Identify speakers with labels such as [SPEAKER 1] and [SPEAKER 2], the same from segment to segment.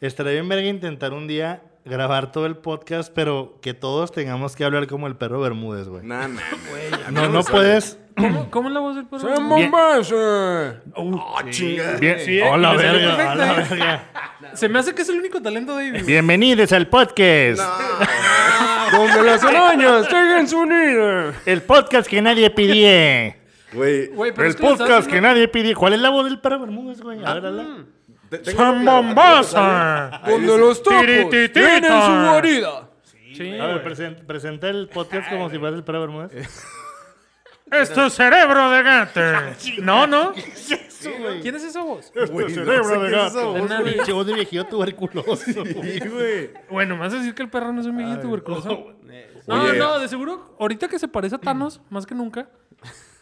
[SPEAKER 1] Estaría bien verga intentar un día grabar todo el podcast, pero que todos tengamos que hablar como el perro Bermúdez, güey.
[SPEAKER 2] No, no, güey. a mí
[SPEAKER 1] No, no
[SPEAKER 2] me
[SPEAKER 1] puedes.
[SPEAKER 3] ¿Cómo, cómo es la voz del perro?
[SPEAKER 2] sale. ¡Se mamase!
[SPEAKER 1] Oh,
[SPEAKER 2] ¡Ah, chinga!
[SPEAKER 4] Bien,
[SPEAKER 3] Sí, eh,
[SPEAKER 1] Hola,
[SPEAKER 3] me
[SPEAKER 1] verga,
[SPEAKER 3] salió perfecto,
[SPEAKER 1] hola,
[SPEAKER 3] eh.
[SPEAKER 1] verga.
[SPEAKER 3] Se me hace que es el único talento de David.
[SPEAKER 1] Bienvenidos al podcast.
[SPEAKER 2] ¡Donde las arañas tengan su nido!
[SPEAKER 1] El podcast que nadie pidió.
[SPEAKER 2] Güey,
[SPEAKER 3] Güey, pero
[SPEAKER 1] El
[SPEAKER 3] es que le estás
[SPEAKER 1] podcast que
[SPEAKER 3] haciendo-
[SPEAKER 1] nadie pidió. ¿Cuál es la voz del perro Bermúdez, güey?
[SPEAKER 2] Ah.
[SPEAKER 1] A ver, hazla.
[SPEAKER 2] te- tengo
[SPEAKER 1] ¡Se
[SPEAKER 2] una-
[SPEAKER 1] mamasa!
[SPEAKER 2] Ahí dice-
[SPEAKER 1] Tirititita.
[SPEAKER 3] guarida. Sí,
[SPEAKER 1] A ver,
[SPEAKER 3] güey.
[SPEAKER 1] presen- presenta el podcast como si fuera el perro
[SPEAKER 2] Eh,
[SPEAKER 1] Bermúdez.
[SPEAKER 4] Esto es cerebro de gato. No, no.
[SPEAKER 3] ¿Quién es esa voz?
[SPEAKER 2] Güey, no
[SPEAKER 1] Este Cerebro
[SPEAKER 2] sé
[SPEAKER 1] de
[SPEAKER 2] qué es esa
[SPEAKER 1] gato.
[SPEAKER 2] voz,
[SPEAKER 3] Una-
[SPEAKER 2] güey.
[SPEAKER 1] Pinche voz de viejillo tuberculoso. güey.
[SPEAKER 2] Sí, güey.
[SPEAKER 3] Bueno, me vas a decir que el perro no es un viejito tuberculoso. No,
[SPEAKER 2] Oye.
[SPEAKER 3] no, de seguro, ahorita que se parece a Thanos, más que nunca,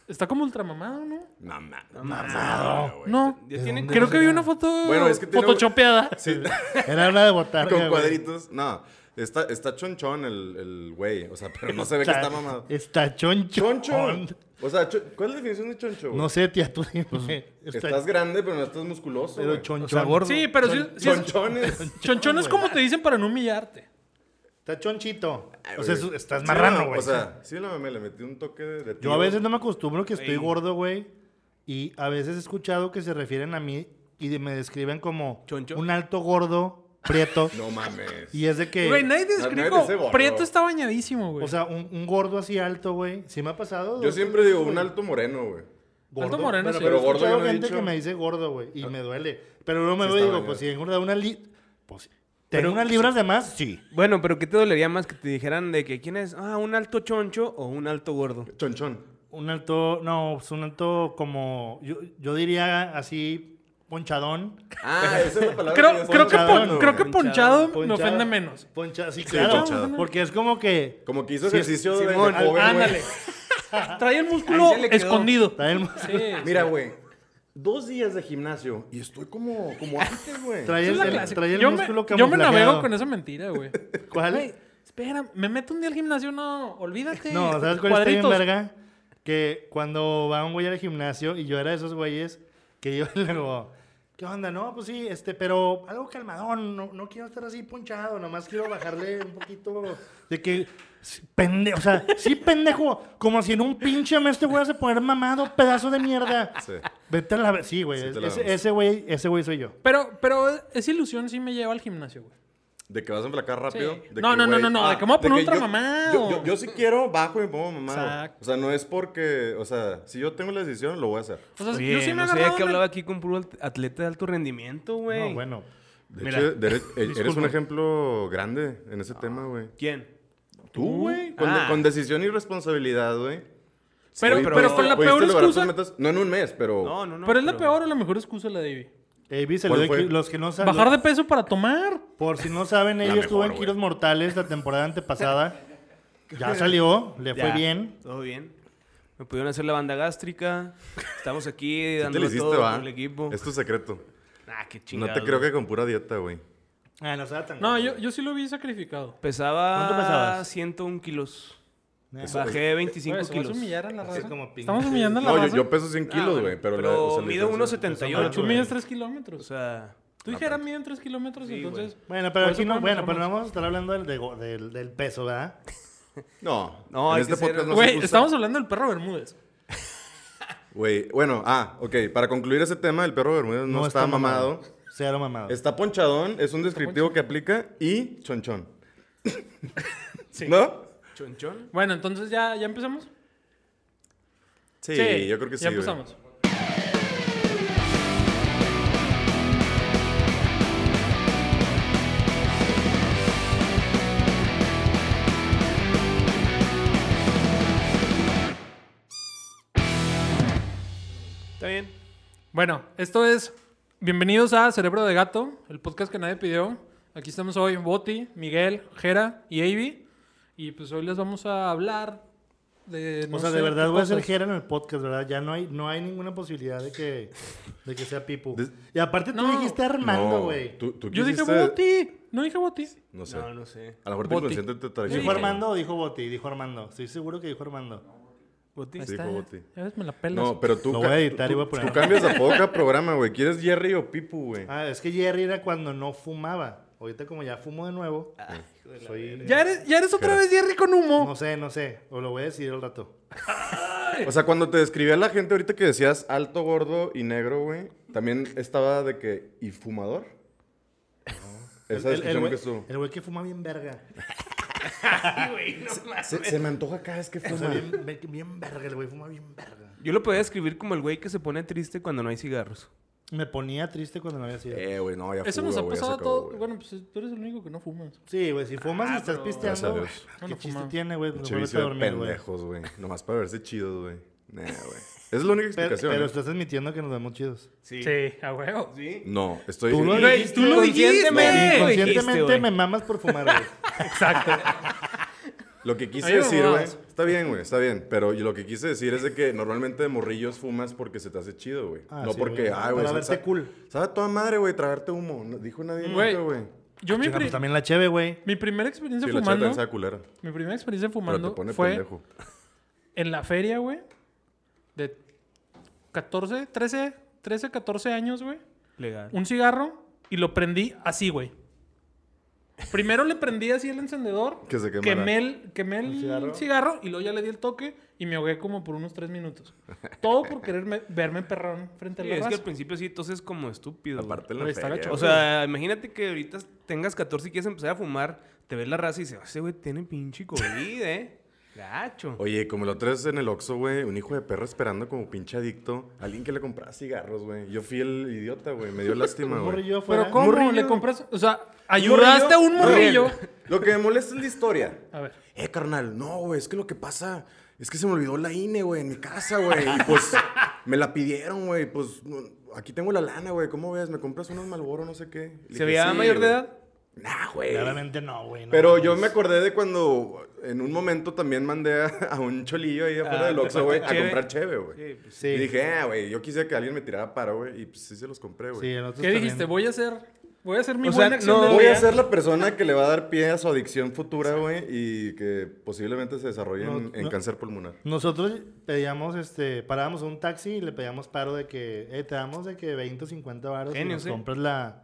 [SPEAKER 3] está como ultramamado, ¿no?
[SPEAKER 2] Mamá.
[SPEAKER 3] No.
[SPEAKER 4] Ya tiene
[SPEAKER 3] Creo que vi una foto
[SPEAKER 2] Bueno, es que tiene-
[SPEAKER 3] photoshopeada.
[SPEAKER 2] Sí.
[SPEAKER 1] Era una de botarga,
[SPEAKER 2] Con
[SPEAKER 1] güey.
[SPEAKER 2] cuadritos. No, está, está chonchón el, el güey. O sea, pero no se ve que está mamado.
[SPEAKER 1] Está choncho.
[SPEAKER 2] Chonchón. O sea, cho- ¿cuál es la definición de choncho? güey?
[SPEAKER 1] No sé, tía, tú dime. Está-
[SPEAKER 2] Estás grande, pero no estás musculoso.
[SPEAKER 1] pero
[SPEAKER 2] güey.
[SPEAKER 1] chonchón.
[SPEAKER 3] Sí, pero sí, sí es-
[SPEAKER 2] Chonchones.
[SPEAKER 3] chonchón es como te dicen para no humillarte.
[SPEAKER 1] Está chonchito.
[SPEAKER 2] Ay,
[SPEAKER 1] O sea,
[SPEAKER 2] güey.
[SPEAKER 1] es- estás
[SPEAKER 2] Sí,
[SPEAKER 1] marrano,
[SPEAKER 2] no,
[SPEAKER 1] güey.
[SPEAKER 2] O sea, sí, la mamá le metí un toque de. de
[SPEAKER 1] yo
[SPEAKER 2] tiro.
[SPEAKER 1] a veces no me acostumbro que estoy gordo, güey. Y a veces he escuchado que se refieren a mí y de- me describen como
[SPEAKER 4] Choncho.
[SPEAKER 1] un alto gordo, prieto.
[SPEAKER 2] No mames.
[SPEAKER 1] Y es de que.
[SPEAKER 3] Güey, nadie te
[SPEAKER 2] Nadie
[SPEAKER 3] describe
[SPEAKER 2] te
[SPEAKER 3] como-
[SPEAKER 2] dice gordo.
[SPEAKER 3] Prieto está bañadísimo, güey.
[SPEAKER 1] o sea, un, un gordo así alto, güey. Sí me ha pasado.
[SPEAKER 2] Yo siempre digo un alto moreno, güey.
[SPEAKER 1] Gordo,
[SPEAKER 3] Alto moreno,
[SPEAKER 1] pero,
[SPEAKER 3] sí.
[SPEAKER 1] pero
[SPEAKER 2] Pero
[SPEAKER 1] he Ah.
[SPEAKER 2] gordo
[SPEAKER 1] escuchado
[SPEAKER 2] yo no he
[SPEAKER 1] gente
[SPEAKER 2] dicho.
[SPEAKER 1] que me dice gordo, güey, y me duele. Pero luego me
[SPEAKER 2] Sí
[SPEAKER 1] veo y
[SPEAKER 2] está
[SPEAKER 1] digo,
[SPEAKER 2] bañado.
[SPEAKER 1] pues si he engordado una li... Pues, ¿Tengo
[SPEAKER 4] Pero-
[SPEAKER 1] unas libras de más? Sí.
[SPEAKER 4] Bueno, pero ¿qué te dolería más que te dijeran de que quién es? Ah, un alto choncho o un alto gordo.
[SPEAKER 2] Chonchón.
[SPEAKER 1] Un alto, no, pues un alto como, yo, yo diría así, ponchadón.
[SPEAKER 2] Ah, esa es la palabra.
[SPEAKER 3] creo,
[SPEAKER 2] yo
[SPEAKER 3] creo que
[SPEAKER 2] estaba
[SPEAKER 3] pon-
[SPEAKER 2] buscando,
[SPEAKER 3] creo que
[SPEAKER 2] güey.
[SPEAKER 3] ponchado, me
[SPEAKER 1] Ponchado.
[SPEAKER 3] ofende menos.
[SPEAKER 1] Poncha, sí, claro.
[SPEAKER 2] ponchado.
[SPEAKER 1] Porque es como que...
[SPEAKER 2] Como que hizo
[SPEAKER 1] Sí,
[SPEAKER 2] ejercicio de, de
[SPEAKER 4] Simón,
[SPEAKER 2] joven, güey.
[SPEAKER 3] Ándale.
[SPEAKER 1] Ah.
[SPEAKER 3] Trae el músculo
[SPEAKER 4] Ahí se le quedó.
[SPEAKER 3] escondido.
[SPEAKER 1] Trae, el,
[SPEAKER 3] Sí.
[SPEAKER 2] Mira, güey. Dos días de gimnasio y estoy como, como antes, güey.
[SPEAKER 1] trae
[SPEAKER 3] Esa es
[SPEAKER 1] el-
[SPEAKER 3] la
[SPEAKER 1] el-
[SPEAKER 3] clásica.
[SPEAKER 1] trae el
[SPEAKER 3] yo, me,
[SPEAKER 1] músculo
[SPEAKER 3] yo me navego
[SPEAKER 1] camuflajeado.
[SPEAKER 3] con esa mentira, güey. Güey,
[SPEAKER 1] ¿Cuál?
[SPEAKER 3] espera, me meto un día al gimnasio, no, olvídate.
[SPEAKER 1] No, ¿sabes cuál está bien
[SPEAKER 3] Este, Cuadritos.
[SPEAKER 1] verga? Que cuando va un güey al gimnasio y yo era de esos güeyes que yo luego, ¿qué onda? No, pues sí, este, pero algo calmadón, no, no quiero estar así ponchado, nomás quiero bajarle un poquito de que sí, pende, o sea, sí pendejo, como si en un pinche mes te fueras a poner mamado, pedazo de mierda.
[SPEAKER 2] Sí.
[SPEAKER 1] Vete a la ver- sí, güey,
[SPEAKER 2] Sí te la
[SPEAKER 1] ese
[SPEAKER 2] damos.
[SPEAKER 1] ese güey, ese güey soy yo.
[SPEAKER 3] Pero, pero esa ilusión sí me lleva al gimnasio, güey.
[SPEAKER 2] De que vas a enflacar rápido.
[SPEAKER 3] Sí.
[SPEAKER 2] de
[SPEAKER 3] No,
[SPEAKER 2] que,
[SPEAKER 3] no, no,
[SPEAKER 2] güey, ah,
[SPEAKER 3] no, no, de que me voy a poner
[SPEAKER 2] de
[SPEAKER 3] otra
[SPEAKER 2] yo-
[SPEAKER 3] mamada,
[SPEAKER 2] Yo,
[SPEAKER 3] o-
[SPEAKER 2] yo- yo si quiero, bajo y me pongo mamado.
[SPEAKER 3] Exacto.
[SPEAKER 2] O sea, no es porque, o sea, si yo tengo la decisión, lo voy a hacer.
[SPEAKER 3] O sea,
[SPEAKER 4] Oye,
[SPEAKER 3] yo sí me
[SPEAKER 4] no
[SPEAKER 3] agarraba
[SPEAKER 4] sabía que
[SPEAKER 3] una-
[SPEAKER 4] hablaba aquí con puro alt- atleta de alto rendimiento, güey.
[SPEAKER 1] No, bueno.
[SPEAKER 2] De
[SPEAKER 4] Mira,
[SPEAKER 2] hecho, de- e, eres, eres un
[SPEAKER 4] disculpa.
[SPEAKER 2] ejemplo grande en ese tema, güey.
[SPEAKER 4] ¿Quién?
[SPEAKER 2] Tú, güey. Con,
[SPEAKER 4] Ah.
[SPEAKER 2] con decisión y responsabilidad, güey.
[SPEAKER 3] Pero,
[SPEAKER 2] Hoy
[SPEAKER 3] pero,
[SPEAKER 2] pudiste-
[SPEAKER 3] con la
[SPEAKER 2] pudiste
[SPEAKER 3] peor
[SPEAKER 2] lograr tus
[SPEAKER 3] excusa.
[SPEAKER 2] metas, no en un mes, pero.
[SPEAKER 4] No, no, no.
[SPEAKER 3] pero es la peor o la mejor excusa la de Ivy.
[SPEAKER 1] Avis, se
[SPEAKER 2] ¿Cuál
[SPEAKER 1] lo doy
[SPEAKER 2] fue?
[SPEAKER 1] eh, que- los que no saben.
[SPEAKER 3] Bajar de peso para tomar.
[SPEAKER 1] Por si no saben, ella
[SPEAKER 2] mejor,
[SPEAKER 1] estuvo en
[SPEAKER 2] güey.
[SPEAKER 1] Giros Mortales la temporada antepasada. Ya salió, le
[SPEAKER 4] Ya,
[SPEAKER 1] fue bien.
[SPEAKER 4] Todo bien. Me pudieron hacer la banda gástrica. Estamos aquí
[SPEAKER 2] ¿Qué te le
[SPEAKER 4] dándole
[SPEAKER 2] hiciste,
[SPEAKER 4] todo
[SPEAKER 2] va?
[SPEAKER 4] con el equipo.
[SPEAKER 2] Es tu secreto.
[SPEAKER 4] Ah, qué chingada.
[SPEAKER 2] no te creo que con pura dieta, güey.
[SPEAKER 1] Ah, no estaba tan
[SPEAKER 3] No,
[SPEAKER 1] gordo.
[SPEAKER 3] yo, yo sí lo vi sacrificado.
[SPEAKER 4] Pesaba
[SPEAKER 1] ¿Cuánto pesabas?
[SPEAKER 4] 101 kilos.
[SPEAKER 1] Nah,
[SPEAKER 4] Bajé 25
[SPEAKER 3] Güey, se vas a
[SPEAKER 4] kilos.
[SPEAKER 3] humillar a la
[SPEAKER 1] Así
[SPEAKER 3] raza.
[SPEAKER 1] como
[SPEAKER 3] Estamos
[SPEAKER 1] pinche-
[SPEAKER 3] humillando a la
[SPEAKER 2] No, yo,
[SPEAKER 3] raza.
[SPEAKER 2] yo peso 100
[SPEAKER 4] Ah,
[SPEAKER 2] kilos,
[SPEAKER 4] bueno,
[SPEAKER 2] güey. pero la-
[SPEAKER 4] pero
[SPEAKER 2] o sea, la diferencia-
[SPEAKER 4] mido
[SPEAKER 3] Pero
[SPEAKER 4] 1.78.
[SPEAKER 3] tú mides
[SPEAKER 4] güey.
[SPEAKER 3] 3
[SPEAKER 4] O
[SPEAKER 3] kilómetros.
[SPEAKER 4] sea,
[SPEAKER 3] Tú dijeras miden 3 kilómetros,
[SPEAKER 4] Sí,
[SPEAKER 3] entonces.
[SPEAKER 1] Bueno, pero
[SPEAKER 3] por eso
[SPEAKER 1] aquí no,
[SPEAKER 3] comemos
[SPEAKER 1] bueno, pero no
[SPEAKER 3] hormonas.
[SPEAKER 1] vamos a estar hablando del, de go- del, del peso, ¿verdad?
[SPEAKER 2] Pues No,
[SPEAKER 4] No,
[SPEAKER 2] en
[SPEAKER 4] hay
[SPEAKER 2] este
[SPEAKER 4] que ser-
[SPEAKER 2] podcast no se
[SPEAKER 3] Güey,
[SPEAKER 2] usa-
[SPEAKER 3] estamos hablando del perro Bermúdez.
[SPEAKER 2] Güey, bueno, ah, ok. Para concluir ese tema, el perro Bermúdez no, está, mamado.
[SPEAKER 1] Cero mamado.
[SPEAKER 2] Está ponchadón, es un descriptivo que aplica y chonchón. ¿No?
[SPEAKER 4] Chonchón.
[SPEAKER 3] Bueno, entonces ya, ya empezamos.
[SPEAKER 2] Sí, yo creo que sí.
[SPEAKER 3] Ya
[SPEAKER 2] güey.
[SPEAKER 3] empezamos.
[SPEAKER 4] Está bien.
[SPEAKER 3] Bueno, esto es Bienvenidos a Cerebro de Gato, el podcast que nadie pidió. Aquí estamos hoy Boti, Miguel, Jera y Avi. Y pues hoy les vamos a hablar de. no
[SPEAKER 1] o sea,
[SPEAKER 3] sé
[SPEAKER 1] de
[SPEAKER 3] qué
[SPEAKER 1] verdad voy a ser
[SPEAKER 3] cosas.
[SPEAKER 1] jera en el podcast, ¿verdad? Ya no hay, no hay ninguna posibilidad de que, de que sea Pipu.
[SPEAKER 2] Des-
[SPEAKER 1] Y aparte tú
[SPEAKER 3] No.
[SPEAKER 1] dijiste
[SPEAKER 2] No,
[SPEAKER 1] Armando, güey.
[SPEAKER 2] tú- tú
[SPEAKER 3] Yo dije
[SPEAKER 2] quisiste-
[SPEAKER 3] Boti. No dije Boti.
[SPEAKER 2] No sé.
[SPEAKER 4] No, no sé.
[SPEAKER 2] A lo mejor tu
[SPEAKER 3] Boti.
[SPEAKER 2] inconsciente te
[SPEAKER 1] ¿Dijo
[SPEAKER 2] traicionó.
[SPEAKER 3] dije.
[SPEAKER 1] Armando o dijo Boti? Dijo Armando. Estoy seguro que dijo Armando.
[SPEAKER 4] Boti.
[SPEAKER 3] Ahí
[SPEAKER 2] Sí,
[SPEAKER 3] está,
[SPEAKER 2] fue
[SPEAKER 3] ya.
[SPEAKER 2] Boti.
[SPEAKER 3] Ya ves, me la pelas.
[SPEAKER 2] No, pero tú.
[SPEAKER 1] Lo
[SPEAKER 2] ca-
[SPEAKER 1] voy a editar y
[SPEAKER 2] tú-
[SPEAKER 1] voy a poner.
[SPEAKER 2] Tú cambias a poca programa, güey. ¿Quieres Jerry o Pipu, güey?
[SPEAKER 1] Ah, es que Jerry era cuando no fumaba. Ahorita como ya fumo de nuevo,
[SPEAKER 2] Ah,
[SPEAKER 1] soy...
[SPEAKER 3] Ya eres, ya eres otra
[SPEAKER 2] Pero-
[SPEAKER 3] vez Jerry con humo.
[SPEAKER 1] No sé, no sé. O lo voy a decidir al rato.
[SPEAKER 2] O sea, cuando te describía la gente ahorita que decías alto, gordo y negro, güey, también estaba de que. ¿Y fumador? Esa
[SPEAKER 1] El- el- el
[SPEAKER 2] descripción
[SPEAKER 1] güey-
[SPEAKER 2] que estuvo.
[SPEAKER 1] El güey que fuma bien verga.
[SPEAKER 2] Se, se me antoja cada vez que
[SPEAKER 1] O sea,
[SPEAKER 2] fuma.
[SPEAKER 1] bien, bien- bien verga, el güey fuma bien verga.
[SPEAKER 4] Yo lo podía describir como el güey que se pone triste cuando no hay cigarros.
[SPEAKER 1] Me ponía triste cuando no había sido.
[SPEAKER 2] Eh, güey, no, ya
[SPEAKER 3] Eso
[SPEAKER 2] fuga,
[SPEAKER 3] nos ha
[SPEAKER 2] güey, ya se
[SPEAKER 3] pasado a
[SPEAKER 2] acabó,
[SPEAKER 3] todos.
[SPEAKER 2] güey.
[SPEAKER 3] Bueno, pues tú eres el único que no fumas.
[SPEAKER 1] Sí, güey, si fumas y estás
[SPEAKER 2] Gracias a
[SPEAKER 1] pisteando,
[SPEAKER 2] Dios.
[SPEAKER 1] Ah, ¿qué
[SPEAKER 3] Bueno,
[SPEAKER 1] chiste
[SPEAKER 3] fumaba.
[SPEAKER 1] tiene, güey?
[SPEAKER 2] Un
[SPEAKER 1] No
[SPEAKER 2] chorizo
[SPEAKER 1] vuelves a
[SPEAKER 2] de
[SPEAKER 1] dormir, güey.
[SPEAKER 2] pendejos, güey. Nomás para verse chidos, güey. Nah, güey. Esa es la única
[SPEAKER 1] Pero,
[SPEAKER 2] explicación.
[SPEAKER 1] pero
[SPEAKER 2] ¿eh?
[SPEAKER 1] estás admitiendo que nos vemos chidos.
[SPEAKER 4] Sí.
[SPEAKER 3] a huevo.
[SPEAKER 2] No, estoy.
[SPEAKER 1] Tú lo
[SPEAKER 3] Güey,
[SPEAKER 1] dijiste,
[SPEAKER 3] tú lo dijiste,
[SPEAKER 4] Inconscientemente.
[SPEAKER 3] güey.
[SPEAKER 1] Conscientemente
[SPEAKER 4] güey.
[SPEAKER 1] me mamas por fumar, güey.
[SPEAKER 3] Exacto.
[SPEAKER 2] Lo que quise
[SPEAKER 3] Ahí
[SPEAKER 2] decir,
[SPEAKER 3] nomás.
[SPEAKER 2] güey. Está bien, güey, está bien. Pero yo lo que quise decir es de que normalmente de morrillos fumas porque se te hace chido, güey.
[SPEAKER 1] Ah,
[SPEAKER 2] no
[SPEAKER 1] sí,
[SPEAKER 2] porque,
[SPEAKER 1] güey.
[SPEAKER 2] ay, güey.
[SPEAKER 1] Para
[SPEAKER 2] sa-
[SPEAKER 1] verte cool.
[SPEAKER 2] Sabe a toda madre, güey, tragarte humo. No, dijo nadie
[SPEAKER 3] Güey.
[SPEAKER 2] nunca, güey.
[SPEAKER 3] Yo mi,
[SPEAKER 1] Chinga,
[SPEAKER 3] pri-
[SPEAKER 1] pues también la cheve, güey.
[SPEAKER 3] mi primera experiencia
[SPEAKER 2] Sí, la chata
[SPEAKER 3] fumando.
[SPEAKER 2] también sabe culera.
[SPEAKER 3] Mi primera experiencia
[SPEAKER 2] Pero te
[SPEAKER 3] fumando
[SPEAKER 2] pone
[SPEAKER 3] fue
[SPEAKER 2] pendejo.
[SPEAKER 3] en la feria, güey. De 14, 13, 13, 14 años, güey.
[SPEAKER 4] Legal.
[SPEAKER 3] un cigarro y lo prendí así, güey. Primero le prendí así el encendedor,
[SPEAKER 2] Que se quemara.
[SPEAKER 3] quemé, el, quemé el
[SPEAKER 1] ¿El
[SPEAKER 3] cigarro?
[SPEAKER 1] cigarro?
[SPEAKER 3] y luego ya le di el toque y me ahogué como por unos tres minutos. Todo por quererme verme perrón frente a
[SPEAKER 4] Sí,
[SPEAKER 3] la
[SPEAKER 4] es que
[SPEAKER 3] raza.
[SPEAKER 4] al principio sí, entonces como estúpido. güey.
[SPEAKER 2] Aparte en la
[SPEAKER 3] Güey, está
[SPEAKER 2] feria,
[SPEAKER 3] gacho.
[SPEAKER 4] O
[SPEAKER 2] güey.
[SPEAKER 4] sea, imagínate que ahorita tengas 14 y quieres empezar a fumar, te ves la raza y dices, "Ah, ese güey tiene pinche COVID, ¿eh? Gacho.
[SPEAKER 2] Oye, como lo traes en el Oxxo, güey, un hijo de perro esperando como pinche adicto. Alguien que le compraba cigarros, güey. Yo fui el idiota, güey. Me dio lástima,
[SPEAKER 1] Un
[SPEAKER 2] güey.
[SPEAKER 1] morrillo afuera.
[SPEAKER 3] Pero ¿cómo
[SPEAKER 2] Morrillo.
[SPEAKER 3] le compras? O sea, ayudaste a un morrillo.
[SPEAKER 2] Lo que me molesta es la historia.
[SPEAKER 3] A ver.
[SPEAKER 2] Eh, carnal, no, güey, es que lo que pasa es que se me olvidó la INE, güey, en mi casa, güey. Y pues me la pidieron, güey. Pues no, aquí tengo la lana, güey. ¿Cómo ves? ¿Me compras unos Malboro, no sé qué? Le
[SPEAKER 4] ¿Se
[SPEAKER 2] dije,
[SPEAKER 4] veía
[SPEAKER 2] "Sí,
[SPEAKER 4] mayor de
[SPEAKER 2] güey".
[SPEAKER 4] edad?
[SPEAKER 2] Nah, güey.
[SPEAKER 1] Claramente no, güey. no
[SPEAKER 2] Eh. Pero
[SPEAKER 1] mames.
[SPEAKER 2] yo me acordé de cuando en un momento también mandé a, a un cholillo ahí afuera
[SPEAKER 4] Ah,
[SPEAKER 2] del
[SPEAKER 4] te
[SPEAKER 2] Oxxo, güey, a
[SPEAKER 4] faltó cheve.
[SPEAKER 2] comprar cheve, güey.
[SPEAKER 1] Sí.
[SPEAKER 2] Y dije, ah, güey, yo quisiera que alguien me tirara paro, güey. Y pues sí se los compré, güey.
[SPEAKER 1] Sí, nosotros
[SPEAKER 3] ¿Qué dijiste?
[SPEAKER 1] también.
[SPEAKER 3] Voy a hacer, voy a hacer mi
[SPEAKER 4] O sea,
[SPEAKER 3] buena acción
[SPEAKER 4] no,
[SPEAKER 3] del
[SPEAKER 2] Voy a
[SPEAKER 3] día.
[SPEAKER 2] ser la persona que le va a dar pie a su adicción futura, güey, y que posiblemente se desarrolle en,
[SPEAKER 1] No,
[SPEAKER 2] en
[SPEAKER 1] no.
[SPEAKER 2] cáncer pulmonar.
[SPEAKER 1] Nosotros pedíamos, este, parábamos un taxi y le pedíamos paro de que, eh, te damos de que 20 o 50 baros y
[SPEAKER 4] Genio,
[SPEAKER 1] nos
[SPEAKER 4] sí.
[SPEAKER 1] compras la,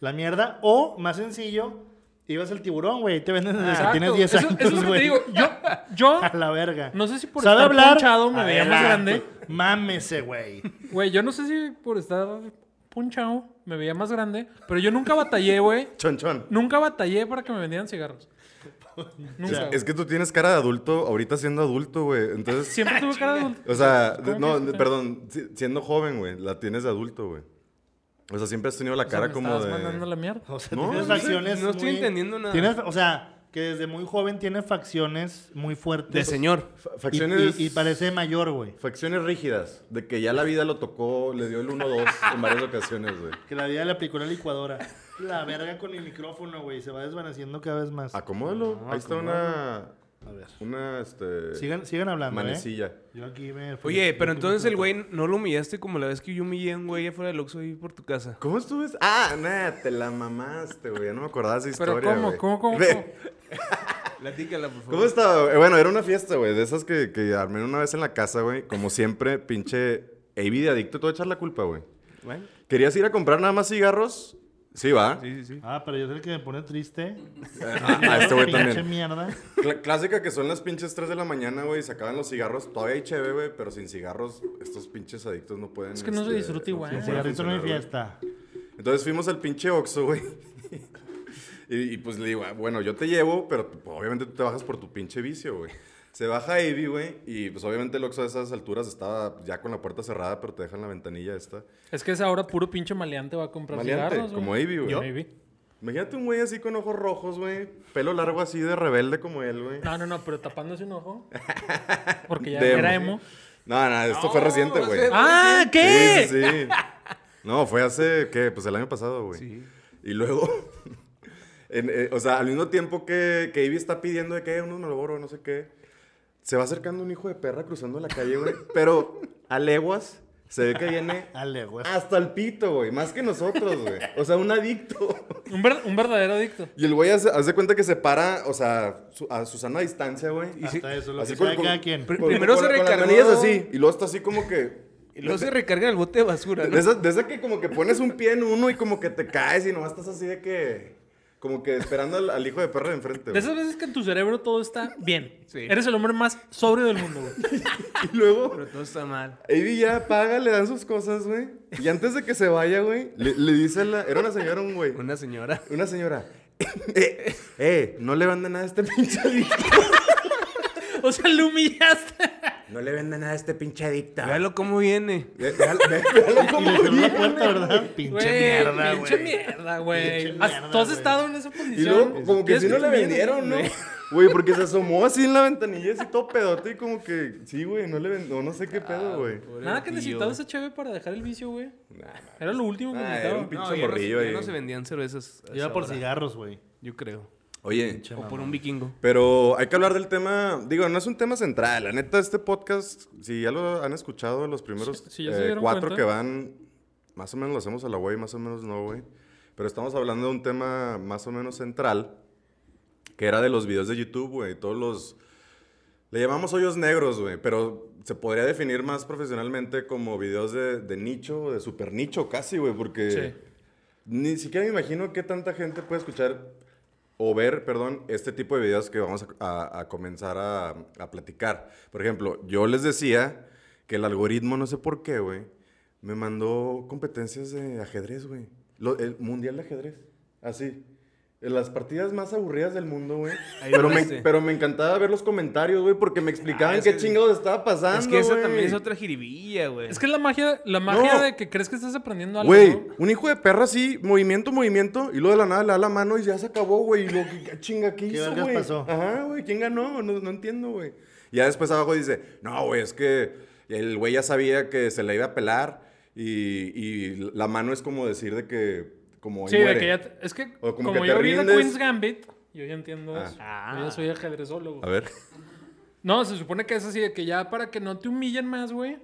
[SPEAKER 1] la mierda. O, más sencillo, ibas al tiburón, güey, y te venden desde
[SPEAKER 3] Exacto.
[SPEAKER 1] que tienes 10
[SPEAKER 3] Eso-
[SPEAKER 1] años,
[SPEAKER 3] Eso es lo que te
[SPEAKER 1] güey.
[SPEAKER 3] digo. Yo, yo
[SPEAKER 1] A la verga.
[SPEAKER 3] no sé si por
[SPEAKER 1] ¿Sabe
[SPEAKER 3] estar
[SPEAKER 1] hablar?
[SPEAKER 3] ponchado me
[SPEAKER 1] A
[SPEAKER 3] veía
[SPEAKER 1] ver,
[SPEAKER 3] más
[SPEAKER 1] ah, pues.
[SPEAKER 3] grande.
[SPEAKER 1] Mámese, güey.
[SPEAKER 3] Güey, yo no sé si por estar punchado me veía más grande, pero yo nunca batallé, güey.
[SPEAKER 2] Chon, chon.
[SPEAKER 3] Nunca batallé para que me vendieran cigarros.
[SPEAKER 2] Es,
[SPEAKER 3] Nunca.
[SPEAKER 2] es que tú tienes cara de adulto ahorta siendo adulto, güey. Entonces,
[SPEAKER 3] Siempre tuve cara de adulto.
[SPEAKER 2] o sea,
[SPEAKER 3] ¿Cómo
[SPEAKER 2] de- no,
[SPEAKER 3] que-
[SPEAKER 2] de- perdón, si- siendo joven, güey, la tienes de adulto, güey. O sea, siempre has tenido la
[SPEAKER 3] O sea,
[SPEAKER 2] cara
[SPEAKER 3] me
[SPEAKER 2] como
[SPEAKER 3] estabas
[SPEAKER 2] de... Oh,
[SPEAKER 3] mandando la mierda.
[SPEAKER 1] O sea,
[SPEAKER 2] No,
[SPEAKER 1] tienes
[SPEAKER 2] no sé,
[SPEAKER 1] facciones
[SPEAKER 4] no estoy
[SPEAKER 1] muy-
[SPEAKER 4] entendiendo nada.
[SPEAKER 1] tienes- o sea, que desde muy joven tiene facciones muy fuertes.
[SPEAKER 4] De señor.
[SPEAKER 2] Fa-
[SPEAKER 1] Y-
[SPEAKER 2] Facciones,
[SPEAKER 1] y- y parece mayor, güey.
[SPEAKER 2] facciones rígidas, de que ya la vida lo tocó, le dio el 1-2 en varias ocasiones, güey.
[SPEAKER 1] Que la vida le aplicó la licuadora. La verga con el micrófono, güey. Se va desvaneciendo cada vez más.
[SPEAKER 2] Acomódalo. Ahí está una...
[SPEAKER 1] A ver.
[SPEAKER 2] Una, este...
[SPEAKER 1] Sigan, sigan hablando, ¿eh?
[SPEAKER 2] manecilla.
[SPEAKER 1] Yo aquí me... fui-
[SPEAKER 4] Oye,
[SPEAKER 1] yo aquí me
[SPEAKER 4] pero entonces el
[SPEAKER 1] fui-
[SPEAKER 4] güey no lo humillaste como la vez que yo humillé a un güey afuera del Oxxo ahí por tu casa.
[SPEAKER 2] ¿Cómo estuviste? Ah, nada, te la mamaste, güey. Ya no me acordaba de esa
[SPEAKER 3] Pero
[SPEAKER 2] historia.
[SPEAKER 3] ¿cómo?
[SPEAKER 2] güey.
[SPEAKER 3] ¿Cómo? ¿Cómo?
[SPEAKER 2] Ve,
[SPEAKER 3] cómo?
[SPEAKER 4] Platícala, por favor.
[SPEAKER 2] ¿Cómo estaba? güey? Bueno, era una fiesta, güey. De esas que, que armé una vez en la casa, güey. Como siempre, pinche Avi de adicto, te voy a echar la culpa, güey.
[SPEAKER 4] Bueno,
[SPEAKER 2] ¿Querías ir a comprar nada más cigarros? Sí, va.
[SPEAKER 4] sí, sí, sí.
[SPEAKER 1] Ah, pero yo soy el que me pone triste.
[SPEAKER 2] Ah, ah, este güey
[SPEAKER 1] Pinche
[SPEAKER 2] también.
[SPEAKER 1] mierda. Ah,
[SPEAKER 2] Cla- clásica que son las pinches 3 de la mañana, güey. y Se acaban los cigarros. Todavía hay chévere, güey. Pero sin cigarros, estos pinches adictos no pueden.
[SPEAKER 3] Es que no se disfruta igual. ¿eh?
[SPEAKER 2] pueden
[SPEAKER 1] El cigarrito no
[SPEAKER 2] funcionar,
[SPEAKER 1] hay
[SPEAKER 2] güey.
[SPEAKER 1] fiesta.
[SPEAKER 2] Entonces fuimos al pinche Oxxo, güey. y, y, pues le digo, "Ah, bueno, yo te llevo, pero tú- obviamente tú te bajas por tu pinche vicio, güey. Se baja Avi, güey, y pues obviamente el Oxxo a esas alturas estaba ya con la puerta cerrada, pero te dejan la ventanilla esta.
[SPEAKER 3] Es que es ahora puro pinche maleante va a comprar
[SPEAKER 2] Maleante,
[SPEAKER 3] cigarros.
[SPEAKER 2] como Ivy, güey.
[SPEAKER 3] Yo.
[SPEAKER 2] Imagínate un güey así con ojos rojos, güey, pelo largo así de rebelde como él, güey.
[SPEAKER 3] No, no, no, pero tapándose un ojo. Porque ya
[SPEAKER 2] Demo.
[SPEAKER 3] era emo.
[SPEAKER 2] No, no, esto fue reciente, güey.
[SPEAKER 4] hace-
[SPEAKER 3] ¡Ah, qué!
[SPEAKER 2] Sí, sí, sí. No, fue hace, ¿qué? Pues el año pasado, güey. Y luego, en, eh, o sea, al mismo tiempo que, que Ivy está pidiendo de que unos malboros, no sé qué, se va acercando un hijo de perra cruzando la calle, güey. Pero a leguas Se ve que viene
[SPEAKER 1] Ale, güey.
[SPEAKER 2] hasta el pito, güey. Más que nosotros, güey. O sea, un adicto.
[SPEAKER 3] Un, ver- un verdadero adicto.
[SPEAKER 2] Y el güey hace, hace cuenta que se para, o sea, su- a Susana a distancia, güey. Y
[SPEAKER 1] Hasta eso, lo
[SPEAKER 2] así
[SPEAKER 1] que
[SPEAKER 2] con-
[SPEAKER 1] sabe
[SPEAKER 2] con-
[SPEAKER 1] cada quien.
[SPEAKER 4] Pr- primero se
[SPEAKER 2] las
[SPEAKER 4] recargó.
[SPEAKER 2] manillas así. Y luego está así como que.
[SPEAKER 4] Y luego se recarga en el bote de basura,
[SPEAKER 2] De
[SPEAKER 4] ¿no?
[SPEAKER 2] esa, de esa que como que pones un pie en uno y como que te caes y nomás estás así de que. Como que esperando al, al hijo de perro de enfrente,
[SPEAKER 3] De
[SPEAKER 2] güey.
[SPEAKER 3] esas veces que en tu cerebro todo está bien.
[SPEAKER 4] Sí.
[SPEAKER 3] Eres el hombre más sobrio del mundo, güey.
[SPEAKER 2] Y luego.
[SPEAKER 4] Pero todo está mal.
[SPEAKER 2] Avi ya paga, le dan sus cosas, güey. Y antes de que se vaya, güey, le, le dice a la. Era una señora, un güey.
[SPEAKER 4] Una señora.
[SPEAKER 2] Una señora. Eh, eh, no le venda nada a este pinche adicto.
[SPEAKER 3] O sea, lo humillaste.
[SPEAKER 2] No le venda nada a este pinche adicto.
[SPEAKER 4] Véalo cómo viene.
[SPEAKER 2] Ve- vea- ve- véalo
[SPEAKER 1] Y
[SPEAKER 2] cómo
[SPEAKER 1] le cerró la
[SPEAKER 2] viene.
[SPEAKER 1] puerta, ¿verdad? Pinche
[SPEAKER 3] Güey,
[SPEAKER 1] mierda, güey.
[SPEAKER 3] Pinche mierda, güey.
[SPEAKER 1] Pinche mierda,
[SPEAKER 3] Tú has
[SPEAKER 1] güey.
[SPEAKER 3] estado en esa
[SPEAKER 2] Y
[SPEAKER 3] posición.
[SPEAKER 2] luego, como que
[SPEAKER 3] ¿Quieres
[SPEAKER 2] si no le
[SPEAKER 3] te
[SPEAKER 2] vendieron, ¿no? Güey, porque se asomó así en la ventanilla, así todo pedote y como que, sí, güey, no le vendió, no sé qué pedo, Ah, güey.
[SPEAKER 3] Nada que necesitaba ese chévere para dejar el vicio, güey. Era lo último que
[SPEAKER 2] Ah,
[SPEAKER 3] necesitaba.
[SPEAKER 2] era un pinche
[SPEAKER 4] No, ya no,
[SPEAKER 2] morrillo
[SPEAKER 4] se- ya
[SPEAKER 2] ahí.
[SPEAKER 4] no se vendían cervezas. a
[SPEAKER 1] Iba
[SPEAKER 4] esa
[SPEAKER 1] por
[SPEAKER 4] hora,
[SPEAKER 1] cigarros, güey.
[SPEAKER 4] Yo creo.
[SPEAKER 2] Oye,
[SPEAKER 4] O por un vikingo.
[SPEAKER 2] pero hay que hablar del tema, digo, no es un tema central, la neta, este podcast, si ya lo han escuchado, los primeros
[SPEAKER 3] Sí, sí, ya se
[SPEAKER 2] eh,
[SPEAKER 3] dieron
[SPEAKER 2] cuatro
[SPEAKER 3] cuenta.
[SPEAKER 2] que van, más o menos lo hacemos a la güey, más o menos no, güey. Pero estamos hablando de un tema más o menos central, que era de los videos de YouTube, güey, todos los... Le llamamos hoyos negros, güey, pero se podría definir más profesionalmente como videos de, de nicho, de super nicho casi, güey, porque
[SPEAKER 3] Sí.
[SPEAKER 2] ni siquiera me imagino qué tanta gente puede escuchar o ver, perdón, este tipo de videos que vamos a, a- a comenzar a, a platicar. Por ejemplo, yo les decía que el algoritmo, no sé por qué, güey, me mandó competencias de ajedrez, güey. Lo- El mundial de ajedrez, así. En Las partidas más aburridas del mundo, güey.
[SPEAKER 4] Ahí
[SPEAKER 2] Pero
[SPEAKER 4] lo
[SPEAKER 2] me,
[SPEAKER 4] viste.
[SPEAKER 2] pero me encantaba ver los comentarios, güey, porque me explicaban
[SPEAKER 4] Ah, es
[SPEAKER 2] qué
[SPEAKER 4] que-
[SPEAKER 2] chingados estaba pasando.
[SPEAKER 4] Es que esa
[SPEAKER 2] güey.
[SPEAKER 4] también es otra jiribilla, güey.
[SPEAKER 3] Es que es la magia, la magia
[SPEAKER 2] No.
[SPEAKER 3] de que crees que estás aprendiendo algo.
[SPEAKER 2] Güey,
[SPEAKER 3] ¿no?
[SPEAKER 2] un hijo de perra así, movimiento, movimiento, y luego de la nada le da la mano y ya se acabó, güey. Y lo que chinga, ¿qué,
[SPEAKER 1] ¿Qué
[SPEAKER 2] hizo,
[SPEAKER 1] vergas
[SPEAKER 2] güey?
[SPEAKER 1] pasó?
[SPEAKER 2] Ajá, güey, ¿quién ganó? No, no entiendo, güey. Y ya después abajo dice, no, güey, es que el güey ya sabía que se la iba a pelar y, y la mano es como decir de que, como ahí
[SPEAKER 3] Sí, de
[SPEAKER 2] muere.
[SPEAKER 3] que ya. te- Es que
[SPEAKER 2] O
[SPEAKER 3] como,
[SPEAKER 2] como que
[SPEAKER 3] yo
[SPEAKER 2] te
[SPEAKER 3] vi de
[SPEAKER 2] rindes.
[SPEAKER 3] Queen's Gambit, yo ya entiendo
[SPEAKER 2] Ah.
[SPEAKER 3] eso.
[SPEAKER 4] Ah.
[SPEAKER 3] Yo ya soy ajedrezólogo.
[SPEAKER 2] A ver.
[SPEAKER 3] No, se supone que es así de que ya para que no te humillen más, güey,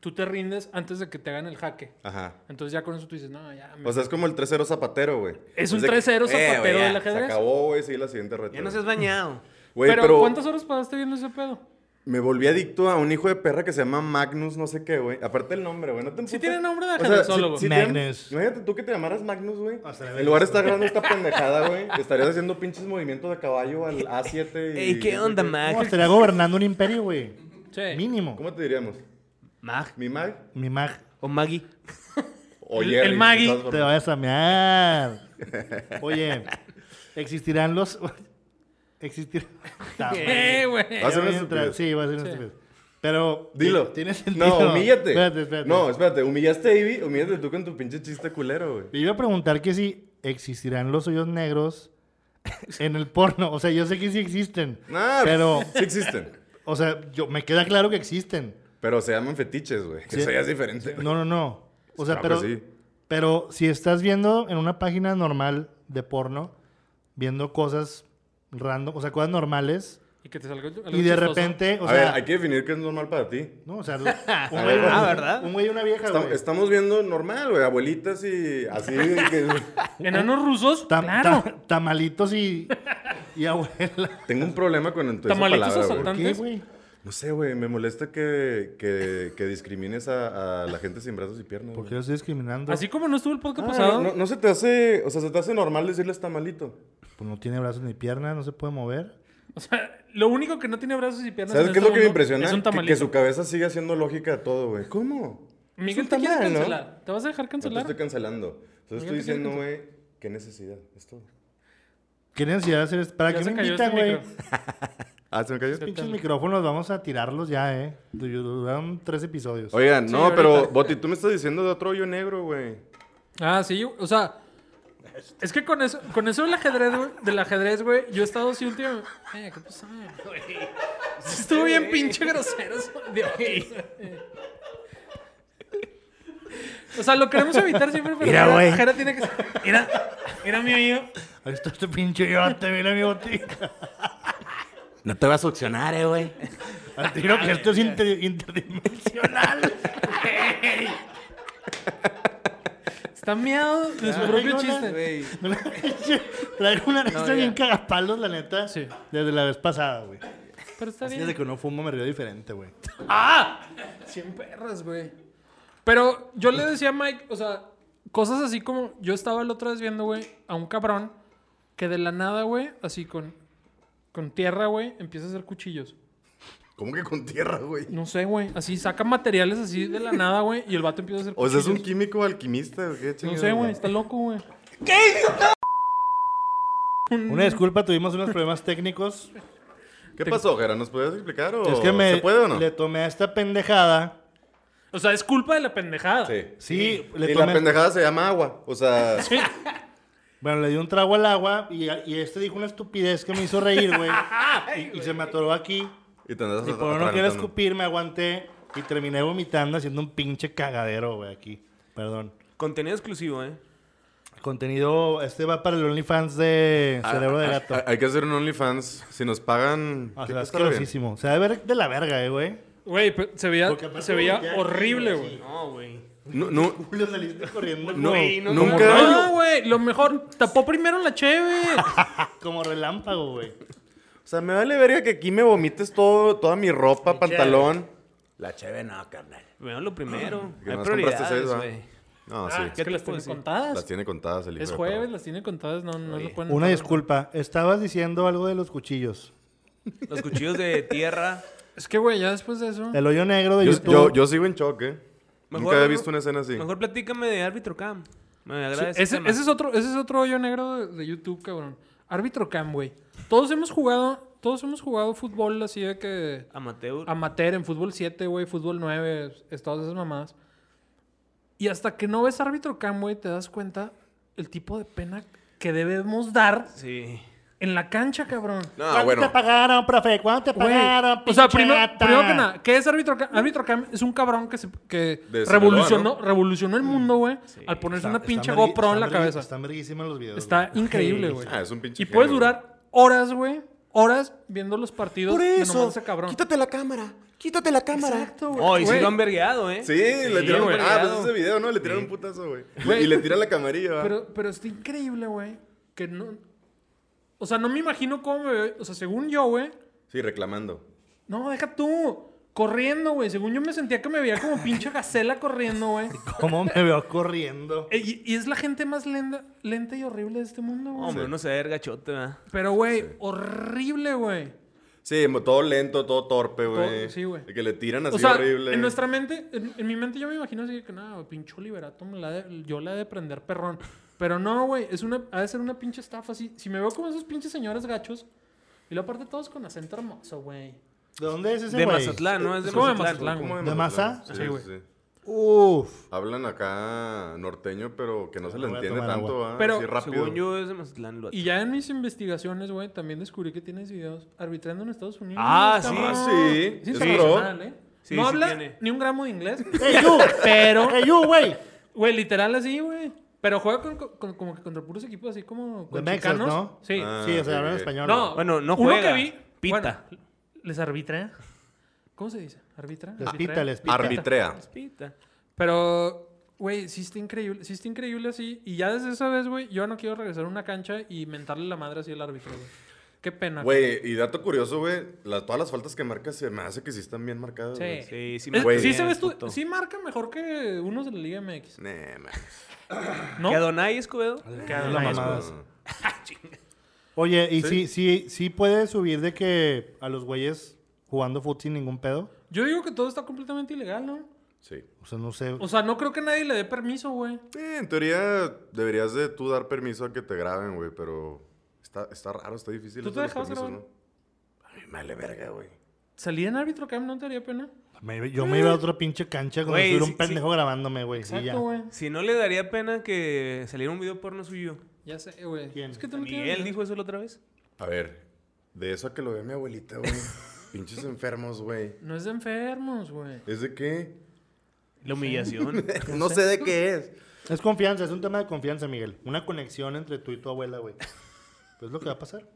[SPEAKER 3] tú te rindes antes de que te hagan el jaque.
[SPEAKER 2] Ajá.
[SPEAKER 3] Entonces ya con eso tú dices, no, ya. me-
[SPEAKER 2] O sea, es como el 3-0 zapatero, güey.
[SPEAKER 3] Es un
[SPEAKER 2] de que, "Eh,
[SPEAKER 3] 3-0
[SPEAKER 2] güey,
[SPEAKER 3] zapatero
[SPEAKER 2] ya,
[SPEAKER 3] del ajedrez.
[SPEAKER 2] Se acabó, güey, sigue la siguiente reta.
[SPEAKER 4] Ya no
[SPEAKER 2] güey.
[SPEAKER 4] seas bañado.
[SPEAKER 2] Güey,
[SPEAKER 3] pero,
[SPEAKER 2] pero,
[SPEAKER 3] ¿cuántas horas pasaste viendo ese pedo?
[SPEAKER 2] Me volví adicto a un hijo de perra que se llama Magnus, no sé qué, güey. Aparte el nombre, güey. No te
[SPEAKER 3] Sí
[SPEAKER 2] emputes.
[SPEAKER 3] tiene nombre de
[SPEAKER 2] O sea,
[SPEAKER 3] ajedrezólogo.
[SPEAKER 2] te-
[SPEAKER 1] Magnus. Ah,
[SPEAKER 2] imagínate tú que te llamaras Magnus, güey.
[SPEAKER 1] O sea,
[SPEAKER 2] En lugar de estar grabando esta pendejada, güey, estarías haciendo pinches movimientos de caballo al A7. Y,
[SPEAKER 4] Ey, Ah, ¿qué onda,
[SPEAKER 1] No,
[SPEAKER 4] Mag?
[SPEAKER 1] estaría gobernando un imperio, güey.
[SPEAKER 3] Sí.
[SPEAKER 1] Mínimo.
[SPEAKER 2] ¿Cómo te diríamos?
[SPEAKER 4] Mag.
[SPEAKER 2] ¿Mi Mag?
[SPEAKER 1] Mi mag,
[SPEAKER 4] O Maggie.
[SPEAKER 2] ¿O
[SPEAKER 3] El-
[SPEAKER 2] Jerry,
[SPEAKER 3] el
[SPEAKER 2] de
[SPEAKER 3] Magui.
[SPEAKER 2] todas
[SPEAKER 1] te
[SPEAKER 2] formas.
[SPEAKER 1] vayas a mear. Oye, existirán los. Existirán.
[SPEAKER 2] Ah,
[SPEAKER 3] Eh, güey.
[SPEAKER 2] Va
[SPEAKER 1] Ya
[SPEAKER 2] a ser una
[SPEAKER 1] voy a entrar.
[SPEAKER 2] estupidez.
[SPEAKER 1] Sí, va a ser una
[SPEAKER 3] Sí.
[SPEAKER 1] estupidez. Pero.
[SPEAKER 2] Dilo.
[SPEAKER 1] Tiene sentido.
[SPEAKER 2] No, humíllate.
[SPEAKER 1] Espérate, espérate.
[SPEAKER 2] No, espérate. Humillaste a Ivy, humíllate tú con tu pinche chiste culero, güey.
[SPEAKER 1] Te iba a preguntar que si existirán los hoyos negros en el porno. O sea, yo sé que sí existen.
[SPEAKER 2] Nah,
[SPEAKER 1] Pero-
[SPEAKER 2] sí existen.
[SPEAKER 1] O sea, yo, me queda claro que existen.
[SPEAKER 2] Pero se llaman fetiches, güey.
[SPEAKER 1] Sí.
[SPEAKER 2] Eso ya es diferente. güey.
[SPEAKER 1] No, no, no. O sea,
[SPEAKER 2] Claro
[SPEAKER 1] pero,
[SPEAKER 2] que sí.
[SPEAKER 1] pero si estás viendo en una página normal de porno, viendo cosas random, o sea, cosas normales,
[SPEAKER 3] Y que te salga algo
[SPEAKER 1] y de
[SPEAKER 3] chistoso.
[SPEAKER 1] repente, o
[SPEAKER 2] a
[SPEAKER 1] sea,
[SPEAKER 2] ver, hay que definir qué es normal para ti.
[SPEAKER 1] no, o sea, un güey,
[SPEAKER 2] ver,
[SPEAKER 1] una-
[SPEAKER 4] ah, ¿verdad?
[SPEAKER 1] un güey y una vieja,
[SPEAKER 2] Estam-
[SPEAKER 1] güey.
[SPEAKER 2] estamos viendo normal, güey, abuelitas y así. de que-
[SPEAKER 3] ¿Enanos rusos?
[SPEAKER 1] eh, Tam-
[SPEAKER 3] claro.
[SPEAKER 1] tam- tamalitos y, y abuela.
[SPEAKER 2] Tengo un problema con esa
[SPEAKER 3] Tamalitos
[SPEAKER 2] palabra, güey.
[SPEAKER 3] asaltantes.
[SPEAKER 1] ¿Qué, güey?
[SPEAKER 2] No sé, güey, me molesta que, que, que discrimines a, a la gente sin brazos y piernas.
[SPEAKER 1] ¿Por qué
[SPEAKER 2] güey.
[SPEAKER 1] lo estoy discriminando?
[SPEAKER 3] Así como no estuvo el podcast
[SPEAKER 2] Ah,
[SPEAKER 3] pasado.
[SPEAKER 2] no, no se te hace, o sea, se te hace normal decirles tamalito.
[SPEAKER 1] Pues no tiene brazos ni piernas, no se puede mover.
[SPEAKER 3] O sea, lo único que no tiene brazos y piernas.
[SPEAKER 2] ¿Sabes
[SPEAKER 3] en
[SPEAKER 2] qué es
[SPEAKER 3] este
[SPEAKER 2] lo que me
[SPEAKER 3] mundo
[SPEAKER 2] impresiona?
[SPEAKER 3] Es un
[SPEAKER 2] Que- que,
[SPEAKER 3] tamalito.
[SPEAKER 2] su cabeza sigue haciendo lógica a todo, güey. ¿Cómo? Es
[SPEAKER 3] Miguel
[SPEAKER 2] un
[SPEAKER 3] te quiere
[SPEAKER 2] tamal, ¿no?
[SPEAKER 3] cancelar. ¿Te vas a dejar
[SPEAKER 2] No te
[SPEAKER 3] cancelar?
[SPEAKER 2] estoy cancelando. Entonces
[SPEAKER 3] Miguel,
[SPEAKER 2] estoy
[SPEAKER 3] te quiero
[SPEAKER 2] diciendo, güey, qué necesidad. Es todo.
[SPEAKER 1] ¿Qué necesidad de hacer esto? ¿Para
[SPEAKER 3] Ya
[SPEAKER 1] qué
[SPEAKER 3] se
[SPEAKER 1] me
[SPEAKER 3] cayó
[SPEAKER 1] invitan,
[SPEAKER 3] este
[SPEAKER 1] güey?
[SPEAKER 3] micro.
[SPEAKER 2] Ah, se me cayó.
[SPEAKER 1] Esos pinches micrófonos vamos a tirarlos ya, ¿eh? Du- Duraron tres episodios.
[SPEAKER 2] Oigan,
[SPEAKER 3] Sí,
[SPEAKER 2] no,
[SPEAKER 3] ahorita.
[SPEAKER 2] pero Boti, tú me estás diciendo de otro hoyo negro, güey.
[SPEAKER 3] Ah, sí, yo- o sea. Es que con eso, con eso del ajedrez, güey, del ajedrez, güey, yo he estado así último. Eh, ¿qué pasa, güey? Sí, Estuvo bien pinche grosero. eso, Dios. O sea, lo queremos evitar siempre, pero
[SPEAKER 1] Mira,
[SPEAKER 3] Jera-
[SPEAKER 1] güey.
[SPEAKER 3] Jera tiene que Mira, mira mi oído.
[SPEAKER 1] Ahí está este pinche yote, mira mi botica.
[SPEAKER 5] No te va a succionar, eh, güey.
[SPEAKER 1] Al tiro que esto es inter- interdimensional.
[SPEAKER 3] Está miado de su
[SPEAKER 1] Ah,
[SPEAKER 3] propio
[SPEAKER 1] no, no,
[SPEAKER 3] chiste.
[SPEAKER 4] Güey.
[SPEAKER 1] Una pinche- Traer una lista
[SPEAKER 4] ya.
[SPEAKER 1] bien cagapalos, la neta.
[SPEAKER 3] Sí.
[SPEAKER 1] Desde la vez pasada, güey.
[SPEAKER 3] Pero está
[SPEAKER 1] Así
[SPEAKER 3] bien.
[SPEAKER 1] desde que no fumo me río diferente, güey.
[SPEAKER 3] 100 perras, güey. Pero yo le decía a Mike, o sea, cosas así como yo estaba la otra vez viendo, güey, a un cabrón que de la nada, güey, así con, con tierra, güey, empieza a hacer cuchillos.
[SPEAKER 2] ¿Cómo que con tierra, güey?
[SPEAKER 3] No sé, güey, así saca materiales así de la nada, güey, y el vato empieza a hacer
[SPEAKER 2] O sea,
[SPEAKER 3] cuchillos.
[SPEAKER 2] es un químico alquimista, o qué
[SPEAKER 3] No
[SPEAKER 2] chingados,
[SPEAKER 3] sé, güey, está loco, güey.
[SPEAKER 1] Una disculpa, tuvimos unos problemas técnicos.
[SPEAKER 2] ¿Qué pasó, Jera? ¿Nos podías explicar o
[SPEAKER 1] este, es que me
[SPEAKER 2] Oh, se puede o no?
[SPEAKER 1] le tomé a esta pendejada.
[SPEAKER 3] O sea, es culpa de la pendejada.
[SPEAKER 2] Sí.
[SPEAKER 1] Sí, le
[SPEAKER 2] Y
[SPEAKER 1] tomé.
[SPEAKER 2] la pendejada se llama agua. O sea,
[SPEAKER 1] Bueno, le di un trago al agua y, y este dijo una estupidez que me hizo reír, güey. y, y se me atoró aquí.
[SPEAKER 2] y te andas
[SPEAKER 1] Y por no querer escupir, me aguanté y terminé vomitando haciendo un pinche cagadero, güey, aquí. Perdón.
[SPEAKER 4] Contenido exclusivo, ¿eh?
[SPEAKER 1] Contenido, este va para el OnlyFans de
[SPEAKER 2] Ah,
[SPEAKER 1] Cerebro de Gato.
[SPEAKER 2] Hay que hacer un OnlyFans. Si nos pagan.
[SPEAKER 1] Ah,
[SPEAKER 2] ¿qué
[SPEAKER 1] se ve
[SPEAKER 2] costará bien?
[SPEAKER 1] asquerosísimo. Se debe ver de la verga, eh, güey.
[SPEAKER 3] Güey, pe- se veía,
[SPEAKER 1] Porque aparte
[SPEAKER 3] se veía
[SPEAKER 1] voltea,
[SPEAKER 3] horrible,
[SPEAKER 1] sí.
[SPEAKER 3] güey.
[SPEAKER 4] No, güey.
[SPEAKER 2] No, no,
[SPEAKER 1] Lo saliste corriendo
[SPEAKER 2] no,
[SPEAKER 1] güey,
[SPEAKER 4] no,
[SPEAKER 2] nunca.
[SPEAKER 3] No, güey, lo mejor, tapó primero la cheve.
[SPEAKER 1] como relámpago, güey.
[SPEAKER 2] O sea, me vale verga que aquí me vomites todo, toda mi ropa, pantalón. La cheve no, carnal. Ah,
[SPEAKER 4] Primero lo primero.
[SPEAKER 2] Que
[SPEAKER 4] Hay
[SPEAKER 2] nomás compraste seis,
[SPEAKER 4] prioridades,
[SPEAKER 2] ¿va?
[SPEAKER 4] güey.
[SPEAKER 2] No,
[SPEAKER 3] Ah,
[SPEAKER 2] sí.
[SPEAKER 3] es que las
[SPEAKER 4] te puedo
[SPEAKER 3] tiene
[SPEAKER 4] decir?
[SPEAKER 3] contadas.
[SPEAKER 2] Las tiene contadas el hijo
[SPEAKER 3] Es
[SPEAKER 2] de
[SPEAKER 3] jueves,
[SPEAKER 2] perra.
[SPEAKER 3] las tiene contadas, no, no lo pueden.
[SPEAKER 1] Una
[SPEAKER 3] no-
[SPEAKER 1] disculpa, estabas diciendo algo de los cuchillos.
[SPEAKER 4] Los cuchillos de tierra.
[SPEAKER 3] Es que, güey, ya después de eso.
[SPEAKER 1] El hoyo negro de
[SPEAKER 2] Yo,
[SPEAKER 1] YouTube.
[SPEAKER 2] yo- yo sigo en shock, ¿eh?
[SPEAKER 4] Mejor,
[SPEAKER 2] Nunca había
[SPEAKER 4] ¿no?
[SPEAKER 2] visto una escena así.
[SPEAKER 4] Mejor platícame de árbitro cam. Me
[SPEAKER 3] Sí,
[SPEAKER 4] agrada ese,
[SPEAKER 3] ese,
[SPEAKER 4] tema.
[SPEAKER 3] ese es otro, ese es otro hoyo negro de, de YouTube, cabrón. Árbitro cam, güey. Todos hemos jugado, todos hemos jugado fútbol así de que
[SPEAKER 4] Amateur.
[SPEAKER 3] amateur en fútbol 7, güey, fútbol 9, es- todas esas mamadas. Y hasta que no ves árbitro cam, güey, te das cuenta el tipo de pena que debemos dar
[SPEAKER 4] sí.
[SPEAKER 3] en la cancha, cabrón.
[SPEAKER 2] No,
[SPEAKER 1] ¿Cuánto te
[SPEAKER 2] ah, bueno.
[SPEAKER 1] pagaron, profe? ¿Cuánto te
[SPEAKER 3] Güey,
[SPEAKER 1] pagaron,
[SPEAKER 3] o sea,
[SPEAKER 1] pinche
[SPEAKER 3] primero,
[SPEAKER 1] gata?
[SPEAKER 3] primero que nada, ¿qué es árbitro cam? Árbitro cam es un cabrón que, se- que
[SPEAKER 2] De Sinaloa,
[SPEAKER 3] revolucionó,
[SPEAKER 2] ¿no?
[SPEAKER 3] revolucionó el mundo, güey, al ponerse
[SPEAKER 1] Está-
[SPEAKER 3] una
[SPEAKER 1] está
[SPEAKER 3] pinche
[SPEAKER 1] vergui-
[SPEAKER 3] GoPro en
[SPEAKER 1] está
[SPEAKER 3] la
[SPEAKER 1] vergui-
[SPEAKER 3] cabeza.
[SPEAKER 1] Están verguísimas los videos.
[SPEAKER 3] Está
[SPEAKER 1] güey.
[SPEAKER 3] increíble, güey.
[SPEAKER 2] Ah, es un pinche
[SPEAKER 3] Y puedes
[SPEAKER 2] genio,
[SPEAKER 3] durar horas, güey. Horas viendo los partidos de nomás ese cabrón.
[SPEAKER 2] la cámara. Quítate la
[SPEAKER 3] Exacto, güey.
[SPEAKER 4] Oh, y sí
[SPEAKER 3] Güey,
[SPEAKER 4] lo han vergueado, ¿eh?
[SPEAKER 2] Sí, le tiraron.
[SPEAKER 3] güey.
[SPEAKER 2] Ah, pues ese video, ¿no? Le tiraron un putazo, güey. Y le tiran la camarilla. ¿va?
[SPEAKER 3] pero, pero está increíble, güey. Que no. O sea, no me imagino cómo me veo. O sea, según yo, güey.
[SPEAKER 2] Sí, reclamando.
[SPEAKER 3] No, deja tú. Corriendo, güey. Según yo me sentía que me veía como pinche gacela corriendo, güey.
[SPEAKER 1] ¿Cómo me veo corriendo?
[SPEAKER 3] E- Y, y es la gente más lenta, lenta y horrible de este mundo, güey.
[SPEAKER 4] Hombre, uno se ve gachote, ¿verdad?
[SPEAKER 3] Pero, güey, horrible, güey.
[SPEAKER 2] Sí, mo- todo lento, todo torpe, güey.
[SPEAKER 3] sí, güey.
[SPEAKER 2] Que le tiran así
[SPEAKER 3] O sea,
[SPEAKER 2] horrible.
[SPEAKER 3] en nuestra mente, en, en mi mente yo me imagino así que nada, güey, pincho liberato, me la de- yo la he de prender perrón. Pero no, güey, es una, ha de ser una pinche estafa así. Si me veo como esos pinches señores gachos, y luego aparte todos con acento hermoso, güey.
[SPEAKER 1] ¿De dónde es ese
[SPEAKER 4] De
[SPEAKER 1] güey?
[SPEAKER 4] Mazatlán, ¿no? Es de
[SPEAKER 3] Es como de
[SPEAKER 4] Mazatlán.
[SPEAKER 3] Mazatlán, güey.
[SPEAKER 1] ¿De masa?
[SPEAKER 2] Sí,
[SPEAKER 1] Sí,
[SPEAKER 2] sí,
[SPEAKER 3] güey.
[SPEAKER 2] sí.
[SPEAKER 1] Uf.
[SPEAKER 2] Hablan acá norteño, pero que no se le
[SPEAKER 1] Voy a
[SPEAKER 2] entiende
[SPEAKER 1] tomar
[SPEAKER 2] tanto,
[SPEAKER 1] agua.
[SPEAKER 2] ¿va?
[SPEAKER 3] Pero,
[SPEAKER 2] Así rápido.
[SPEAKER 4] Ah, Según yo es de Mazatlán. lo-
[SPEAKER 3] Y ya en mis investigaciones, güey, también descubrí que tienes videos arbitrando en Estados Unidos.
[SPEAKER 4] Ah, sí,
[SPEAKER 3] cabrón.
[SPEAKER 2] sí.
[SPEAKER 3] Es
[SPEAKER 2] Sí,
[SPEAKER 3] internacional,
[SPEAKER 2] bro.
[SPEAKER 3] ¿eh?
[SPEAKER 4] Sí,
[SPEAKER 3] no
[SPEAKER 4] sí
[SPEAKER 3] habla
[SPEAKER 4] tiene.
[SPEAKER 3] ni un gramo de inglés,
[SPEAKER 1] ¡Ey, you!
[SPEAKER 3] pero...
[SPEAKER 1] ¡Ey, you, güey!
[SPEAKER 3] Güey, literal así, güey. Pero juega con, con- como que contra puros equipos así como con
[SPEAKER 1] De Mexas,
[SPEAKER 3] chicanos.
[SPEAKER 1] ¿no?
[SPEAKER 3] Sí.
[SPEAKER 2] Ah,
[SPEAKER 1] sí, o sea, hablan
[SPEAKER 2] ok.
[SPEAKER 1] español.
[SPEAKER 3] No,
[SPEAKER 4] Bueno, no
[SPEAKER 3] uno
[SPEAKER 4] juega,
[SPEAKER 3] que vi,
[SPEAKER 4] pita.
[SPEAKER 3] bueno, les arbitra. ¿Cómo se dice? ¿Arbitra?
[SPEAKER 1] Les
[SPEAKER 3] ¿Arbitrea?
[SPEAKER 1] pita, les pita.
[SPEAKER 2] Arbitrea.
[SPEAKER 4] Pita.
[SPEAKER 3] Pero, güey, sí está increíble. Sí está increíble así. Y ya desde esa vez, güey, yo no quiero regresar a una cancha y mentarle la madre así al árbitro, güey. Qué pena.
[SPEAKER 2] Güey, y dato curioso, güey. la- todas las faltas que marcas se me hace que sí están bien marcadas.
[SPEAKER 3] Sí.
[SPEAKER 2] güey.
[SPEAKER 4] Sí, sí,
[SPEAKER 3] Es-
[SPEAKER 2] güey.
[SPEAKER 3] sí se ve estu-
[SPEAKER 4] puto.
[SPEAKER 3] sí marca mejor que unos de la Liga MX.
[SPEAKER 2] Nah, man.
[SPEAKER 3] ¿No?
[SPEAKER 4] ¿Que Adonai Escobedo?
[SPEAKER 1] Es la mamada.
[SPEAKER 2] No.
[SPEAKER 1] Oye, ¿y si, si, si puede subir de que a los güeyes jugando fútbol sin ningún pedo?
[SPEAKER 3] Yo digo que todo está completamente ilegal, ¿no?
[SPEAKER 2] Sí.
[SPEAKER 1] O sea, no sé.
[SPEAKER 3] O sea, no creo que nadie le dé permiso, güey.
[SPEAKER 2] Eh, en teoría, deberías de tú dar permiso a que te graben, güey, pero está, está raro, está difícil.
[SPEAKER 3] ¿Tú
[SPEAKER 2] eso
[SPEAKER 3] te
[SPEAKER 2] de los
[SPEAKER 3] dejabas
[SPEAKER 2] permisos,
[SPEAKER 3] grabar?
[SPEAKER 2] ¿no? A mí me vale verga, güey.
[SPEAKER 3] Salir en árbitro cam no te haría pena.
[SPEAKER 1] me iba- yo me iba a otra pinche cancha cuando
[SPEAKER 4] Güey,
[SPEAKER 1] estuviera
[SPEAKER 4] sí,
[SPEAKER 1] un pendejo grabándome, güey. Sí, ya.
[SPEAKER 3] Exacto, güey.
[SPEAKER 4] Si no le daría pena que saliera un video porno suyo.
[SPEAKER 3] Ya sé, güey.
[SPEAKER 1] ¿Quién?
[SPEAKER 3] Es que tú no tienes-
[SPEAKER 4] Miguel dijo eso la otra vez.
[SPEAKER 2] A ver, de eso a que lo vea mi abuelita, güey. Pinches enfermos, güey.
[SPEAKER 3] No es de enfermos, güey.
[SPEAKER 2] ¿Es de qué?
[SPEAKER 4] La humillación.
[SPEAKER 2] no sé de qué es.
[SPEAKER 1] Es confianza, es un tema de confianza, Miguel. Una conexión entre tú y tu abuela, güey. Pues es lo que va a pasar.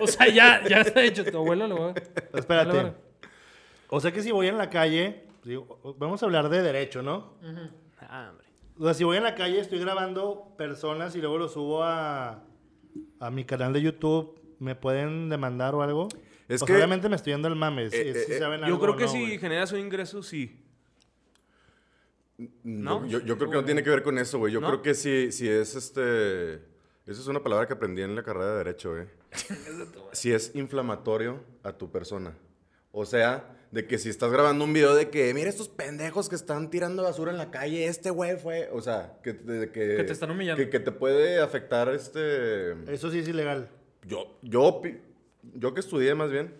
[SPEAKER 3] O sea, ya, ya está hecho. Tu abuelo lo va a... Vale,
[SPEAKER 1] Espérate.
[SPEAKER 3] vale.
[SPEAKER 1] O sea que si voy en la calle, digo, o- vamos a hablar de derecho, ¿no?
[SPEAKER 4] Ah, hombre.
[SPEAKER 1] O sea, si voy en la calle, estoy grabando personas y luego lo subo a, a mi canal de YouTube, ¿me pueden demandar o algo?
[SPEAKER 2] Es
[SPEAKER 1] O sea,
[SPEAKER 2] que-
[SPEAKER 1] obviamente me estoy yendo al mame. si-
[SPEAKER 2] Eh,
[SPEAKER 1] si
[SPEAKER 2] eh,
[SPEAKER 1] saben
[SPEAKER 4] Yo
[SPEAKER 1] algo
[SPEAKER 4] creo
[SPEAKER 1] o
[SPEAKER 4] que
[SPEAKER 1] no,
[SPEAKER 4] si
[SPEAKER 1] güey.
[SPEAKER 4] generas un ingreso, sí. ¿No?
[SPEAKER 2] Yo, yo creo que no tiene que ver con eso, güey. Yo
[SPEAKER 4] ¿No?
[SPEAKER 2] creo que si, si es este. Esa es una palabra que aprendí en la carrera de Derecho, güey. si es inflamatorio a tu persona. O sea, de que si estás grabando un video de que, mira estos pendejos que están tirando basura en la calle, este güey fue. O sea, que, de- que,
[SPEAKER 3] Que te están humillando.
[SPEAKER 2] Que, que te puede afectar este.
[SPEAKER 1] Eso sí es ilegal.
[SPEAKER 2] Yo, yo, opi- yo que estudié más bien.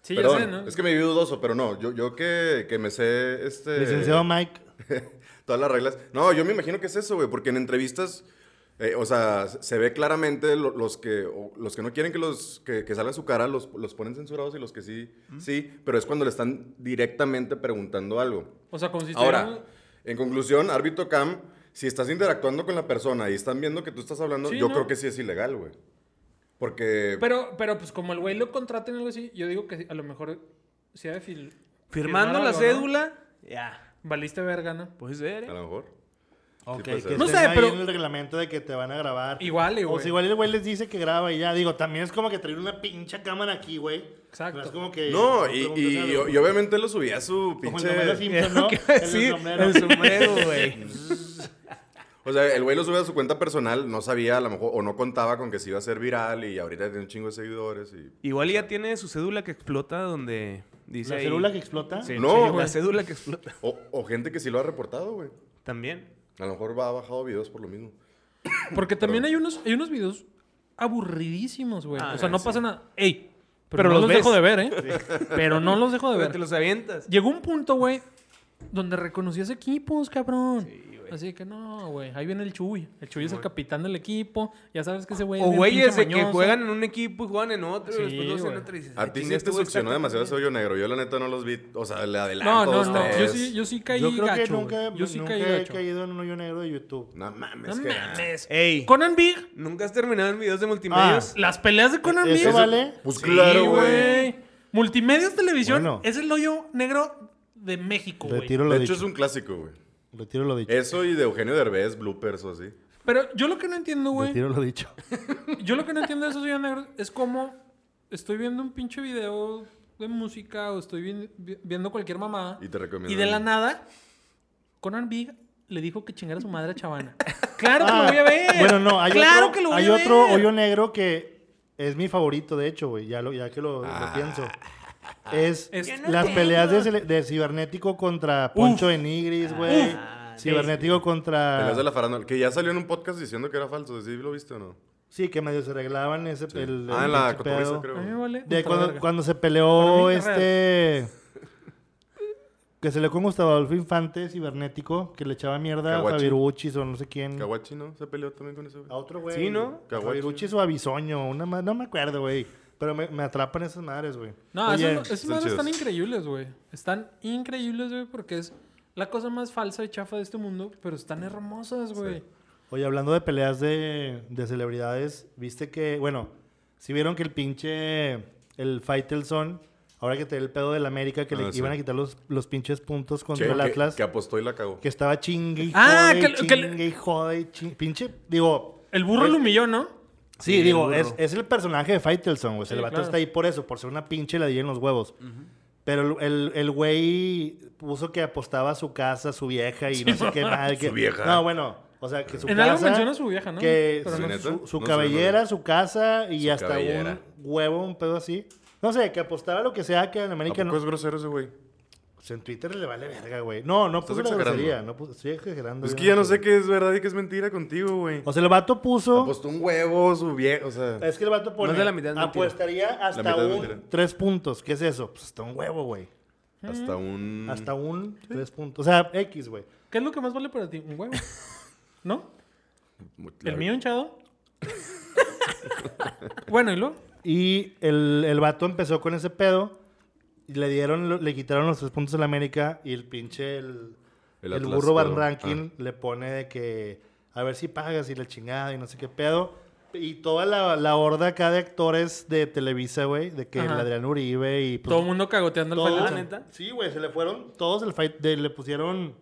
[SPEAKER 3] Sí,
[SPEAKER 2] Perdón,
[SPEAKER 3] ya sé, ¿no?
[SPEAKER 2] Es que me vi dudoso, pero no. Yo, yo que, que me sé este.
[SPEAKER 1] Licenciado Mike,
[SPEAKER 2] Todas las reglas. No, yo me imagino que es eso, güey, porque en entrevistas, eh, o sea, se ve claramente lo- los, que, o- los que no quieren que, los, que, que salga su cara, los, los ponen censurados y los que sí, sí, pero es cuando le están directamente preguntando algo.
[SPEAKER 3] O sea, consiste
[SPEAKER 2] Ahora, en conclusión, árbitro cam, si estás interactuando con la persona y están viendo que tú estás hablando,
[SPEAKER 3] Sí,
[SPEAKER 2] yo
[SPEAKER 3] ¿no?
[SPEAKER 2] creo que sí es ilegal, güey. Porque...
[SPEAKER 3] Pero, pero pues como el güey lo contraten o algo así, yo digo que a lo mejor si ha de fil-
[SPEAKER 4] Firmando
[SPEAKER 3] firmar
[SPEAKER 4] la
[SPEAKER 3] algo, ¿no?
[SPEAKER 4] cédula, ya.
[SPEAKER 3] Valiste verga, ¿no?
[SPEAKER 4] Puede ser,
[SPEAKER 2] a
[SPEAKER 4] ¿eh?
[SPEAKER 2] lo mejor.
[SPEAKER 1] Ok,
[SPEAKER 2] puede
[SPEAKER 1] que
[SPEAKER 2] ser.
[SPEAKER 3] No
[SPEAKER 1] estén
[SPEAKER 3] sé,
[SPEAKER 1] ahí
[SPEAKER 3] pero-
[SPEAKER 1] en el reglamento de que te van a grabar.
[SPEAKER 3] Igual, y,
[SPEAKER 1] O
[SPEAKER 3] güey.
[SPEAKER 1] sea, igual el güey les dice que graba y ya. Digo, también es como que traer una pinche cámara aquí, güey.
[SPEAKER 3] Exacto.
[SPEAKER 1] No es como que...
[SPEAKER 2] No, y,
[SPEAKER 1] preguntas
[SPEAKER 2] y,
[SPEAKER 1] algo.
[SPEAKER 2] y obviamente lo subía a su
[SPEAKER 1] Como el
[SPEAKER 2] pinche...
[SPEAKER 1] Homero Simpson, ¿no?
[SPEAKER 4] ¿Qué?
[SPEAKER 1] El
[SPEAKER 4] Sí,
[SPEAKER 1] sombrero.
[SPEAKER 4] el sombrero, güey.
[SPEAKER 2] O sea, el güey lo sube a su cuenta personal, no sabía a lo mejor, o no contaba con que se iba a hacer viral y ahorita tiene un chingo de seguidores y...
[SPEAKER 4] Igual ya tiene su cédula que explota donde dice
[SPEAKER 1] ¿La
[SPEAKER 4] ahí-
[SPEAKER 1] célula que explota?
[SPEAKER 4] Sí,
[SPEAKER 2] No,
[SPEAKER 4] sí, la
[SPEAKER 2] güey.
[SPEAKER 4] cédula que explota.
[SPEAKER 2] O, o gente que sí lo ha reportado, güey.
[SPEAKER 4] También.
[SPEAKER 2] A lo mejor va, ha bajado videos por lo mismo.
[SPEAKER 3] Porque también hay unos, hay unos videos aburridísimos, güey.
[SPEAKER 4] Ah,
[SPEAKER 3] o sea, no pasa nada. Ey, pero,
[SPEAKER 4] Pero
[SPEAKER 3] no
[SPEAKER 4] los
[SPEAKER 3] los,
[SPEAKER 4] ves.
[SPEAKER 3] dejo de ver, ¿eh? Pero no los dejo de
[SPEAKER 4] Pero
[SPEAKER 3] ver.
[SPEAKER 4] te los avientas.
[SPEAKER 3] Llegó un punto, güey, donde reconocías equipos, cabrón.
[SPEAKER 4] Sí, güey.
[SPEAKER 3] Así que no, güey. Ahí viene el Chuy. El Chuy es el capitán del equipo. Ya sabes que ese güey es
[SPEAKER 4] O
[SPEAKER 3] bien
[SPEAKER 4] güeyes
[SPEAKER 3] pinche
[SPEAKER 4] de que
[SPEAKER 3] mañoso.
[SPEAKER 4] juegan en un equipo y juegan en otro.
[SPEAKER 3] Sí,
[SPEAKER 4] y después dos en
[SPEAKER 3] güey.
[SPEAKER 4] otro y dices,
[SPEAKER 2] A
[SPEAKER 4] "Ah,
[SPEAKER 2] ti
[SPEAKER 4] chinga,
[SPEAKER 2] sí
[SPEAKER 4] este
[SPEAKER 2] te
[SPEAKER 4] güey está
[SPEAKER 2] succionó
[SPEAKER 4] tan
[SPEAKER 2] demasiado
[SPEAKER 4] bien".
[SPEAKER 2] ese hoyo negro. Yo la neta no los vi, o sea, le adelanto
[SPEAKER 3] No, no,
[SPEAKER 2] dos,
[SPEAKER 3] no. Yo
[SPEAKER 2] tres.
[SPEAKER 3] sí, yo sí caí
[SPEAKER 1] Yo creo
[SPEAKER 3] gacho,
[SPEAKER 1] que nunca,
[SPEAKER 3] güey. Yo sí
[SPEAKER 1] nunca
[SPEAKER 3] caí
[SPEAKER 1] he
[SPEAKER 3] gacho.
[SPEAKER 1] caído eh, en un hoyo negro de YouTube.
[SPEAKER 2] No mames,
[SPEAKER 3] No
[SPEAKER 2] que...
[SPEAKER 3] mames.
[SPEAKER 4] Ey.
[SPEAKER 3] Conan Big.
[SPEAKER 4] ¿Nunca has terminado en videos de
[SPEAKER 2] Ah,
[SPEAKER 4] multimedios?
[SPEAKER 3] Las peleas de Conan Big.
[SPEAKER 1] ¿Eso E-, vale?
[SPEAKER 2] Pues
[SPEAKER 4] Sí,
[SPEAKER 2] claro, güey.
[SPEAKER 3] Multimedios Televisión
[SPEAKER 1] Bueno.
[SPEAKER 3] es el hoyo negro de México, güey.
[SPEAKER 1] Retiro lo
[SPEAKER 2] De hecho es
[SPEAKER 1] dicho.
[SPEAKER 2] un clásico, güey.
[SPEAKER 1] Retiro lo
[SPEAKER 3] Eh,
[SPEAKER 1] dicho.
[SPEAKER 2] Eso y de Eugenio Derbez, bloopers o así.
[SPEAKER 3] Pero yo lo que no entiendo, güey.
[SPEAKER 1] Retiro lo dicho.
[SPEAKER 3] Yo lo que no entiendo de esos hoyos negros es cómo estoy viendo un pinche video de música o estoy vi- vi- viendo cualquier mamá.
[SPEAKER 2] Y te recomiendo.
[SPEAKER 3] Y de la nada, Conan Big le dijo que chingara a su madre a Chavana. ¡Claro que lo
[SPEAKER 1] Ah,
[SPEAKER 3] voy a ver!
[SPEAKER 1] Bueno, no, hay
[SPEAKER 3] ¡Claro
[SPEAKER 1] otro,
[SPEAKER 3] que lo voy
[SPEAKER 1] hay
[SPEAKER 3] a ver!
[SPEAKER 1] otro hoyo negro que es mi favorito, de hecho, güey, ya, lo- ya que lo, lo pienso. Es
[SPEAKER 3] Es- Yo no
[SPEAKER 1] las
[SPEAKER 3] tengo.
[SPEAKER 1] peleas de, cele- de Cibernético contra Poncho de Nigris,
[SPEAKER 3] Ah,
[SPEAKER 1] güey. Cibernético contra...
[SPEAKER 2] Peleas de la farándula, que ya salió en un podcast diciendo que era falso. ¿Sí lo viste o no?
[SPEAKER 1] Sí, que medio se arreglaban ese... El,
[SPEAKER 2] ah,
[SPEAKER 1] el
[SPEAKER 2] en la
[SPEAKER 1] pinche pedo.
[SPEAKER 2] cotorriza,
[SPEAKER 3] A mí me
[SPEAKER 2] creo.
[SPEAKER 3] vale
[SPEAKER 1] De
[SPEAKER 3] puta
[SPEAKER 1] cuando,
[SPEAKER 3] verga.
[SPEAKER 1] cuando se
[SPEAKER 3] Para
[SPEAKER 1] peleó
[SPEAKER 3] mí,
[SPEAKER 1] este... Que se le con Gustavo Adolfo Infante, cibernético, que le echaba mierda a
[SPEAKER 2] Caguachi.
[SPEAKER 1] Javier Uchis o no sé quién.
[SPEAKER 2] Caguachi, ¿no? Se peleó también con ese güey.
[SPEAKER 1] A otro güey.
[SPEAKER 4] Sí, ¿no?
[SPEAKER 1] Javier
[SPEAKER 2] Caguachi.
[SPEAKER 1] Uchis o a Bisoño, una ma- no me acuerdo, güey. Pero me, me atrapan esas madres, güey.
[SPEAKER 3] No,
[SPEAKER 1] Oye,
[SPEAKER 3] esos, esos
[SPEAKER 2] están
[SPEAKER 3] madres
[SPEAKER 2] chidos.
[SPEAKER 3] están increíbles, güey. Están increíbles, güey, porque es la cosa más falsa y chafa de este mundo, pero están hermosas, güey.
[SPEAKER 1] oye, hablando de peleas de, de celebridades, viste que, bueno, si vieron que el pinche, el Faitelson, ahora que te el pedo del América, que
[SPEAKER 2] Ah,
[SPEAKER 1] le
[SPEAKER 2] sí.
[SPEAKER 1] iban a quitar los, los pinches puntos
[SPEAKER 2] Che,
[SPEAKER 1] contra el
[SPEAKER 2] que-
[SPEAKER 1] Atlas.
[SPEAKER 2] Que apostó y la cagó.
[SPEAKER 1] Que estaba chingue y
[SPEAKER 3] Ah,
[SPEAKER 1] jode,
[SPEAKER 3] que lo- que
[SPEAKER 1] chingue
[SPEAKER 3] le-
[SPEAKER 1] y jode, y chin- pinche, digo...
[SPEAKER 3] El burro
[SPEAKER 1] es-
[SPEAKER 3] lo humilló, ¿no?
[SPEAKER 1] Sí,
[SPEAKER 4] Sí, el
[SPEAKER 1] digo,
[SPEAKER 4] burro.
[SPEAKER 1] es, es el personaje de Faitelson, güey.
[SPEAKER 3] Sí,
[SPEAKER 1] el vato
[SPEAKER 3] claro.
[SPEAKER 1] está ahí por eso, por ser una pinche ladilla en los huevos. Pero el- el el güey puso que apostaba a su casa, su vieja y no sé qué madre. Que...
[SPEAKER 2] Su vieja.
[SPEAKER 1] No, bueno, o sea, que su
[SPEAKER 3] En
[SPEAKER 1] casa...
[SPEAKER 3] algo menciona a su vieja, ¿no?
[SPEAKER 1] Que
[SPEAKER 3] Pero
[SPEAKER 1] su,
[SPEAKER 2] no sé.
[SPEAKER 1] su- su
[SPEAKER 2] No sé,
[SPEAKER 1] cabellera,
[SPEAKER 2] no sé.
[SPEAKER 1] su casa y
[SPEAKER 2] Su
[SPEAKER 1] hasta
[SPEAKER 2] cabellera.
[SPEAKER 1] un huevo, un pedo así. No sé, que apostaba lo que sea que en
[SPEAKER 2] ¿A
[SPEAKER 1] América...
[SPEAKER 2] poco
[SPEAKER 1] No...
[SPEAKER 2] es grosero ese güey?
[SPEAKER 1] Pues en Twitter le vale verga, güey. No, no
[SPEAKER 2] Estás
[SPEAKER 1] puso la
[SPEAKER 2] exagerando.
[SPEAKER 1] grosería. No puso... Estoy exagerando.
[SPEAKER 2] Es que ya no sé
[SPEAKER 1] qué...
[SPEAKER 2] qué es verdad y qué es mentira contigo, güey.
[SPEAKER 1] O sea, el vato puso...
[SPEAKER 2] Apostó un huevo, su viejo, o sea...
[SPEAKER 1] Es que el vato pone.
[SPEAKER 4] Más de la mitad es mentira.
[SPEAKER 1] apuestaría hasta
[SPEAKER 2] La mitad es mentira.
[SPEAKER 1] un tres puntos. ¿Qué es eso? Pues hasta un huevo, güey.
[SPEAKER 2] Hasta un...
[SPEAKER 1] Hasta un tres puntos. O sea, X, güey.
[SPEAKER 3] ¿Qué es lo que más vale para ti? Un huevo. ¿No?
[SPEAKER 2] La-
[SPEAKER 3] ¿El mío hinchado? bueno, ¿y luego?
[SPEAKER 1] Y el, el vato empezó con ese pedo. Y le dieron, lo- le quitaron los tres puntos a la América. Y el pinche, el, el,
[SPEAKER 2] El Atlas, Ah.
[SPEAKER 1] burro Van
[SPEAKER 2] pero-
[SPEAKER 1] Ranking le pone de que a ver si pagas y la chingada y no sé qué pedo. Y toda la, la horda acá de actores de Televisa, güey, de que
[SPEAKER 3] Ajá.
[SPEAKER 1] el Adrián Uribe y... pues,
[SPEAKER 3] Todo el mundo cagoteando al
[SPEAKER 1] todos-
[SPEAKER 3] Faitelson.
[SPEAKER 4] Ah, ¿neta?
[SPEAKER 1] Sí, güey, se le fueron todos el fight, de- le pusieron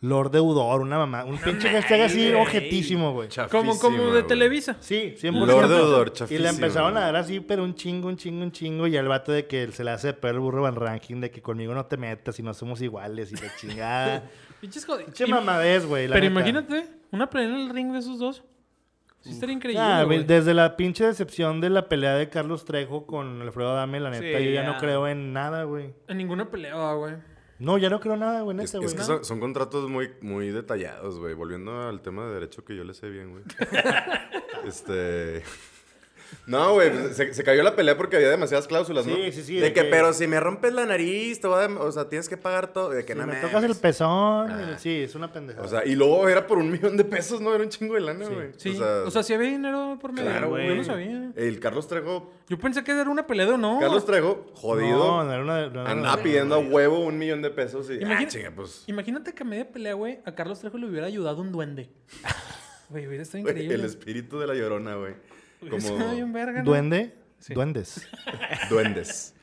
[SPEAKER 1] Lord Deudor, una mamá, un pinche hashtag así
[SPEAKER 4] güey.
[SPEAKER 1] objetísimo, güey.
[SPEAKER 2] ah,
[SPEAKER 3] Como, como de
[SPEAKER 2] televisión.
[SPEAKER 3] Televisa.
[SPEAKER 1] Sí, 100%.
[SPEAKER 2] Lord Deudor,
[SPEAKER 1] Y
[SPEAKER 2] chafísimo.
[SPEAKER 1] le empezaron a
[SPEAKER 2] güey.
[SPEAKER 1] dar así, pero un chingo, un chingo, un chingo. Y al vato de que se le hace de pedo el burro van ranking, de que conmigo no te metas y no somos iguales y la chingada.
[SPEAKER 3] Pinches jod-
[SPEAKER 1] Pinche
[SPEAKER 3] Im-
[SPEAKER 1] mamadez, güey. la
[SPEAKER 3] Pero
[SPEAKER 1] neta.
[SPEAKER 3] imagínate, una pelea en el ring de esos dos. Sí, estaría increíble.
[SPEAKER 1] Ah, güey,
[SPEAKER 3] güey.
[SPEAKER 1] desde la pinche decepción de la pelea de Carlos Trejo con Alfredo Adame, la neta,
[SPEAKER 4] Sí,
[SPEAKER 1] yo ya,
[SPEAKER 4] ya.
[SPEAKER 1] no creo en nada, güey.
[SPEAKER 3] En ninguna pelea, güey.
[SPEAKER 1] No, ya no creo nada, güey,
[SPEAKER 2] Es,
[SPEAKER 1] neta,
[SPEAKER 2] es
[SPEAKER 1] güey.
[SPEAKER 2] que
[SPEAKER 1] ¿no?
[SPEAKER 2] son, son contratos muy, muy detallados, güey. Volviendo al tema de derecho que yo le sé bien, güey. este. No, güey, pues, se, se cayó la pelea porque había demasiadas cláusulas, ¿no?
[SPEAKER 1] Sí, sí, sí,
[SPEAKER 2] De,
[SPEAKER 1] de
[SPEAKER 2] que,
[SPEAKER 1] que-
[SPEAKER 2] pero si me rompes la nariz, te voy a dem- o sea, tienes que pagar todo. De que
[SPEAKER 1] Si
[SPEAKER 2] no
[SPEAKER 1] me
[SPEAKER 2] mames.
[SPEAKER 1] tocas el pezón.
[SPEAKER 2] Ah.
[SPEAKER 1] Sí, es una pendejada.
[SPEAKER 2] O sea, y luego era por un millón de pesos, ¿no? Era un chingo de lana, güey.
[SPEAKER 3] Sí. O sea, si había dinero por medio.
[SPEAKER 2] Claro,
[SPEAKER 3] Yo
[SPEAKER 4] güey.
[SPEAKER 3] no sabía.
[SPEAKER 2] el Carlos Trejo,
[SPEAKER 3] Yo pensé que era una pelea de honor.
[SPEAKER 2] Carlos Trejo, jodido,
[SPEAKER 1] No, no era una. no era
[SPEAKER 2] andaba
[SPEAKER 1] una-
[SPEAKER 2] pidiendo a huevo un millón de pesos y, ah,
[SPEAKER 3] Imagina-
[SPEAKER 2] chinga, pues,
[SPEAKER 3] Imagínate que a media pelea, güey, a Carlos Trejo le hubiera ayudado un duende. Güey, hubiera estado
[SPEAKER 2] güey,
[SPEAKER 3] increíble.
[SPEAKER 2] el espíritu de la llorona, güey.
[SPEAKER 3] Hubiera estado bien
[SPEAKER 2] Como
[SPEAKER 3] verga, ¿no?
[SPEAKER 1] Duende. Duendes.
[SPEAKER 2] duendes.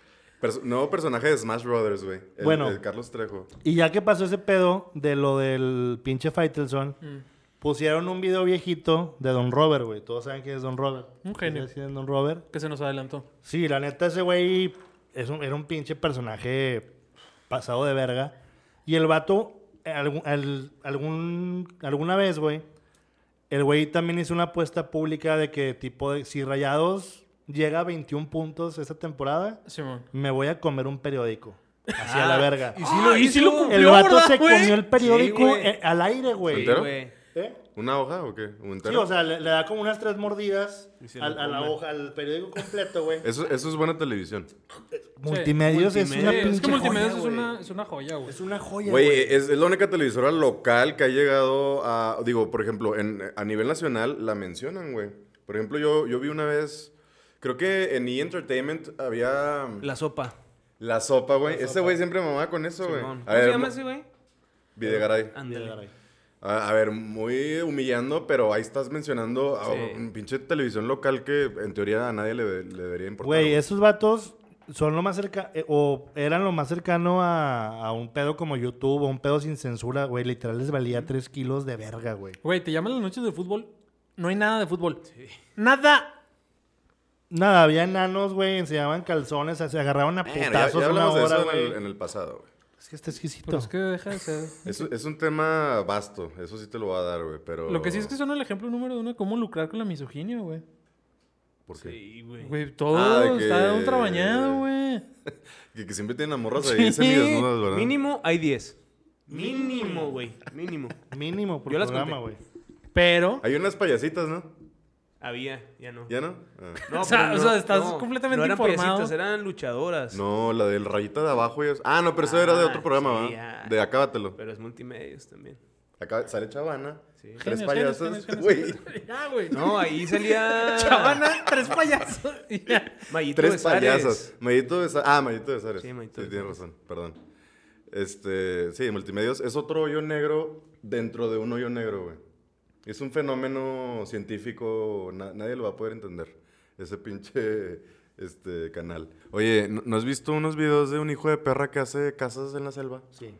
[SPEAKER 2] Perso- nuevo personaje de Smash Brothers, güey. El-
[SPEAKER 1] Bueno.
[SPEAKER 2] El Carlos Trejo.
[SPEAKER 1] Y ya que pasó ese pedo de lo del pinche Faitelson,
[SPEAKER 3] Mm.
[SPEAKER 1] pusieron un video viejito de Don Robert, güey. Todos saben quién es Don Robert.
[SPEAKER 3] Un genio.
[SPEAKER 1] ¿Quién es Don Robert?
[SPEAKER 3] Que se nos adelantó.
[SPEAKER 1] Sí, la neta, ese güey es un- era un pinche personaje pasado de verga. Y el vato, algún, al- algún- alguna vez, güey, el güey también hizo una apuesta pública de que, tipo, de, si Rayados llega a 21 puntos esta temporada,
[SPEAKER 3] Simón.
[SPEAKER 1] me voy a comer un periódico. Hacia la verga.
[SPEAKER 4] Ah, Y sí lo hizo.
[SPEAKER 1] El vato se
[SPEAKER 3] güey?
[SPEAKER 1] comió el periódico
[SPEAKER 4] Sí, güey.
[SPEAKER 1] eh, al aire, güey.
[SPEAKER 2] ¿Entero?
[SPEAKER 4] güey.
[SPEAKER 1] ¿Eh?
[SPEAKER 2] ¿Una hoja o qué?
[SPEAKER 1] Sí,
[SPEAKER 2] ¿Un entero?
[SPEAKER 1] o sea, le, le da como unas tres mordidas
[SPEAKER 4] Y se lo
[SPEAKER 1] al- a, la
[SPEAKER 4] come.
[SPEAKER 1] hoja, al periódico completo, güey.
[SPEAKER 2] eso, eso es buena televisión.
[SPEAKER 1] Multimedios es
[SPEAKER 4] multimedia.
[SPEAKER 1] una
[SPEAKER 3] Sí,
[SPEAKER 1] pinche
[SPEAKER 3] es que Multimedios
[SPEAKER 1] joya,
[SPEAKER 3] es
[SPEAKER 1] güey.
[SPEAKER 3] una, es una joya, güey.
[SPEAKER 1] Es una joya,
[SPEAKER 2] Güey,
[SPEAKER 1] güey.
[SPEAKER 2] es, es la única televisora local que ha llegado a. Digo, por ejemplo, en, a nivel nacional la mencionan, güey. Por ejemplo, yo, yo vi una vez. Creo que en E! Entertainment había. La,
[SPEAKER 4] La sopa.
[SPEAKER 2] sopa, güey. Ese güey siempre mamaba con eso, güey.
[SPEAKER 4] Simón.
[SPEAKER 2] A
[SPEAKER 4] ¿Cómo se
[SPEAKER 2] ver,
[SPEAKER 4] llama
[SPEAKER 2] mu-
[SPEAKER 4] ese, güey?
[SPEAKER 2] Videgaray.
[SPEAKER 4] Ándale.
[SPEAKER 2] eh, A, a ver, muy humillando, pero ahí estás mencionando a
[SPEAKER 4] Sí.
[SPEAKER 2] un pinche televisión local que en teoría a nadie le, le debería importar.
[SPEAKER 1] Güey, esos vatos son lo más cerca eh, o eran lo más cercano a, a un pedo como YouTube o un pedo sin censura, güey. Literal les valía tres kilos de verga, güey.
[SPEAKER 3] Güey, te llaman las noches de fútbol. No hay nada de fútbol. Nada.
[SPEAKER 1] Nada, había enanos, güey, enseñaban calzones, se agarraban a
[SPEAKER 2] Bueno, ya,
[SPEAKER 1] putazos
[SPEAKER 2] ya
[SPEAKER 1] una
[SPEAKER 2] hablamos de
[SPEAKER 1] hora,
[SPEAKER 2] eso en
[SPEAKER 1] güey.
[SPEAKER 2] el, en el pasado, güey.
[SPEAKER 1] Es que está exquisito.
[SPEAKER 3] Pero es que deja de ser.
[SPEAKER 2] Es, es un tema vasto, eso sí te lo va a dar, güey, pero...
[SPEAKER 3] Lo que sí es que son el ejemplo número uno de cómo lucrar con la misoginia, güey.
[SPEAKER 2] ¿Por qué?
[SPEAKER 4] Sí, güey.
[SPEAKER 3] Güey, todo
[SPEAKER 2] Ah, de que-
[SPEAKER 3] está un trabañado, güey.
[SPEAKER 2] Que, que siempre tienen a morras ahí semidesnudas, ¿verdad?
[SPEAKER 4] Mínimo hay 10. Mínimo, güey. Mínimo.
[SPEAKER 1] Mínimo por
[SPEAKER 4] Yo las
[SPEAKER 1] programa,
[SPEAKER 4] conté.
[SPEAKER 1] güey.
[SPEAKER 3] Pero.
[SPEAKER 2] Hay unas payasitas, ¿no?
[SPEAKER 4] Había, ya no.
[SPEAKER 2] ¿Ya no? Ah.
[SPEAKER 4] No,
[SPEAKER 3] O sea,
[SPEAKER 4] pero
[SPEAKER 3] o sea, estás completamente
[SPEAKER 4] no eran
[SPEAKER 3] informado.
[SPEAKER 4] payasitas, eran luchadoras.
[SPEAKER 2] No, la del rayita de abajo. ellos- Ah, no, pero eso era de otro
[SPEAKER 4] Ah,
[SPEAKER 2] programa,
[SPEAKER 4] sí,
[SPEAKER 2] ¿va?
[SPEAKER 4] ah.
[SPEAKER 2] De Acábatelo.
[SPEAKER 4] Pero es multimedios también.
[SPEAKER 2] Acá sale Chavana.
[SPEAKER 4] Sí.
[SPEAKER 2] Tres
[SPEAKER 3] Genios,
[SPEAKER 2] payasas.
[SPEAKER 3] genios, genios,
[SPEAKER 2] Güey,
[SPEAKER 3] genios. Ya, güey.
[SPEAKER 4] No, ahí salía.
[SPEAKER 3] Chavana, tres payasos. Y ya.
[SPEAKER 4] Mayito
[SPEAKER 2] tres
[SPEAKER 4] Besares.
[SPEAKER 2] payasas. Mayito de Sa- Ah, Mayito de Sares.
[SPEAKER 4] Sí, Mayito
[SPEAKER 2] Sí,
[SPEAKER 4] de
[SPEAKER 2] tienes razón, perdón. Este, sí, multimedios. Es otro hoyo negro dentro de un hoyo negro, güey. Es un fenómeno científico, na- nadie lo va a poder entender. Ese pinche este, canal. Oye, ¿no, no has visto unos videos de un hijo de perra que hace casas en la selva?
[SPEAKER 1] Sí.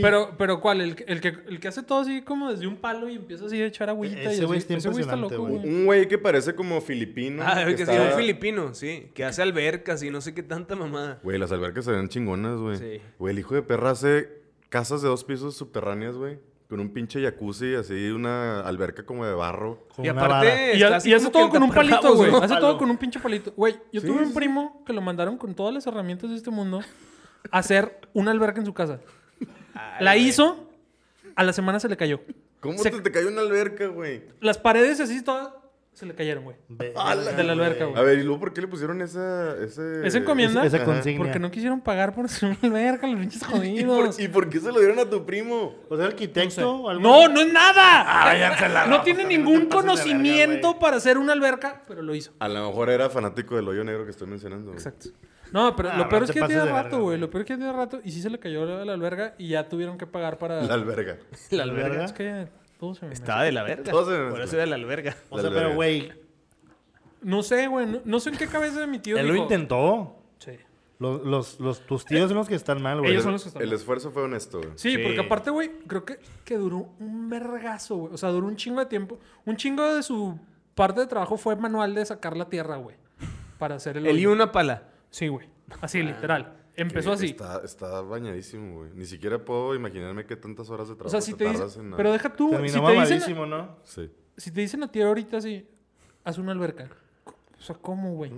[SPEAKER 3] Pero, pero ¿cuál? El, que- el que, el que hace todo así como desde un palo y empieza así a echar agüita.
[SPEAKER 1] Ese
[SPEAKER 3] y
[SPEAKER 1] güey
[SPEAKER 3] así.
[SPEAKER 1] está impresionante, güey.
[SPEAKER 4] Mm,
[SPEAKER 2] Un güey que parece como filipino.
[SPEAKER 4] Ah, que, sí,
[SPEAKER 2] está-
[SPEAKER 4] un filipino, sí. Que hace albercas y no sé qué tanta mamada.
[SPEAKER 2] Güey, las albercas se ven chingonas, güey.
[SPEAKER 4] Sí.
[SPEAKER 2] Güey, el hijo de perra hace casas de dos pisos subterráneas, güey. Con un pinche jacuzzi, así, una alberca como de barro.
[SPEAKER 1] Con
[SPEAKER 4] y
[SPEAKER 1] una vara.
[SPEAKER 4] aparte.
[SPEAKER 3] Y, ha-
[SPEAKER 4] está así
[SPEAKER 3] y hace
[SPEAKER 4] como
[SPEAKER 3] todo
[SPEAKER 4] que
[SPEAKER 3] con un
[SPEAKER 4] atajado,
[SPEAKER 3] palito, güey.
[SPEAKER 4] ¿no?
[SPEAKER 3] Hace
[SPEAKER 1] Palo.
[SPEAKER 3] todo con un pinche palito. Güey, yo tuve un primo que lo mandaron con todas las herramientas de este mundo a hacer una alberca en su casa.
[SPEAKER 4] Ay,
[SPEAKER 3] La
[SPEAKER 4] güey.
[SPEAKER 3] hizo, a la semana se le cayó.
[SPEAKER 2] ¿Cómo
[SPEAKER 3] Se-
[SPEAKER 2] te, te cayó una alberca, güey?
[SPEAKER 3] Las paredes así todas se le cayeron, güey.
[SPEAKER 1] Verga,
[SPEAKER 3] de la alberca,
[SPEAKER 2] A
[SPEAKER 3] güey.
[SPEAKER 2] ver, ¿y luego por qué le pusieron esa... Ese,
[SPEAKER 3] Esa encomienda.
[SPEAKER 1] Esa
[SPEAKER 2] Ajá.
[SPEAKER 1] consigna.
[SPEAKER 3] Porque no quisieron pagar por su alberca, los pinches
[SPEAKER 2] ¿Y por,
[SPEAKER 3] jodidos.
[SPEAKER 2] y por qué se lo dieron a tu primo?
[SPEAKER 1] O sea, arquitecto o algo
[SPEAKER 3] No,
[SPEAKER 1] así.
[SPEAKER 3] no es nada.
[SPEAKER 1] váyanse a la
[SPEAKER 3] no
[SPEAKER 1] ropa,
[SPEAKER 3] tiene
[SPEAKER 1] no
[SPEAKER 3] ningún
[SPEAKER 1] te pases de verga,
[SPEAKER 3] conocimiento
[SPEAKER 1] güey.
[SPEAKER 3] para hacer una alberca, pero lo hizo.
[SPEAKER 2] A lo mejor era fanático del hoyo negro que estoy mencionando. güey.
[SPEAKER 3] Exacto. No, pero
[SPEAKER 1] Ah,
[SPEAKER 3] lo
[SPEAKER 1] no
[SPEAKER 3] peor
[SPEAKER 1] te
[SPEAKER 3] es que ya
[SPEAKER 1] pases
[SPEAKER 3] tiene
[SPEAKER 1] de
[SPEAKER 3] rato,
[SPEAKER 1] verga,
[SPEAKER 3] güey.
[SPEAKER 1] güey.
[SPEAKER 3] Lo peor es que ya tiene rato y sí se le cayó la, la alberga y ya tuvieron que pagar para
[SPEAKER 2] La alberga.
[SPEAKER 1] La alberga.
[SPEAKER 3] Es que Todo se me
[SPEAKER 4] Estaba de la verga.
[SPEAKER 2] Todo se me
[SPEAKER 4] Por
[SPEAKER 2] mezcla.
[SPEAKER 4] eso era la alberga.
[SPEAKER 1] O
[SPEAKER 2] La
[SPEAKER 1] sea, pero
[SPEAKER 2] verga.
[SPEAKER 1] güey,
[SPEAKER 3] mezcla. No sé, güey. No, no sé en qué cabeza de mi tío
[SPEAKER 1] él lo
[SPEAKER 3] dijo-
[SPEAKER 1] intentó.
[SPEAKER 3] Sí.
[SPEAKER 1] Los, los, los- tus tíos son los que están mal, güey.
[SPEAKER 3] Ellos son los que están
[SPEAKER 2] El
[SPEAKER 3] mal.
[SPEAKER 2] esfuerzo fue honesto, güey.
[SPEAKER 3] Sí,
[SPEAKER 4] Sí.
[SPEAKER 3] porque aparte, güey, creo que, que duró un vergazo, güey. O sea, duró un chingo de tiempo. Un chingo de su parte de trabajo fue manual de sacar la tierra, güey. Para hacer el.
[SPEAKER 4] Él y
[SPEAKER 3] hoyo.
[SPEAKER 4] una pala.
[SPEAKER 3] Sí, güey. Así, literal. Empezó
[SPEAKER 2] Que
[SPEAKER 3] así.
[SPEAKER 2] Está, está bañadísimo, güey. Ni siquiera puedo imaginarme que tantas horas de trabajo
[SPEAKER 3] O sea, si te
[SPEAKER 2] tardas
[SPEAKER 3] dicen.
[SPEAKER 2] en...
[SPEAKER 3] Pero deja tú, güey. Si
[SPEAKER 1] Terminó
[SPEAKER 3] te, dicen,
[SPEAKER 1] mamadísimo, ¿no?
[SPEAKER 2] Sí.
[SPEAKER 3] si te dicen a ti ahorita así, haz una alberca. O sea, ¿cómo, güey?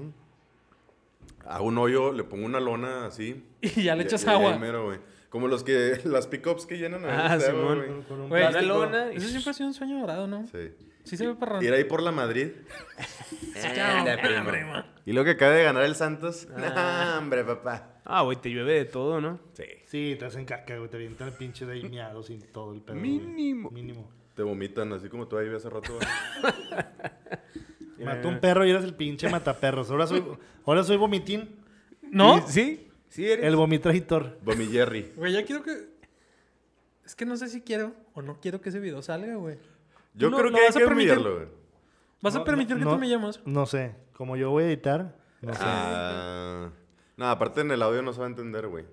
[SPEAKER 2] A un hoyo le pongo una lona así.
[SPEAKER 3] Y ya le
[SPEAKER 2] y-
[SPEAKER 3] echas
[SPEAKER 2] y ahí
[SPEAKER 3] agua.
[SPEAKER 2] mero, güey. Como los que... Las pick-ups que llenan a
[SPEAKER 4] Ah,
[SPEAKER 2] veces de agua,
[SPEAKER 4] Simón.
[SPEAKER 2] güey.
[SPEAKER 1] Con un
[SPEAKER 3] Güey,
[SPEAKER 4] Una
[SPEAKER 1] plástico.
[SPEAKER 4] lona.
[SPEAKER 3] Eso siempre ha sido un sueño dorado, ¿no? Sí,
[SPEAKER 2] Sí.
[SPEAKER 3] se ve perrón.
[SPEAKER 2] Ir ahí por la Madrid.
[SPEAKER 3] chao.
[SPEAKER 2] Anda, primo. Y lo que acaba de ganar el Santos. Ah, hombre, papá.
[SPEAKER 4] Ah, güey, te llueve de todo, ¿no?
[SPEAKER 2] Sí.
[SPEAKER 1] Sí, te hacen caca, güey. Te avientan pinches ahí miados y todo el pedo. güey.
[SPEAKER 4] Mínimo.
[SPEAKER 1] Mínimo.
[SPEAKER 2] Te vomitan, así como tú ahí hace rato. güey. Eh.
[SPEAKER 1] Mató un perro y eres el pinche mataperros. Ahora soy, ahora soy vomitín.
[SPEAKER 3] ¿No?
[SPEAKER 4] Sí. Sí, eres.
[SPEAKER 1] El vomitraitor.
[SPEAKER 2] Vomi Jerry.
[SPEAKER 3] Güey, ya quiero que. Es que no sé si quiero o no quiero que ese video salga, güey.
[SPEAKER 2] Yo
[SPEAKER 3] ¿Lo-
[SPEAKER 2] creo
[SPEAKER 3] lo
[SPEAKER 2] que hay
[SPEAKER 3] vas a
[SPEAKER 2] que
[SPEAKER 3] permitir?
[SPEAKER 2] humillarlo, güey.
[SPEAKER 3] ¿Vas a
[SPEAKER 1] No,
[SPEAKER 3] permitir
[SPEAKER 1] no,
[SPEAKER 3] que
[SPEAKER 1] no,
[SPEAKER 3] tú me llamas?
[SPEAKER 1] No sé. Como yo voy a editar, no sé.
[SPEAKER 2] Ah. No, aparte en el audio no se va a entender, güey.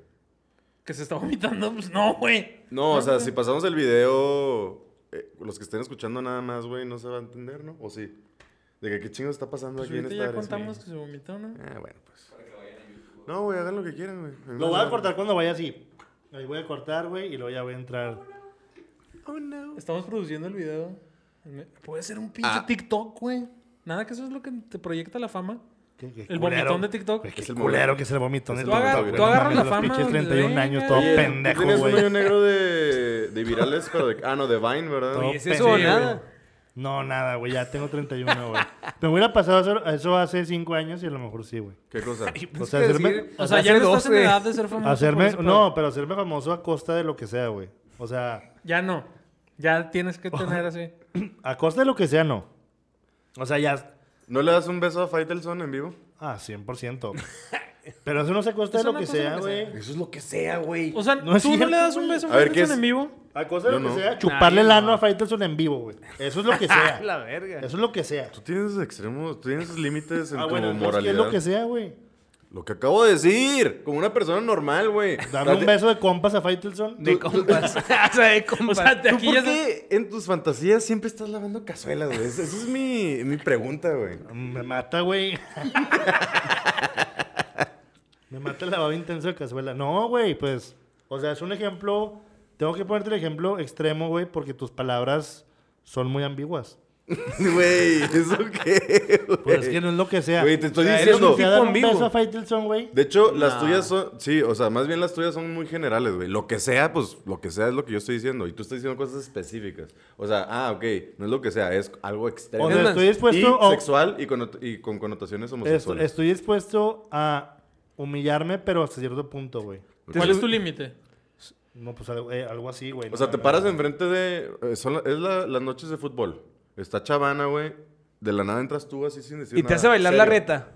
[SPEAKER 3] Que se está vomitando. Pues no, güey.
[SPEAKER 2] No, o sea, si pasamos el video, eh, los que estén escuchando nada más, güey, no se va a entender, ¿no? ¿O sí? De que qué chingo está pasando
[SPEAKER 3] Pues
[SPEAKER 2] aquí en
[SPEAKER 3] ahorita
[SPEAKER 2] esta
[SPEAKER 3] ya
[SPEAKER 2] área, sí.
[SPEAKER 3] contamos que se vomitó, ¿no?
[SPEAKER 2] Ah, bueno, pues. No, güey, hagan lo que quieran, güey.
[SPEAKER 1] Lo voy a cortar cuando vaya así. Ahí voy a cortar, güey, y luego ya voy a entrar.
[SPEAKER 3] Estamos produciendo el video. Me- Puede ser un pinche TikTok, güey. Nada que eso es lo que te proyecta la fama.
[SPEAKER 1] ¿Qué- qué
[SPEAKER 3] El
[SPEAKER 1] culero?
[SPEAKER 3] vomitón de TikTok.
[SPEAKER 1] Güey, qué
[SPEAKER 2] Es el
[SPEAKER 1] culero
[SPEAKER 2] vomitón.
[SPEAKER 1] que es el vomitón.
[SPEAKER 2] Es
[SPEAKER 1] del
[SPEAKER 2] el
[SPEAKER 1] TikTok,
[SPEAKER 2] vomitón.
[SPEAKER 1] güey.
[SPEAKER 2] Tú
[SPEAKER 1] No
[SPEAKER 3] agarras
[SPEAKER 1] mames,
[SPEAKER 3] la
[SPEAKER 1] los
[SPEAKER 3] fama
[SPEAKER 1] pinches
[SPEAKER 3] donde
[SPEAKER 1] 31
[SPEAKER 3] venga.
[SPEAKER 1] años, todo
[SPEAKER 3] Oye,
[SPEAKER 2] ¿tú
[SPEAKER 1] pendejo,
[SPEAKER 2] Tienes un hoyo
[SPEAKER 1] güey.
[SPEAKER 2] negro de, de virales, pero de. Ah, no, de Vine, ¿verdad?
[SPEAKER 1] Todo
[SPEAKER 4] Oye, ¿es eso o
[SPEAKER 1] pendejo,
[SPEAKER 4] nada?
[SPEAKER 1] güey. No, nada, güey, ya tengo 31, güey. Me hubiera pasado eso, eso hace 5 años y a lo mejor sí, güey.
[SPEAKER 2] ¿Qué cosa?
[SPEAKER 1] O sea, hacerme-
[SPEAKER 3] O sea,
[SPEAKER 4] Hace
[SPEAKER 3] ya no estás en
[SPEAKER 4] 12.
[SPEAKER 3] edad de ser famoso. por
[SPEAKER 1] Hacerme,
[SPEAKER 3] ese pedo.
[SPEAKER 1] no, pero hacerme famoso a costa de lo que sea, güey. O sea,
[SPEAKER 3] Ya no. Ya tienes que tener así.
[SPEAKER 1] a costa de lo que sea, no. O sea, ya.
[SPEAKER 2] ¿No le das un beso a Faitelson en vivo?
[SPEAKER 1] Ah, 100%. Pero eso no se costa de
[SPEAKER 3] Eso
[SPEAKER 1] lo
[SPEAKER 3] no
[SPEAKER 1] que
[SPEAKER 3] costa de lo
[SPEAKER 1] sea,
[SPEAKER 3] que
[SPEAKER 1] güey.
[SPEAKER 2] Eso es lo que sea, güey.
[SPEAKER 3] O sea,
[SPEAKER 1] No es
[SPEAKER 3] tú no le
[SPEAKER 1] cierto,
[SPEAKER 3] das un
[SPEAKER 1] güey.
[SPEAKER 3] beso a
[SPEAKER 2] A ver, ¿qué
[SPEAKER 3] Faitelson
[SPEAKER 2] es?
[SPEAKER 3] en vivo.
[SPEAKER 1] A costa de
[SPEAKER 2] Yo
[SPEAKER 1] lo que
[SPEAKER 2] no.
[SPEAKER 1] sea, chuparle
[SPEAKER 4] Nadie,
[SPEAKER 1] el ano
[SPEAKER 4] no.
[SPEAKER 1] a Faitelson en vivo, güey. Eso es lo que sea.
[SPEAKER 4] la verga.
[SPEAKER 1] Eso es lo que sea.
[SPEAKER 2] Tú tienes extremos, tú tienes límites en
[SPEAKER 1] Ah,
[SPEAKER 2] tu
[SPEAKER 1] bueno, entonces, ¿qué
[SPEAKER 2] moralidad.
[SPEAKER 1] es lo que sea, güey?
[SPEAKER 2] Lo que acabo de decir, como una persona normal, güey.
[SPEAKER 1] Dame un beso de compas a Faitelson.
[SPEAKER 4] De compas. o sea, de compas.
[SPEAKER 3] O sea, te-
[SPEAKER 2] ¿Tú
[SPEAKER 3] Aquí
[SPEAKER 2] por
[SPEAKER 3] ya
[SPEAKER 2] qué en tus fantasías siempre estás lavando cazuelas, güey? Esa esa es mi, mi pregunta, güey.
[SPEAKER 1] Me mata, güey. Me mata el lavado intenso de cazuela. No, güey, pues. O sea, es un ejemplo. Tengo que ponerte el ejemplo extremo, güey, porque tus palabras son muy ambiguas.
[SPEAKER 2] Güey, ¿eso qué, güey?
[SPEAKER 1] Pues es que no es lo que sea.
[SPEAKER 2] Güey, te estoy
[SPEAKER 4] O sea, eres
[SPEAKER 2] diciendo.
[SPEAKER 1] Fui a
[SPEAKER 4] tipo
[SPEAKER 1] dar un
[SPEAKER 4] ambiguo.
[SPEAKER 1] beso a Faitelson, güey.
[SPEAKER 2] De hecho, las
[SPEAKER 4] Nah.
[SPEAKER 2] tuyas son... Sí, o sea, más bien las tuyas son muy generales, güey. Lo que sea, pues, lo que sea es lo que yo estoy diciendo. Y tú estás diciendo cosas específicas. O sea, ah, ok, no es lo que sea, es algo extremo.
[SPEAKER 1] O sea, estoy dispuesto
[SPEAKER 2] y
[SPEAKER 1] a-
[SPEAKER 2] sexual y, conot- y con connotaciones
[SPEAKER 1] Est-
[SPEAKER 2] homosexuales.
[SPEAKER 1] estoy dispuesto a humillarme, pero hasta cierto punto, güey.
[SPEAKER 3] ¿Cuál es tu límite?
[SPEAKER 1] No, pues algo, eh, algo así, güey.
[SPEAKER 2] O sea,
[SPEAKER 1] No,
[SPEAKER 2] te
[SPEAKER 1] no,
[SPEAKER 2] paras
[SPEAKER 1] no.
[SPEAKER 2] enfrente de. eh, son la- es la- las noches de fútbol. Está chavana, güey. De la nada entras tú así sin decir
[SPEAKER 4] Y
[SPEAKER 2] nada.
[SPEAKER 4] te hace bailar la
[SPEAKER 2] Serio.
[SPEAKER 4] reta.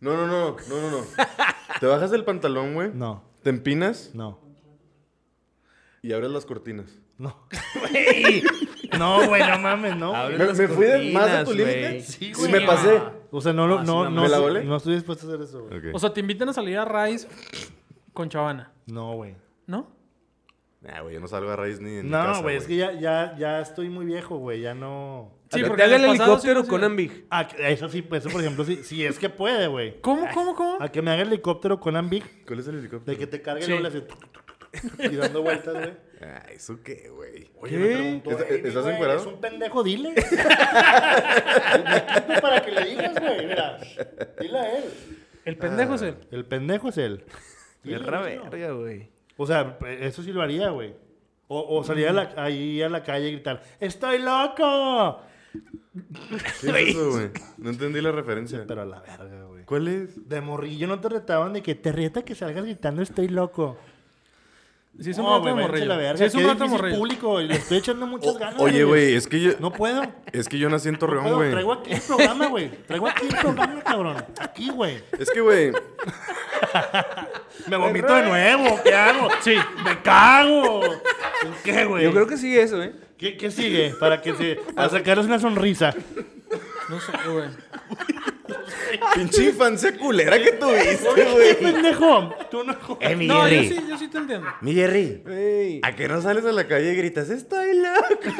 [SPEAKER 2] No, no, no, no, no, no. te bajas del pantalón, güey.
[SPEAKER 1] No,
[SPEAKER 2] Te empinas
[SPEAKER 1] no.
[SPEAKER 2] y abres las cortinas.
[SPEAKER 1] No. no, güey, no mames, no.
[SPEAKER 4] Abre-
[SPEAKER 2] Me,
[SPEAKER 4] Abres
[SPEAKER 2] me
[SPEAKER 4] las
[SPEAKER 2] fui de más de
[SPEAKER 4] cortinas,
[SPEAKER 2] tu límite.
[SPEAKER 4] güey.
[SPEAKER 1] Sí,
[SPEAKER 2] Y
[SPEAKER 1] güey.
[SPEAKER 2] me pasé.
[SPEAKER 1] O sea, no, lo-
[SPEAKER 4] Ah, sí,
[SPEAKER 1] no, no,
[SPEAKER 4] no
[SPEAKER 2] mames. ¿Me la
[SPEAKER 1] estoy-
[SPEAKER 2] volé?
[SPEAKER 1] no estoy dispuesto a hacer eso, güey.
[SPEAKER 2] Ok.
[SPEAKER 3] O sea, te invitan a salir a Rice con Chavana,
[SPEAKER 1] No, güey.
[SPEAKER 3] ¿no?
[SPEAKER 2] Nah, güey, yo no salgo a raíz ni en mi casa,
[SPEAKER 1] No, güey, es que ya, ya, ya estoy muy viejo, güey. Ya no.
[SPEAKER 4] Sí,
[SPEAKER 3] Sí,
[SPEAKER 4] porque
[SPEAKER 3] porque
[SPEAKER 4] te haga
[SPEAKER 3] en
[SPEAKER 4] el
[SPEAKER 3] el pasado sí
[SPEAKER 4] helicóptero
[SPEAKER 3] lo
[SPEAKER 4] con
[SPEAKER 3] hacía.
[SPEAKER 4] Ambig.
[SPEAKER 1] Ah, que- eso sí, pues, eso por ejemplo, si, si es que puede, güey.
[SPEAKER 3] ¿Cómo, cómo, cómo?
[SPEAKER 1] A que me haga helicóptero con Ambic,
[SPEAKER 2] ¿Cuál es el helicóptero?
[SPEAKER 1] de que te cargue
[SPEAKER 3] Sí.
[SPEAKER 1] el así, y dando vueltas, güey.
[SPEAKER 2] Ah, ¿eso qué, güey?
[SPEAKER 1] Oye, me preguntó,
[SPEAKER 2] ¿Est-
[SPEAKER 1] "Ey, mi
[SPEAKER 2] estás
[SPEAKER 1] güey,
[SPEAKER 2] encuerado?
[SPEAKER 1] Es un pendejo, dile. me quito para que le digas, güey. Mira, dile a él.
[SPEAKER 3] El pendejo es él.
[SPEAKER 1] El pendejo es él.
[SPEAKER 4] Perra
[SPEAKER 1] Dile, no.
[SPEAKER 4] verga, güey.
[SPEAKER 1] O sea, eso sí lo haría, güey. O, o salir a la- ahí a la calle y gritar, ¡Estoy loco!
[SPEAKER 2] ¿Qué es eso, güey? No entendí la referencia.
[SPEAKER 1] Pero a la verga, güey.
[SPEAKER 2] ¿Cuál es?
[SPEAKER 1] De morrillo no te retaban de que te reta que salgas gritando, ¡Estoy loco!
[SPEAKER 3] Si es un
[SPEAKER 1] no,
[SPEAKER 3] rato de
[SPEAKER 1] güey, váyanse a la
[SPEAKER 3] morrillo.
[SPEAKER 1] verga.
[SPEAKER 3] Si es un
[SPEAKER 1] Qué
[SPEAKER 3] rato de
[SPEAKER 1] difícil
[SPEAKER 3] morrillo.
[SPEAKER 1] público. y Le estoy echando muchas ganas.
[SPEAKER 2] Oye, güey, es que yo.
[SPEAKER 1] No puedo.
[SPEAKER 2] Es que yo nací en
[SPEAKER 1] No
[SPEAKER 2] Torreón,
[SPEAKER 1] puedo.
[SPEAKER 2] güey.
[SPEAKER 1] Traigo aquí el programa, güey. Traigo aquí el programa, cabrón. Aquí, güey.
[SPEAKER 2] Es que, güey.
[SPEAKER 1] Me vomito de nuevo. ¿Qué hago? Sí. Me cago. ¿Qué, güey?
[SPEAKER 4] Yo creo que sí, eso, ¿eh?
[SPEAKER 1] ¿Qué, qué sigue? Para que se. A sacarles una sonrisa.
[SPEAKER 3] No sé, güey.
[SPEAKER 2] Pinche infancia culera que tuviste,
[SPEAKER 1] ¿Qué
[SPEAKER 2] güey.
[SPEAKER 1] pendejo? Tú no jodas.
[SPEAKER 2] Eh, mi
[SPEAKER 3] No, yo
[SPEAKER 2] Jerry.
[SPEAKER 3] sí, yo sí te entiendo.
[SPEAKER 2] Mi Jerry.
[SPEAKER 4] Ey.
[SPEAKER 2] ¿A que no sales a la calle y gritas, estoy loco?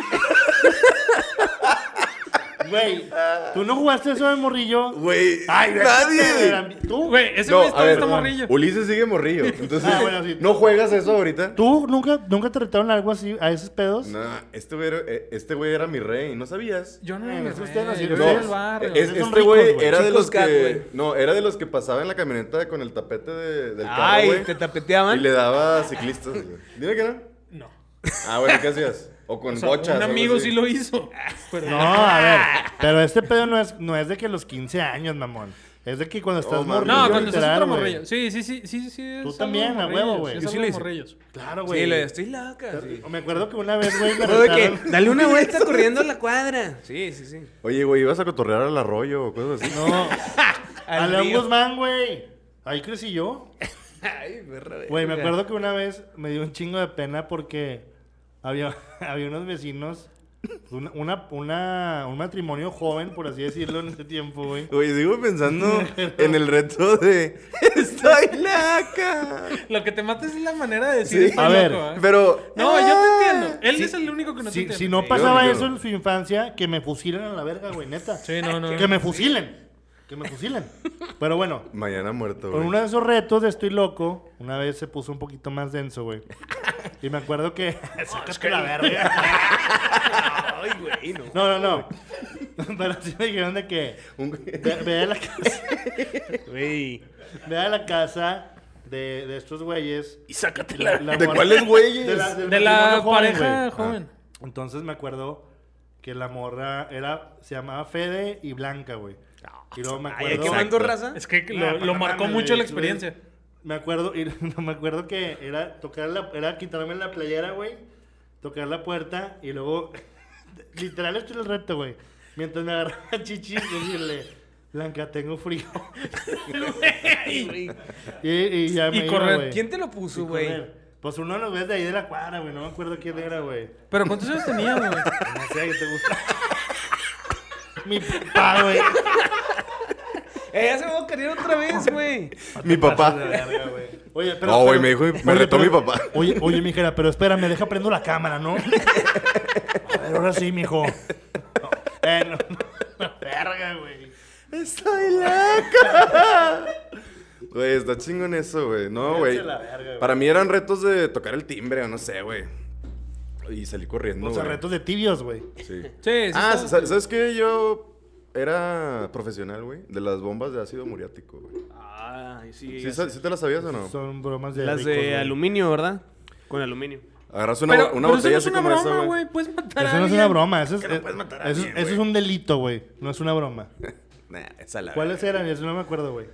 [SPEAKER 1] Güey, tú no jugaste eso de morrillo.
[SPEAKER 2] Güey,
[SPEAKER 1] Ay, güey,
[SPEAKER 2] nadie.
[SPEAKER 1] Tú,
[SPEAKER 3] Güey, ese
[SPEAKER 2] No,
[SPEAKER 3] güey
[SPEAKER 2] a
[SPEAKER 3] está,
[SPEAKER 2] ver,
[SPEAKER 3] está morrillo.
[SPEAKER 2] Ulises sigue morrillo. Entonces,
[SPEAKER 1] Ah, bueno, sí.
[SPEAKER 2] ¿no juegas eso ahorita?
[SPEAKER 1] ¿Tú nunca, nunca te retaron algo así a esos pedos?
[SPEAKER 2] No, este güey, era, eh, este güey era mi rey, ¿no sabías?
[SPEAKER 3] Yo no
[SPEAKER 1] Eh,
[SPEAKER 3] me
[SPEAKER 1] es que ustedes
[SPEAKER 3] güey,
[SPEAKER 1] así
[SPEAKER 3] yo
[SPEAKER 1] lo
[SPEAKER 3] soy
[SPEAKER 1] ven.
[SPEAKER 3] del barrio.
[SPEAKER 2] es-
[SPEAKER 1] Ustedes son
[SPEAKER 2] este güey
[SPEAKER 1] ricos, güey.
[SPEAKER 2] era de
[SPEAKER 4] Chicos
[SPEAKER 2] los
[SPEAKER 4] cat,
[SPEAKER 2] que
[SPEAKER 4] güey.
[SPEAKER 2] no, era de los que pasaba en la camioneta con el tapete de- del carro,
[SPEAKER 4] Ay,
[SPEAKER 2] güey.
[SPEAKER 4] te
[SPEAKER 2] Y
[SPEAKER 4] tapeteaban.
[SPEAKER 2] le daba a ciclistas, güey. Dime que no.
[SPEAKER 3] No.
[SPEAKER 2] Ah, bueno, ¿qué hacías? O con
[SPEAKER 3] O sea,
[SPEAKER 2] bochas.
[SPEAKER 3] un
[SPEAKER 2] algo
[SPEAKER 3] amigo
[SPEAKER 2] así.
[SPEAKER 3] sí lo hizo. Pero
[SPEAKER 1] No, a ver. Pero este pedo no es, no es de que los 15 años, mamón. Es de que cuando estás
[SPEAKER 2] mames.
[SPEAKER 1] morrillo.
[SPEAKER 3] No, cuando estás
[SPEAKER 1] literal,
[SPEAKER 3] otro
[SPEAKER 1] güey.
[SPEAKER 3] morrillo. Sí, sí, sí, sí, sí. es
[SPEAKER 1] Tú
[SPEAKER 3] algo
[SPEAKER 1] también,
[SPEAKER 3] de
[SPEAKER 1] a
[SPEAKER 3] morrillos,
[SPEAKER 1] huevo, güey.
[SPEAKER 3] sí,
[SPEAKER 4] Yo
[SPEAKER 3] Es
[SPEAKER 4] sí
[SPEAKER 3] algo
[SPEAKER 4] lo
[SPEAKER 3] de
[SPEAKER 4] hice.
[SPEAKER 3] morrillos.
[SPEAKER 1] Claro, güey.
[SPEAKER 4] Sí, lo de, estoy loca. sí.
[SPEAKER 1] Me acuerdo que una vez, güey, me
[SPEAKER 4] Luego de que,
[SPEAKER 1] retaron.
[SPEAKER 4] dale una vuelta corriendo a la cuadra. Sí, sí, sí.
[SPEAKER 2] Oye, güey, ibas a cotorrear al arroyo o cosas así.
[SPEAKER 1] No. A
[SPEAKER 4] Al
[SPEAKER 1] León
[SPEAKER 4] río.
[SPEAKER 1] Guzmán, güey. Ahí crecí yo.
[SPEAKER 4] Ay, perra de-
[SPEAKER 1] Güey, me acuerdo que una vez me dio un chingo de pena porque había, había unos vecinos, una, una, una- un matrimonio joven, por así decirlo, en ese tiempo, güey.
[SPEAKER 2] Güey, sigo pensando en el reto de estoy laca.
[SPEAKER 3] Lo que te mata es la manera de decir. "Estoy
[SPEAKER 1] A ver,
[SPEAKER 3] loco", ¿eh?
[SPEAKER 2] Pero
[SPEAKER 3] No, yo te entiendo. Él
[SPEAKER 1] Sí,
[SPEAKER 3] es el único que no te
[SPEAKER 1] Si,
[SPEAKER 3] entiende.
[SPEAKER 1] si no pasaba
[SPEAKER 2] yo-
[SPEAKER 1] eso en su infancia, que me fusilen a la verga, güey, neta.
[SPEAKER 3] Sí, no, no.
[SPEAKER 1] Que me fusilen. Que me fusilen. Pero bueno,
[SPEAKER 2] mañana muerto,
[SPEAKER 1] Con
[SPEAKER 2] güey.
[SPEAKER 1] uno de esos retos de Estoy Loco, una vez se puso un poquito más denso, güey. Y me acuerdo que... Sácate la verga.
[SPEAKER 4] Ay, güey, no.
[SPEAKER 1] No, no, no. Pero sí me dijeron de que...
[SPEAKER 2] Un-
[SPEAKER 1] Ve, ve a la casa,
[SPEAKER 4] Güey.
[SPEAKER 1] ve a la casa de, de estos güeyes.
[SPEAKER 4] Y sácate
[SPEAKER 1] La- la
[SPEAKER 2] ¿De
[SPEAKER 1] morra-
[SPEAKER 2] cuáles güeyes?
[SPEAKER 1] de la- del
[SPEAKER 3] De la
[SPEAKER 1] matrimonio joven,
[SPEAKER 3] pareja
[SPEAKER 1] güey.
[SPEAKER 3] joven.
[SPEAKER 1] Entonces me acuerdo que la morra era... Se llamaba Fede y Blanca, güey. Y luego me
[SPEAKER 4] Ay,
[SPEAKER 1] acuerdo...
[SPEAKER 4] ¿qué mando raza?
[SPEAKER 3] Es que
[SPEAKER 1] Ah,
[SPEAKER 3] lo,
[SPEAKER 1] pues
[SPEAKER 3] lo
[SPEAKER 1] no
[SPEAKER 3] marcó
[SPEAKER 1] mames,
[SPEAKER 3] mucho
[SPEAKER 1] güey,
[SPEAKER 3] la experiencia.
[SPEAKER 1] güey. Me acuerdo, y no me acuerdo que era tocar la, era quitarme la playera, güey, tocar la puerta y luego, literal, este es el reto, güey. Mientras me agarraba chichis, decirle, Blanca, tengo frío.
[SPEAKER 4] Ay, güey.
[SPEAKER 1] Y, y ya me
[SPEAKER 3] Y
[SPEAKER 1] iba,
[SPEAKER 3] correr.
[SPEAKER 1] güey.
[SPEAKER 4] ¿Quién te lo
[SPEAKER 1] Y
[SPEAKER 4] puso, güey?
[SPEAKER 1] correr. Pues uno lo ves de ahí de la cuadra, güey, no me acuerdo quién era, güey.
[SPEAKER 3] Pero ¿cuántos años tenía, güey?
[SPEAKER 1] No sé, ¿qué te gusta? Mi papá, güey.
[SPEAKER 4] Eh, ya se va a caer otra vez, güey.
[SPEAKER 2] Mi
[SPEAKER 1] De
[SPEAKER 2] papá.
[SPEAKER 1] verga, güey. Oye, pero.
[SPEAKER 2] No, güey,
[SPEAKER 1] pero-
[SPEAKER 2] me dijo, me
[SPEAKER 1] oye,
[SPEAKER 2] retó
[SPEAKER 1] pero-
[SPEAKER 2] mi papá.
[SPEAKER 1] Oye, oye, mijera, pero espérame, deja prendo la cámara, ¿no? A ver, ahora sí, mijo. No, eh, no, no, verga, güey.
[SPEAKER 2] Estoy laca. Güey, está chingón eso, güey. No, güey.
[SPEAKER 1] la verga, güey.
[SPEAKER 2] Para mí eran retos de tocar el timbre o no sé, güey. Y salí corriendo,
[SPEAKER 1] O sea,
[SPEAKER 2] güey.
[SPEAKER 1] retos de tibios, güey.
[SPEAKER 2] Sí.
[SPEAKER 3] Sí, sí.
[SPEAKER 2] Ah,
[SPEAKER 3] está-
[SPEAKER 2] sa- ¿sabes qué? Yo era profesional, güey, de las bombas de ácido muriático, güey.
[SPEAKER 4] Ay,
[SPEAKER 2] ¿Sí, sa- sí te las sabías o no?
[SPEAKER 1] Son bromas de.
[SPEAKER 4] Las
[SPEAKER 1] ricos,
[SPEAKER 4] de
[SPEAKER 1] güey.
[SPEAKER 4] aluminio, ¿verdad? Con aluminio.
[SPEAKER 2] Agarras una,
[SPEAKER 3] Pero,
[SPEAKER 2] bo- una
[SPEAKER 3] pero
[SPEAKER 2] botella
[SPEAKER 3] eso
[SPEAKER 2] así
[SPEAKER 3] no es
[SPEAKER 2] como
[SPEAKER 3] una
[SPEAKER 2] esa,
[SPEAKER 3] broma,
[SPEAKER 2] güey.
[SPEAKER 3] güey. Puedes matar a
[SPEAKER 1] Eso no es
[SPEAKER 3] alguien.
[SPEAKER 1] una broma, eso es,
[SPEAKER 2] Que no puedes matar a
[SPEAKER 1] eso, es-
[SPEAKER 2] alguien,
[SPEAKER 1] eso es
[SPEAKER 2] güey.
[SPEAKER 1] un delito, güey. No es una broma.
[SPEAKER 2] Nah, esa la
[SPEAKER 1] ¿Cuáles eran? Eso no me acuerdo, güey.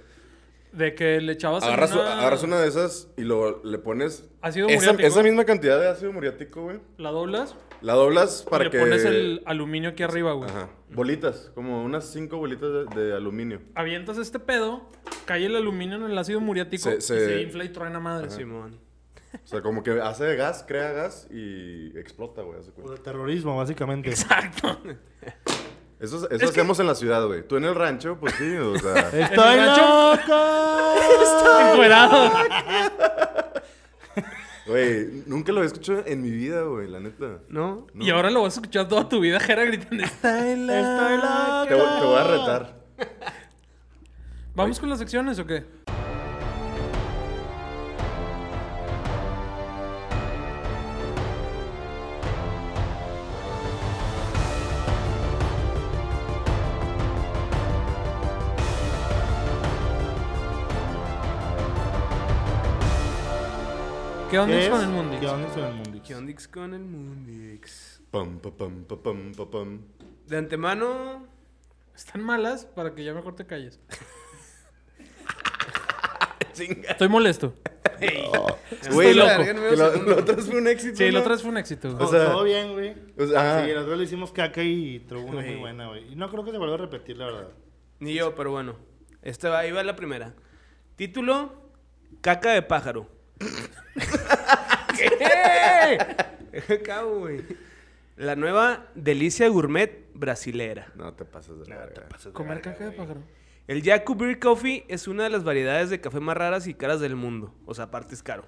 [SPEAKER 3] De que le echabas
[SPEAKER 2] Agarras
[SPEAKER 3] una...
[SPEAKER 2] una... agarras una de esas y lo, le pones
[SPEAKER 3] Ácido
[SPEAKER 2] esa,
[SPEAKER 3] muriático.
[SPEAKER 2] esa misma cantidad de ácido muriático, güey.
[SPEAKER 3] La doblas
[SPEAKER 2] La doblas
[SPEAKER 3] y
[SPEAKER 2] para
[SPEAKER 3] le
[SPEAKER 2] que...
[SPEAKER 3] pones el aluminio aquí arriba, güey.
[SPEAKER 2] Ajá. Bolitas, como unas cinco bolitas de, de aluminio.
[SPEAKER 3] Avientas este pedo, cae el aluminio en el ácido muriático
[SPEAKER 2] Se-
[SPEAKER 3] y
[SPEAKER 2] se-
[SPEAKER 3] se infla y truena madre. Sí.
[SPEAKER 4] Simón.
[SPEAKER 2] O sea, como que hace gas, crea gas y explota, güey. haz de
[SPEAKER 1] O
[SPEAKER 2] cuenta.
[SPEAKER 1] de terrorismo, básicamente.
[SPEAKER 3] Exacto.
[SPEAKER 2] Eso, eso hacemos en la ciudad, güey. Tú en el rancho, pues sí, o sea...
[SPEAKER 1] ¡Estoy
[SPEAKER 3] ¿En el
[SPEAKER 1] loco!
[SPEAKER 3] Encuerado.
[SPEAKER 2] Ah, Güey, nunca lo había escuchado en mi vida, güey, la neta.
[SPEAKER 4] ¿No?
[SPEAKER 2] No.
[SPEAKER 3] Y ahora lo vas a escuchar toda tu vida, Jera, gritando. "Está en la-".
[SPEAKER 1] ¡Estoy loco!
[SPEAKER 2] Te, voy- te voy a retar.
[SPEAKER 3] ¿Vamos con las secciones o qué? ¿Qué onda
[SPEAKER 1] ¿Qué
[SPEAKER 3] es
[SPEAKER 1] es?
[SPEAKER 3] con el Mundix?
[SPEAKER 1] ¿Qué onda es con el Mundix?
[SPEAKER 4] Kiondix con el Mundix.
[SPEAKER 2] Pam, pa, pam, pa, pam, pa, pam.
[SPEAKER 4] De antemano.
[SPEAKER 3] Están malas para que ya mejor te calles.
[SPEAKER 2] Chinga.
[SPEAKER 3] Estoy molesto.
[SPEAKER 2] Güey,
[SPEAKER 3] loco.
[SPEAKER 2] que Lo, lo otro fue un éxito.
[SPEAKER 3] Sí, la
[SPEAKER 2] ¿no?
[SPEAKER 3] otra vez fue un éxito. güey.
[SPEAKER 2] O sea- ah.
[SPEAKER 1] todo bien, güey.
[SPEAKER 2] o sea, ajá.
[SPEAKER 1] sí, nosotros le hicimos caca y tuvo una muy
[SPEAKER 4] Güey.
[SPEAKER 1] buena, güey. Y no creo que se vuelva a repetir, la verdad.
[SPEAKER 2] Ah,
[SPEAKER 4] Ni yo, pero bueno. Esta va, ahí va la primera. Título: Caca de pájaro.
[SPEAKER 3] ¡Eh!
[SPEAKER 4] ¿Qué? Cabo, güey. La nueva delicia gourmet brasilera.
[SPEAKER 2] No te pases de verga.
[SPEAKER 3] Comer caca de pájaro.
[SPEAKER 4] El Yaku Beer Coffee es una de las variedades de café más raras y caras del mundo. O sea, aparte es caro.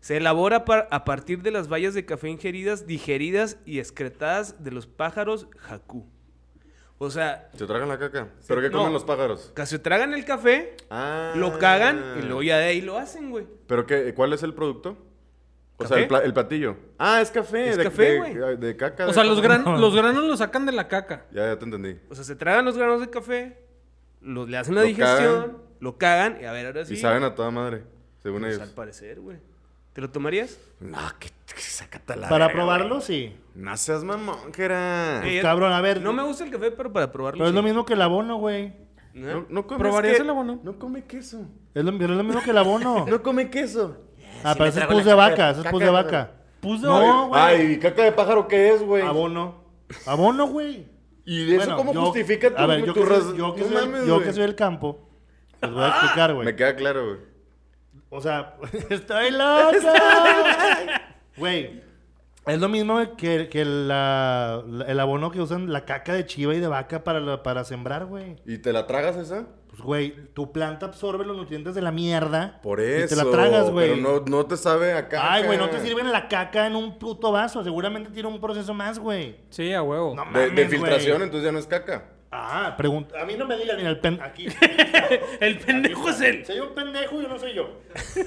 [SPEAKER 4] Se elabora par- a partir de las bayas de café ingeridas, digeridas y excretadas de los pájaros Haku. O sea,
[SPEAKER 2] ¿Te tragan la caca? ¿Pero qué
[SPEAKER 4] No.
[SPEAKER 2] comen los pájaros?
[SPEAKER 4] casi tragan el café,
[SPEAKER 2] Ah.
[SPEAKER 4] lo cagan y luego ya de ahí lo hacen, güey.
[SPEAKER 2] ¿Pero qué? ¿Cuál es el producto? O sea,
[SPEAKER 4] ¿Café?
[SPEAKER 2] el, pla- el platillo. Ah, es café.
[SPEAKER 4] Es
[SPEAKER 2] de,
[SPEAKER 4] café,
[SPEAKER 2] de-
[SPEAKER 4] güey.
[SPEAKER 2] de, caca.
[SPEAKER 3] O
[SPEAKER 2] de
[SPEAKER 3] sea, los,
[SPEAKER 2] pájaro.
[SPEAKER 3] gran- los granos los sacan de la caca.
[SPEAKER 2] Ya, ya te entendí.
[SPEAKER 4] O sea, se tragan los granos de café, los, le hacen la
[SPEAKER 2] Lo
[SPEAKER 4] digestión,
[SPEAKER 2] cagan.
[SPEAKER 4] lo cagan y a ver, ahora sí.
[SPEAKER 2] Y saben a toda madre, según
[SPEAKER 4] Pues,
[SPEAKER 2] ellos.
[SPEAKER 4] al parecer, güey. ¿Te lo tomarías?
[SPEAKER 2] No, que, que sácate a la
[SPEAKER 1] Para
[SPEAKER 2] verga,
[SPEAKER 1] probarlo,
[SPEAKER 2] güey.
[SPEAKER 1] sí.
[SPEAKER 2] No seas mamón, que era.
[SPEAKER 4] Sí. Eh,
[SPEAKER 1] Pues, Cabrón, a ver.
[SPEAKER 4] No me gusta el café, pero para probarlo.
[SPEAKER 1] Pero es
[SPEAKER 4] sí.
[SPEAKER 1] lo mismo que el abono, güey.
[SPEAKER 4] ¿No?
[SPEAKER 2] No, no comes
[SPEAKER 3] ¿Probarías
[SPEAKER 2] que-
[SPEAKER 3] el abono?
[SPEAKER 2] No come queso.
[SPEAKER 1] Es lo, pero es lo mismo que el abono.
[SPEAKER 2] No come queso.
[SPEAKER 1] ah, pero ese es
[SPEAKER 2] trago
[SPEAKER 1] pus
[SPEAKER 2] la
[SPEAKER 1] de
[SPEAKER 2] caca-
[SPEAKER 1] vaca. Ese es pus
[SPEAKER 2] caca,
[SPEAKER 1] de
[SPEAKER 2] güey.
[SPEAKER 1] vaca. Pus de
[SPEAKER 2] No,
[SPEAKER 1] no,
[SPEAKER 2] güey.
[SPEAKER 1] güey.
[SPEAKER 2] Ay, ¿y caca de pájaro qué es, güey?
[SPEAKER 1] Abono. Abono, güey.
[SPEAKER 2] ¿Y de eso
[SPEAKER 1] Bueno,
[SPEAKER 2] cómo
[SPEAKER 1] yo-
[SPEAKER 2] justifica tu,
[SPEAKER 1] A ver, yo
[SPEAKER 2] tu
[SPEAKER 1] que soy-
[SPEAKER 2] raz-
[SPEAKER 1] yo que
[SPEAKER 2] No
[SPEAKER 1] soy-
[SPEAKER 2] mames,
[SPEAKER 1] yo
[SPEAKER 2] güey. Ah,
[SPEAKER 1] que soy del campo. Les voy a explicar, güey.
[SPEAKER 2] Me queda claro, güey.
[SPEAKER 1] O sea, estoy loca. Güey, es lo mismo que, que la- la- el abono que usan la caca de chiva y de vaca para, la- para sembrar, güey.
[SPEAKER 2] ¿Y te la tragas esa?
[SPEAKER 1] Pues, güey, tu planta absorbe los nutrientes de la mierda.
[SPEAKER 2] Por
[SPEAKER 1] Y
[SPEAKER 2] eso.
[SPEAKER 1] te la tragas, güey.
[SPEAKER 2] Pero no, no te sabe a caca.
[SPEAKER 1] Ay, güey, no te sirven la caca en un puto vaso. Seguramente tiene un proceso más, güey.
[SPEAKER 3] Sí, a huevo.
[SPEAKER 1] No
[SPEAKER 2] De, de
[SPEAKER 1] mames, güey.
[SPEAKER 2] filtración, entonces ya no es caca.
[SPEAKER 1] Ah, pregunta. A mí no me digan en el pen. Aquí.
[SPEAKER 4] El pendejo es él.
[SPEAKER 1] Soy un pendejo, yo no soy yo.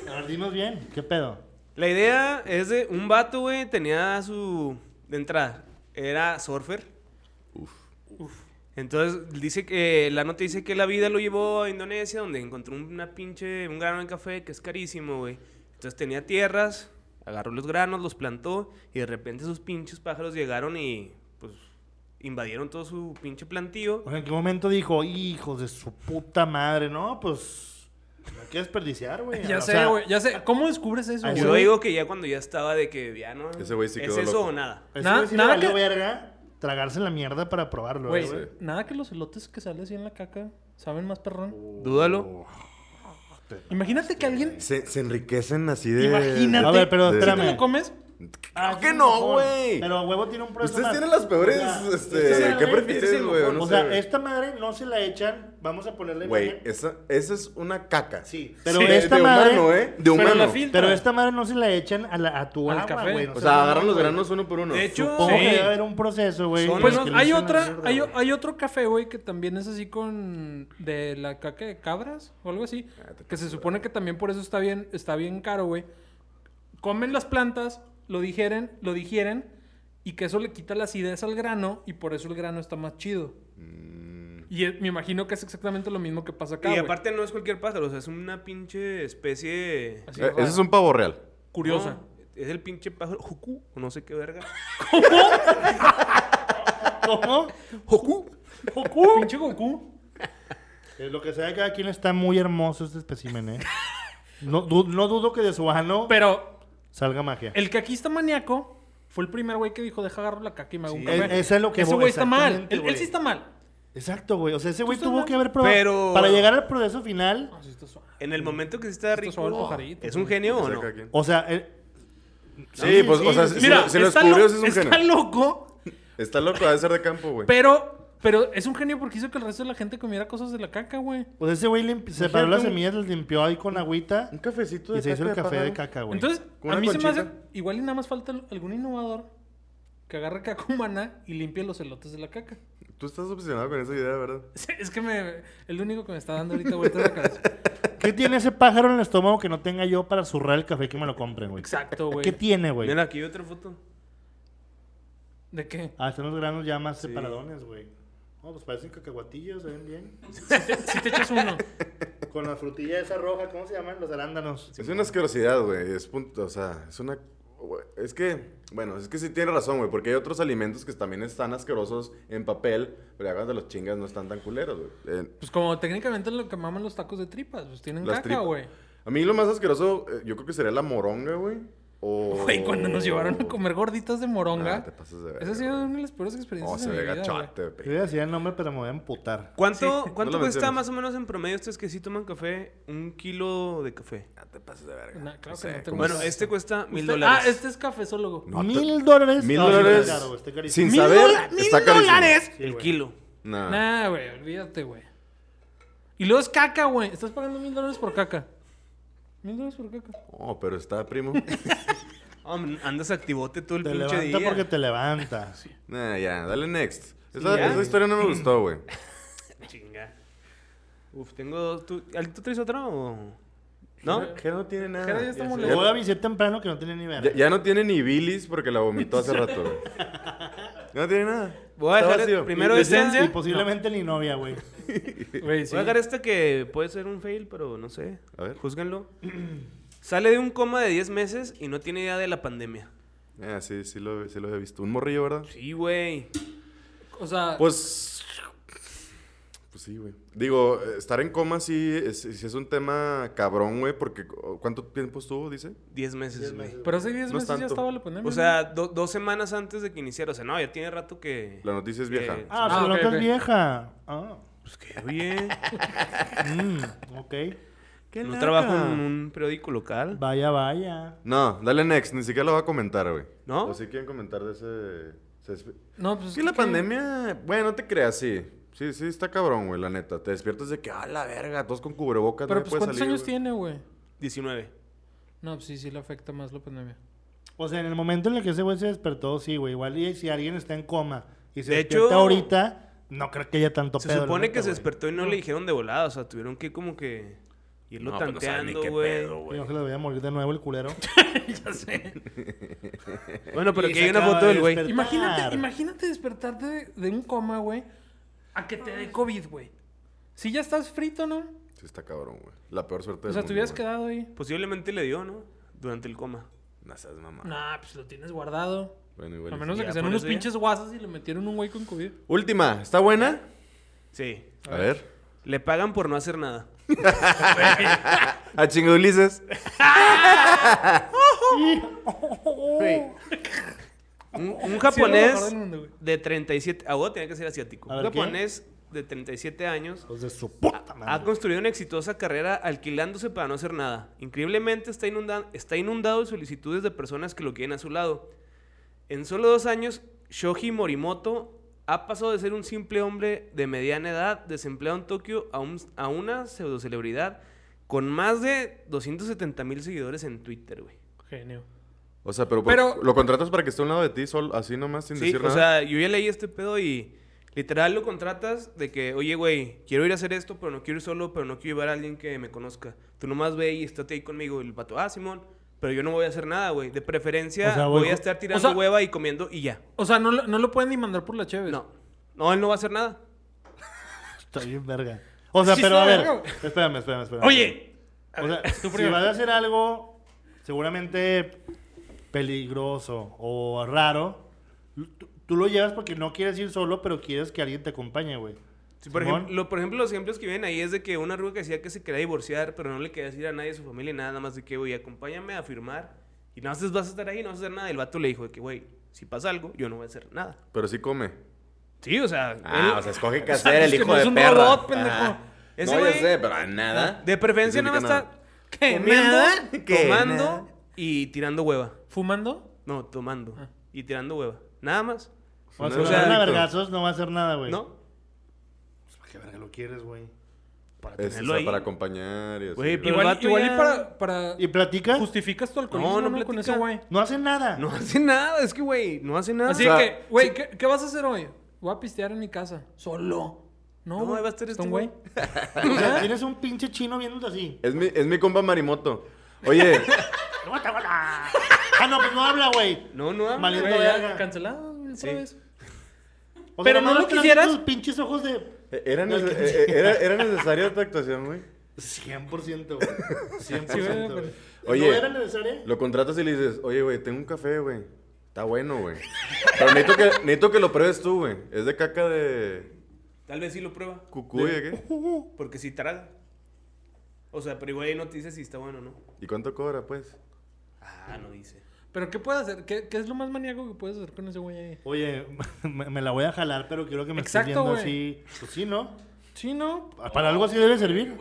[SPEAKER 1] A ver, dinos bien. ¿Qué pedo?
[SPEAKER 4] La idea es de un vato, güey, tenía su... De entrada, era surfer.
[SPEAKER 2] Uf.
[SPEAKER 4] Entonces, dice que... eh, La nota dice que la vida lo llevó a Indonesia, donde encontró una pinche... Un grano de café que es carísimo, güey. Entonces, tenía tierras, agarró los granos, los plantó, y de repente esos pinches pájaros llegaron y, pues, invadieron todo su pinche plantío.
[SPEAKER 1] O sea, ¿en qué momento dijo, hijos de su puta madre? No, pues. No hay que desperdiciar, güey.
[SPEAKER 3] Ya
[SPEAKER 1] O
[SPEAKER 3] sé,
[SPEAKER 1] sea,
[SPEAKER 3] güey. Ya sé. ¿Cómo descubres eso,
[SPEAKER 1] Ay,
[SPEAKER 3] güey?
[SPEAKER 4] Yo digo que ya cuando ya estaba de que ya no...
[SPEAKER 2] Ese güey sí
[SPEAKER 4] ¿Es
[SPEAKER 2] quedó
[SPEAKER 4] eso
[SPEAKER 2] loco.
[SPEAKER 4] o nada?
[SPEAKER 1] ese
[SPEAKER 3] Na-
[SPEAKER 1] güey sí le
[SPEAKER 3] nada
[SPEAKER 1] valió
[SPEAKER 3] que-
[SPEAKER 1] verga tragarse la mierda para probarlo,
[SPEAKER 3] Güey,
[SPEAKER 1] güey.
[SPEAKER 3] nada que los elotes que sale así en la caca saben más perrón.
[SPEAKER 4] Dúdalo.
[SPEAKER 3] Imagínate que alguien
[SPEAKER 2] Se, se enriquecen así de.
[SPEAKER 3] Imagínate.
[SPEAKER 1] A ver, pero
[SPEAKER 2] de-
[SPEAKER 3] ¿Tú
[SPEAKER 1] espérame.
[SPEAKER 3] lo comes?
[SPEAKER 2] Claro que no, güey.
[SPEAKER 1] Pero huevo tiene un proceso.
[SPEAKER 2] Ustedes
[SPEAKER 1] más.
[SPEAKER 2] tienen las peores.
[SPEAKER 1] O sea,
[SPEAKER 2] este,
[SPEAKER 1] esta
[SPEAKER 2] ¿Qué
[SPEAKER 1] madre-
[SPEAKER 2] prefieres, güey? No
[SPEAKER 1] o
[SPEAKER 2] sé,
[SPEAKER 1] sea,
[SPEAKER 2] güey.
[SPEAKER 1] esta madre no se la echan. Vamos a ponerle.
[SPEAKER 2] Güey, esa, esa es una caca.
[SPEAKER 1] Sí, pero
[SPEAKER 2] de-
[SPEAKER 1] esta
[SPEAKER 2] de
[SPEAKER 1] madre-
[SPEAKER 2] humano, ¿eh? De humano.
[SPEAKER 3] la fil-
[SPEAKER 1] Pero esta madre no se la echan a, la, a tu
[SPEAKER 3] Al
[SPEAKER 1] agua,
[SPEAKER 3] café.
[SPEAKER 1] güey.
[SPEAKER 2] o sea, agarran los
[SPEAKER 1] güey.
[SPEAKER 2] granos uno por uno.
[SPEAKER 4] De hecho,
[SPEAKER 1] Supongo
[SPEAKER 4] Sí.
[SPEAKER 1] que debe haber un proceso, güey.
[SPEAKER 4] Son-
[SPEAKER 3] Pues
[SPEAKER 1] en el que le
[SPEAKER 3] hay
[SPEAKER 1] echan la
[SPEAKER 3] otra,
[SPEAKER 1] mierda,
[SPEAKER 3] hay,
[SPEAKER 1] güey.
[SPEAKER 3] hay otro café, güey, que también es así con de la caca de cabras o algo así,
[SPEAKER 1] Ah,
[SPEAKER 3] que se supone que también por eso está bien, está bien caro, güey. Comen las plantas, lo digieren, lo digieren y que eso le quita la acidez al grano y por eso el grano está más chido. Y eh, me imagino que es exactamente lo mismo que pasa acá,
[SPEAKER 4] Y
[SPEAKER 3] güey.
[SPEAKER 4] aparte no es cualquier pájaro, o sea, es una pinche especie
[SPEAKER 3] Así,
[SPEAKER 2] Eh,
[SPEAKER 3] raro.
[SPEAKER 2] ese es un pavo real.
[SPEAKER 3] curiosa.
[SPEAKER 4] No, es el pinche pájaro Juku, o no sé qué verga.
[SPEAKER 1] ¿Cómo?
[SPEAKER 4] Juku.
[SPEAKER 3] Goku, pinche Goku.
[SPEAKER 1] Eh, Lo que sea de cada quien está muy hermoso este espécimen, ¿eh? No, du- no dudo que de su ano
[SPEAKER 3] Pero
[SPEAKER 1] salga magia.
[SPEAKER 3] El que aquí está maníaco fue el primer güey que dijo, deja agarrar la caca y me hago un
[SPEAKER 1] Sí,
[SPEAKER 3] café.
[SPEAKER 1] e- ese es lo que
[SPEAKER 3] Ese
[SPEAKER 1] voy,
[SPEAKER 3] güey está mal.
[SPEAKER 1] exactamente,
[SPEAKER 3] Él,
[SPEAKER 1] güey.
[SPEAKER 3] él sí está mal.
[SPEAKER 1] Exacto, güey. O sea, ese güey
[SPEAKER 3] estás
[SPEAKER 1] tuvo
[SPEAKER 3] mal.
[SPEAKER 1] que haber probado.
[SPEAKER 4] Pero-
[SPEAKER 1] Para llegar al proceso final,
[SPEAKER 3] No, sí está suave.
[SPEAKER 4] En el momento que sí está
[SPEAKER 3] Esto
[SPEAKER 4] rico,
[SPEAKER 3] suave el pajarito,
[SPEAKER 4] ¿es un
[SPEAKER 3] güey.
[SPEAKER 4] genio o no?
[SPEAKER 2] Saca aquí.
[SPEAKER 1] o sea. el-
[SPEAKER 2] Sí, pues, o sea,
[SPEAKER 1] sí.
[SPEAKER 2] Si lo-
[SPEAKER 3] Mira,
[SPEAKER 2] si lo
[SPEAKER 3] está,
[SPEAKER 2] descubrió,
[SPEAKER 3] lo-
[SPEAKER 2] ese es un
[SPEAKER 3] está
[SPEAKER 2] genio.
[SPEAKER 3] loco,
[SPEAKER 2] Está loco, ha de ser de campo, güey.
[SPEAKER 3] pero, pero es un genio porque hizo que el resto de la gente comiera cosas de la caca, güey.
[SPEAKER 1] Pues ese güey limpi- separó las
[SPEAKER 2] un-
[SPEAKER 1] semillas, las limpió ahí con agüita
[SPEAKER 2] Un cafecito de
[SPEAKER 1] y se hizo el café de caca, güey.
[SPEAKER 3] Entonces,
[SPEAKER 2] Ah, Con
[SPEAKER 3] a
[SPEAKER 2] una
[SPEAKER 3] mí se me hace...
[SPEAKER 2] conchita.
[SPEAKER 3] Igual y nada más falta al- algún innovador que agarre caca humana y limpie los elotes de la caca.
[SPEAKER 2] Tú estás obsesionado con esa idea, ¿verdad?
[SPEAKER 3] Es que me... El único que me está dando ahorita vueltas de la cabeza.
[SPEAKER 1] ¿Qué tiene ese pájaro en el estómago que no tenga yo para zurrar el café que me lo compren, güey?
[SPEAKER 3] Exacto, güey.
[SPEAKER 1] ¿Qué tiene, güey?
[SPEAKER 4] Mira, aquí hay otra foto.
[SPEAKER 3] ¿De qué?
[SPEAKER 1] Ah, están los granos ya más separadones, güey. No, pues parecen cacahuatillos, se ven bien.
[SPEAKER 3] Si te echas uno.
[SPEAKER 1] Con la frutilla esa roja, ¿cómo se llaman? Los arándanos.
[SPEAKER 2] es una asquerosidad, güey. Es punto, o sea, es una... güey, Es que, bueno, es que sí tiene razón, güey, porque hay otros alimentos que también están asquerosos en papel, pero ya cuando los chingas no están tan culeros, güey. Eh,
[SPEAKER 3] Pues como técnicamente lo que maman los tacos de tripas, pues tienen
[SPEAKER 2] Las
[SPEAKER 3] caca,
[SPEAKER 2] tripas.
[SPEAKER 3] güey.
[SPEAKER 2] a mí lo más asqueroso, eh, yo creo que sería la moronga, güey. O...
[SPEAKER 3] Güey, cuando nos llevaron a comer gorditas de moronga.
[SPEAKER 2] Oh. Ah, te pasas de
[SPEAKER 3] Esa ha
[SPEAKER 2] verga,
[SPEAKER 3] sido
[SPEAKER 2] güey.
[SPEAKER 3] una de las peores
[SPEAKER 2] Oh,
[SPEAKER 3] experiencias.
[SPEAKER 2] se
[SPEAKER 3] de mi
[SPEAKER 2] ve
[SPEAKER 3] vida, güey.
[SPEAKER 2] gachote,
[SPEAKER 1] Yo iba a decir el nombre, pero me voy a emputar.
[SPEAKER 4] ¿Cuánto, cuánto
[SPEAKER 2] lo
[SPEAKER 4] cuesta
[SPEAKER 2] menciones.
[SPEAKER 4] más o menos en promedio ustedes que sí toman café? Un kilo de café.
[SPEAKER 2] No Ah, te pases de verga.
[SPEAKER 3] No, claro que no te
[SPEAKER 4] Bueno,
[SPEAKER 3] Pues-
[SPEAKER 4] este cuesta mil
[SPEAKER 3] Usted-
[SPEAKER 4] dólares.
[SPEAKER 3] Ah, este es cafezólogo.
[SPEAKER 2] No te-
[SPEAKER 1] mil dólares.
[SPEAKER 2] Mil
[SPEAKER 1] No, sí, está
[SPEAKER 2] dólares.
[SPEAKER 1] caro, güey, está carísimo.
[SPEAKER 2] Sin
[SPEAKER 3] ¡Mil
[SPEAKER 2] saber,
[SPEAKER 3] dola- mil
[SPEAKER 2] está carísimo.
[SPEAKER 3] dólares!
[SPEAKER 1] Sí,
[SPEAKER 4] el
[SPEAKER 1] güey.
[SPEAKER 4] kilo.
[SPEAKER 2] Nah.
[SPEAKER 3] Nah, güey, olvídate, güey. Y luego es caca, güey. Estás pagando mil dólares por caca. Mil dólares por caca.
[SPEAKER 2] Oh, pero está, primo.
[SPEAKER 4] Hombre, andas activote todo el
[SPEAKER 1] Te
[SPEAKER 4] pinche
[SPEAKER 1] levanta
[SPEAKER 4] día.
[SPEAKER 1] porque te levanta.
[SPEAKER 2] nah, ya, dale next. Esa,
[SPEAKER 4] ya.
[SPEAKER 2] esa historia no me gustó, güey.
[SPEAKER 4] Chinga. Uf, tengo dos. ¿Tú, ¿al- tú traes otra o...? ¿No?
[SPEAKER 2] Que no tiene nada.
[SPEAKER 3] Jera ya está
[SPEAKER 1] Luego
[SPEAKER 3] molesto.
[SPEAKER 1] la avisé temprano que no tenía ni
[SPEAKER 2] Ya,
[SPEAKER 1] verga.
[SPEAKER 2] ya no tiene ni bilis porque la vomitó hace rato, güey. No tiene nada.
[SPEAKER 4] Voy a
[SPEAKER 2] Está
[SPEAKER 4] dejar
[SPEAKER 2] vacío.
[SPEAKER 4] primero
[SPEAKER 1] Y-
[SPEAKER 4] esta.
[SPEAKER 1] Y posiblemente ni novia, güey.
[SPEAKER 3] Güey, sí.
[SPEAKER 4] Voy a dejar esta que puede ser un fail, pero no sé.
[SPEAKER 2] A ver.
[SPEAKER 4] Júzguenlo. Sale de un coma de 10 meses y no tiene idea de la pandemia.
[SPEAKER 2] Ah, sí, sí lo, sí lo he visto. Un morrillo, ¿verdad?
[SPEAKER 4] Sí, güey.
[SPEAKER 2] este
[SPEAKER 3] O sea,
[SPEAKER 2] Pues. Pues sí, güey. Digo, eh, estar en coma sí es, sí es un tema cabrón, güey, porque cu- ¿cuánto tiempo estuvo, dice?
[SPEAKER 4] 10 meses, güey.
[SPEAKER 3] pero hace 10
[SPEAKER 2] no es
[SPEAKER 3] meses ya
[SPEAKER 2] tanto.
[SPEAKER 3] estaba la pandemia.
[SPEAKER 4] O sea, do- dos semanas antes de que iniciara. O sea, no, ya tiene rato que...
[SPEAKER 2] La noticia es
[SPEAKER 4] que-
[SPEAKER 2] vieja.
[SPEAKER 1] Ah, su
[SPEAKER 3] Ah, ok,
[SPEAKER 1] bronca
[SPEAKER 3] ok.
[SPEAKER 1] es vieja. Ah,
[SPEAKER 4] Pues que, oye,
[SPEAKER 1] mm, ok. ¿Qué
[SPEAKER 4] no
[SPEAKER 1] naca.
[SPEAKER 4] trabajo en un periódico local.
[SPEAKER 1] Vaya, vaya.
[SPEAKER 2] No, dale next, ni siquiera lo va a comentar, güey.
[SPEAKER 4] ¿No?
[SPEAKER 2] O si quieren comentar de ese. se-
[SPEAKER 3] no, pues.
[SPEAKER 2] Es que la pandemia, bueno, no te creas, sí. Sí, sí, está cabrón, güey, la neta. Te despiertas de que, ah, la verga, todos con cubrebocas, nadie
[SPEAKER 3] Pero pues,
[SPEAKER 2] puede
[SPEAKER 3] ¿cuántos
[SPEAKER 2] salir,
[SPEAKER 3] años
[SPEAKER 2] güey.
[SPEAKER 3] tiene, güey?
[SPEAKER 4] 19.
[SPEAKER 3] No, pues sí, sí le afecta más la pandemia.
[SPEAKER 1] O sea, en el momento en el que ese güey se despertó, sí, güey. Igual y si alguien está en coma y se
[SPEAKER 4] De
[SPEAKER 1] despierta
[SPEAKER 4] hecho,
[SPEAKER 1] ahorita, no creo que haya tanto
[SPEAKER 4] Se
[SPEAKER 1] pedo. la
[SPEAKER 4] supone
[SPEAKER 1] neta,
[SPEAKER 4] que se
[SPEAKER 1] güey.
[SPEAKER 4] despertó y no le dijeron de volada. O sea, tuvieron que como que irlo
[SPEAKER 2] No, pues no saben ni
[SPEAKER 4] tanteando,
[SPEAKER 2] qué
[SPEAKER 4] güey.
[SPEAKER 2] pedo,
[SPEAKER 1] Y no se le voy a morir de nuevo el culero.
[SPEAKER 3] ya sé.
[SPEAKER 4] bueno, pero
[SPEAKER 1] Y
[SPEAKER 4] aquí
[SPEAKER 1] se
[SPEAKER 4] hay una
[SPEAKER 1] acaba
[SPEAKER 4] foto
[SPEAKER 1] de
[SPEAKER 4] del güey.
[SPEAKER 1] despertar.
[SPEAKER 3] Imagínate, imagínate despertarte de, de un coma, güey, a que te dé COVID, güey. Si ya estás frito, ¿no?
[SPEAKER 2] Sí, está cabrón, güey. La peor suerte
[SPEAKER 3] O
[SPEAKER 2] del
[SPEAKER 3] sea, te
[SPEAKER 2] mundo,
[SPEAKER 3] hubieras
[SPEAKER 2] güey.
[SPEAKER 3] quedado ahí.
[SPEAKER 4] Posiblemente le dio, ¿no? Durante el coma.
[SPEAKER 2] No seas mamá.
[SPEAKER 3] Nah, pues lo tienes guardado.
[SPEAKER 2] Bueno, igual.
[SPEAKER 3] A
[SPEAKER 2] y sí.
[SPEAKER 3] menos de
[SPEAKER 4] Pues, ya
[SPEAKER 3] que sean
[SPEAKER 4] por
[SPEAKER 3] unos
[SPEAKER 4] eso ya.
[SPEAKER 3] pinches guasas y le metieron un güey con COVID.
[SPEAKER 2] Última, ¿está buena?
[SPEAKER 4] Sí.
[SPEAKER 2] A ver.
[SPEAKER 4] Le pagan por no hacer nada.
[SPEAKER 2] A chingo Ulises.
[SPEAKER 4] Un, un
[SPEAKER 3] Sí, es lo mejor
[SPEAKER 4] japonés
[SPEAKER 3] del mundo, güey.
[SPEAKER 4] de 37... Ah, bueno, tenía que ser asiático.
[SPEAKER 1] A
[SPEAKER 4] Un
[SPEAKER 1] ver, ¿qué?
[SPEAKER 4] japonés de 37 años
[SPEAKER 1] Hijos pues, de su puta
[SPEAKER 4] ha
[SPEAKER 1] madre.
[SPEAKER 4] construido una exitosa carrera alquilándose para no hacer nada. Increíblemente está, inunda- está inundado de solicitudes de personas que lo quieren a su lado. En solo dos años, Shoji Morimoto ha pasado de ser un simple hombre de mediana edad, desempleado en Tokio, a, un- a una pseudocelebridad con más de 270 mil seguidores en Twitter, güey.
[SPEAKER 3] Genio.
[SPEAKER 2] O sea, pero,
[SPEAKER 3] Pero-
[SPEAKER 2] lo contratas para que esté a un lado de ti, solo, así nomás, sin
[SPEAKER 4] Sí,
[SPEAKER 2] decir
[SPEAKER 4] o
[SPEAKER 2] nada.
[SPEAKER 4] sea, yo ya leí este pedo y literal lo contratas de que, oye, güey, quiero ir a hacer esto, pero no quiero ir solo, pero no quiero llevar a alguien que me conozca. Tú nomás ve y estate ahí conmigo. Y el vato, ah, Simón, pero yo no voy a hacer nada, güey. De preferencia,
[SPEAKER 1] O sea,
[SPEAKER 4] voy,
[SPEAKER 1] voy
[SPEAKER 4] a
[SPEAKER 1] co-
[SPEAKER 4] estar tirando
[SPEAKER 3] o sea-
[SPEAKER 4] hueva y comiendo y ya.
[SPEAKER 3] O sea, no, lo- no lo pueden ni mandar por la chévere.
[SPEAKER 4] No, no, él no va a hacer nada.
[SPEAKER 1] Está bien verga. O sea,
[SPEAKER 3] Sí
[SPEAKER 1] pero
[SPEAKER 3] está
[SPEAKER 1] a ver.
[SPEAKER 3] verga, güey.
[SPEAKER 1] Espérame, espérame, espérame.
[SPEAKER 3] Oye,
[SPEAKER 1] O sea, si
[SPEAKER 3] primero.
[SPEAKER 1] vas a hacer algo seguramente peligroso o raro, tú, tú lo llevas porque no quieres ir solo, pero quieres que alguien te acompañe, güey.
[SPEAKER 4] Sí, por,
[SPEAKER 1] Simón.
[SPEAKER 4] ejemplo, lo- por ejemplo, los ejemplos que vienen ahí es de que una ruga que decía que se quería divorciar, pero no le quería decir a nadie de su familia nada, nada más de que, güey, acompáñame a firmar. Y no haces, vas a estar ahí, no vas a hacer nada. Y El vato le dijo de que, güey, si pasa algo, yo no voy a hacer nada.
[SPEAKER 2] Pero sí come. Ah,
[SPEAKER 4] Sí, Ah, o sea, él-
[SPEAKER 2] escoge qué
[SPEAKER 3] hacer, el hijo de
[SPEAKER 2] de
[SPEAKER 3] perra. Ah.
[SPEAKER 4] Ese güey-
[SPEAKER 2] pero a nada.
[SPEAKER 4] de preferencia
[SPEAKER 2] No
[SPEAKER 4] nada más
[SPEAKER 2] significa
[SPEAKER 4] está comiendo, tomando y tirando hueva.
[SPEAKER 3] ¿fumando?
[SPEAKER 4] No, tomando
[SPEAKER 3] Ah.
[SPEAKER 4] y tirando hueva. Nada más.
[SPEAKER 1] O sea,
[SPEAKER 2] No,
[SPEAKER 1] o
[SPEAKER 4] no,
[SPEAKER 1] sea,
[SPEAKER 4] no,
[SPEAKER 1] a
[SPEAKER 4] no.
[SPEAKER 1] vergazos no va a hacer nada, güey.
[SPEAKER 4] ¿No?
[SPEAKER 1] ¿Para qué verga lo quieres, güey?
[SPEAKER 4] Para
[SPEAKER 2] Es, o
[SPEAKER 4] tenerlo
[SPEAKER 2] sea,
[SPEAKER 4] ahí.
[SPEAKER 2] para acompañar y así.
[SPEAKER 4] Güey, pero- el
[SPEAKER 3] Igual,
[SPEAKER 4] vato
[SPEAKER 3] igual
[SPEAKER 4] ya-
[SPEAKER 3] y para, para...
[SPEAKER 1] ¿Y platica?
[SPEAKER 3] Justificas tu alcoholismo
[SPEAKER 4] No, no
[SPEAKER 3] ¿no? con
[SPEAKER 4] platica.
[SPEAKER 3] ese güey.
[SPEAKER 1] No hace nada.
[SPEAKER 4] No hace nada, es que güey, no hace nada.
[SPEAKER 3] Así
[SPEAKER 2] sea,
[SPEAKER 3] que, güey, ¿qué, qué vas a hacer hoy? Voy a pistear en mi casa. Solo. No,
[SPEAKER 4] No,
[SPEAKER 3] güey.
[SPEAKER 4] ahí va a estar
[SPEAKER 3] está
[SPEAKER 4] este
[SPEAKER 3] un
[SPEAKER 4] güey.
[SPEAKER 3] güey.
[SPEAKER 1] O sea, tienes un pinche chino viéndote así.
[SPEAKER 2] Es mi, es mi compa Marimoto. Oye,
[SPEAKER 1] Aguanta, aguanta. Ah, no, pues no habla, güey.
[SPEAKER 4] No, no. habla.
[SPEAKER 1] Maldito
[SPEAKER 3] Güey, ya
[SPEAKER 1] verga.
[SPEAKER 3] cancelado otra
[SPEAKER 4] Sí.
[SPEAKER 3] vez.
[SPEAKER 1] O sea,
[SPEAKER 3] Pero
[SPEAKER 1] nomás
[SPEAKER 3] no lo
[SPEAKER 1] traes
[SPEAKER 3] quisieras.
[SPEAKER 1] Tus pinches ojos de
[SPEAKER 2] ¿era, nece- eh, eh, era, era necesaria tu actuación, güey?
[SPEAKER 1] 100%, güey. 100%.
[SPEAKER 3] Sí, güey,
[SPEAKER 1] güey.
[SPEAKER 2] Oye.
[SPEAKER 1] ¿No era necesaria?
[SPEAKER 2] Lo contratas y le dices, oye, güey, tengo un café, güey. Está bueno, güey. Pero necesito que, necesito que lo pruebes tú, güey. Es de caca de
[SPEAKER 4] Tal vez sí lo prueba,
[SPEAKER 2] cucuy, ¿qué?
[SPEAKER 4] porque sí traga. O sea, pero igual ahí no te dice si está bueno o no.
[SPEAKER 2] ¿Y cuánto cobra, pues?
[SPEAKER 4] Ah, no dice.
[SPEAKER 3] ¿Pero qué puedes hacer? ¿Qué, qué es lo más maníaco que puedes hacer con ese güey ahí?
[SPEAKER 1] Oye, me, me la voy a jalar, pero quiero que me estés
[SPEAKER 3] Exacto,
[SPEAKER 1] viendo
[SPEAKER 3] güey.
[SPEAKER 1] así. Pues sí, ¿no?
[SPEAKER 3] Sí, ¿no?
[SPEAKER 1] Para algo así debe servir.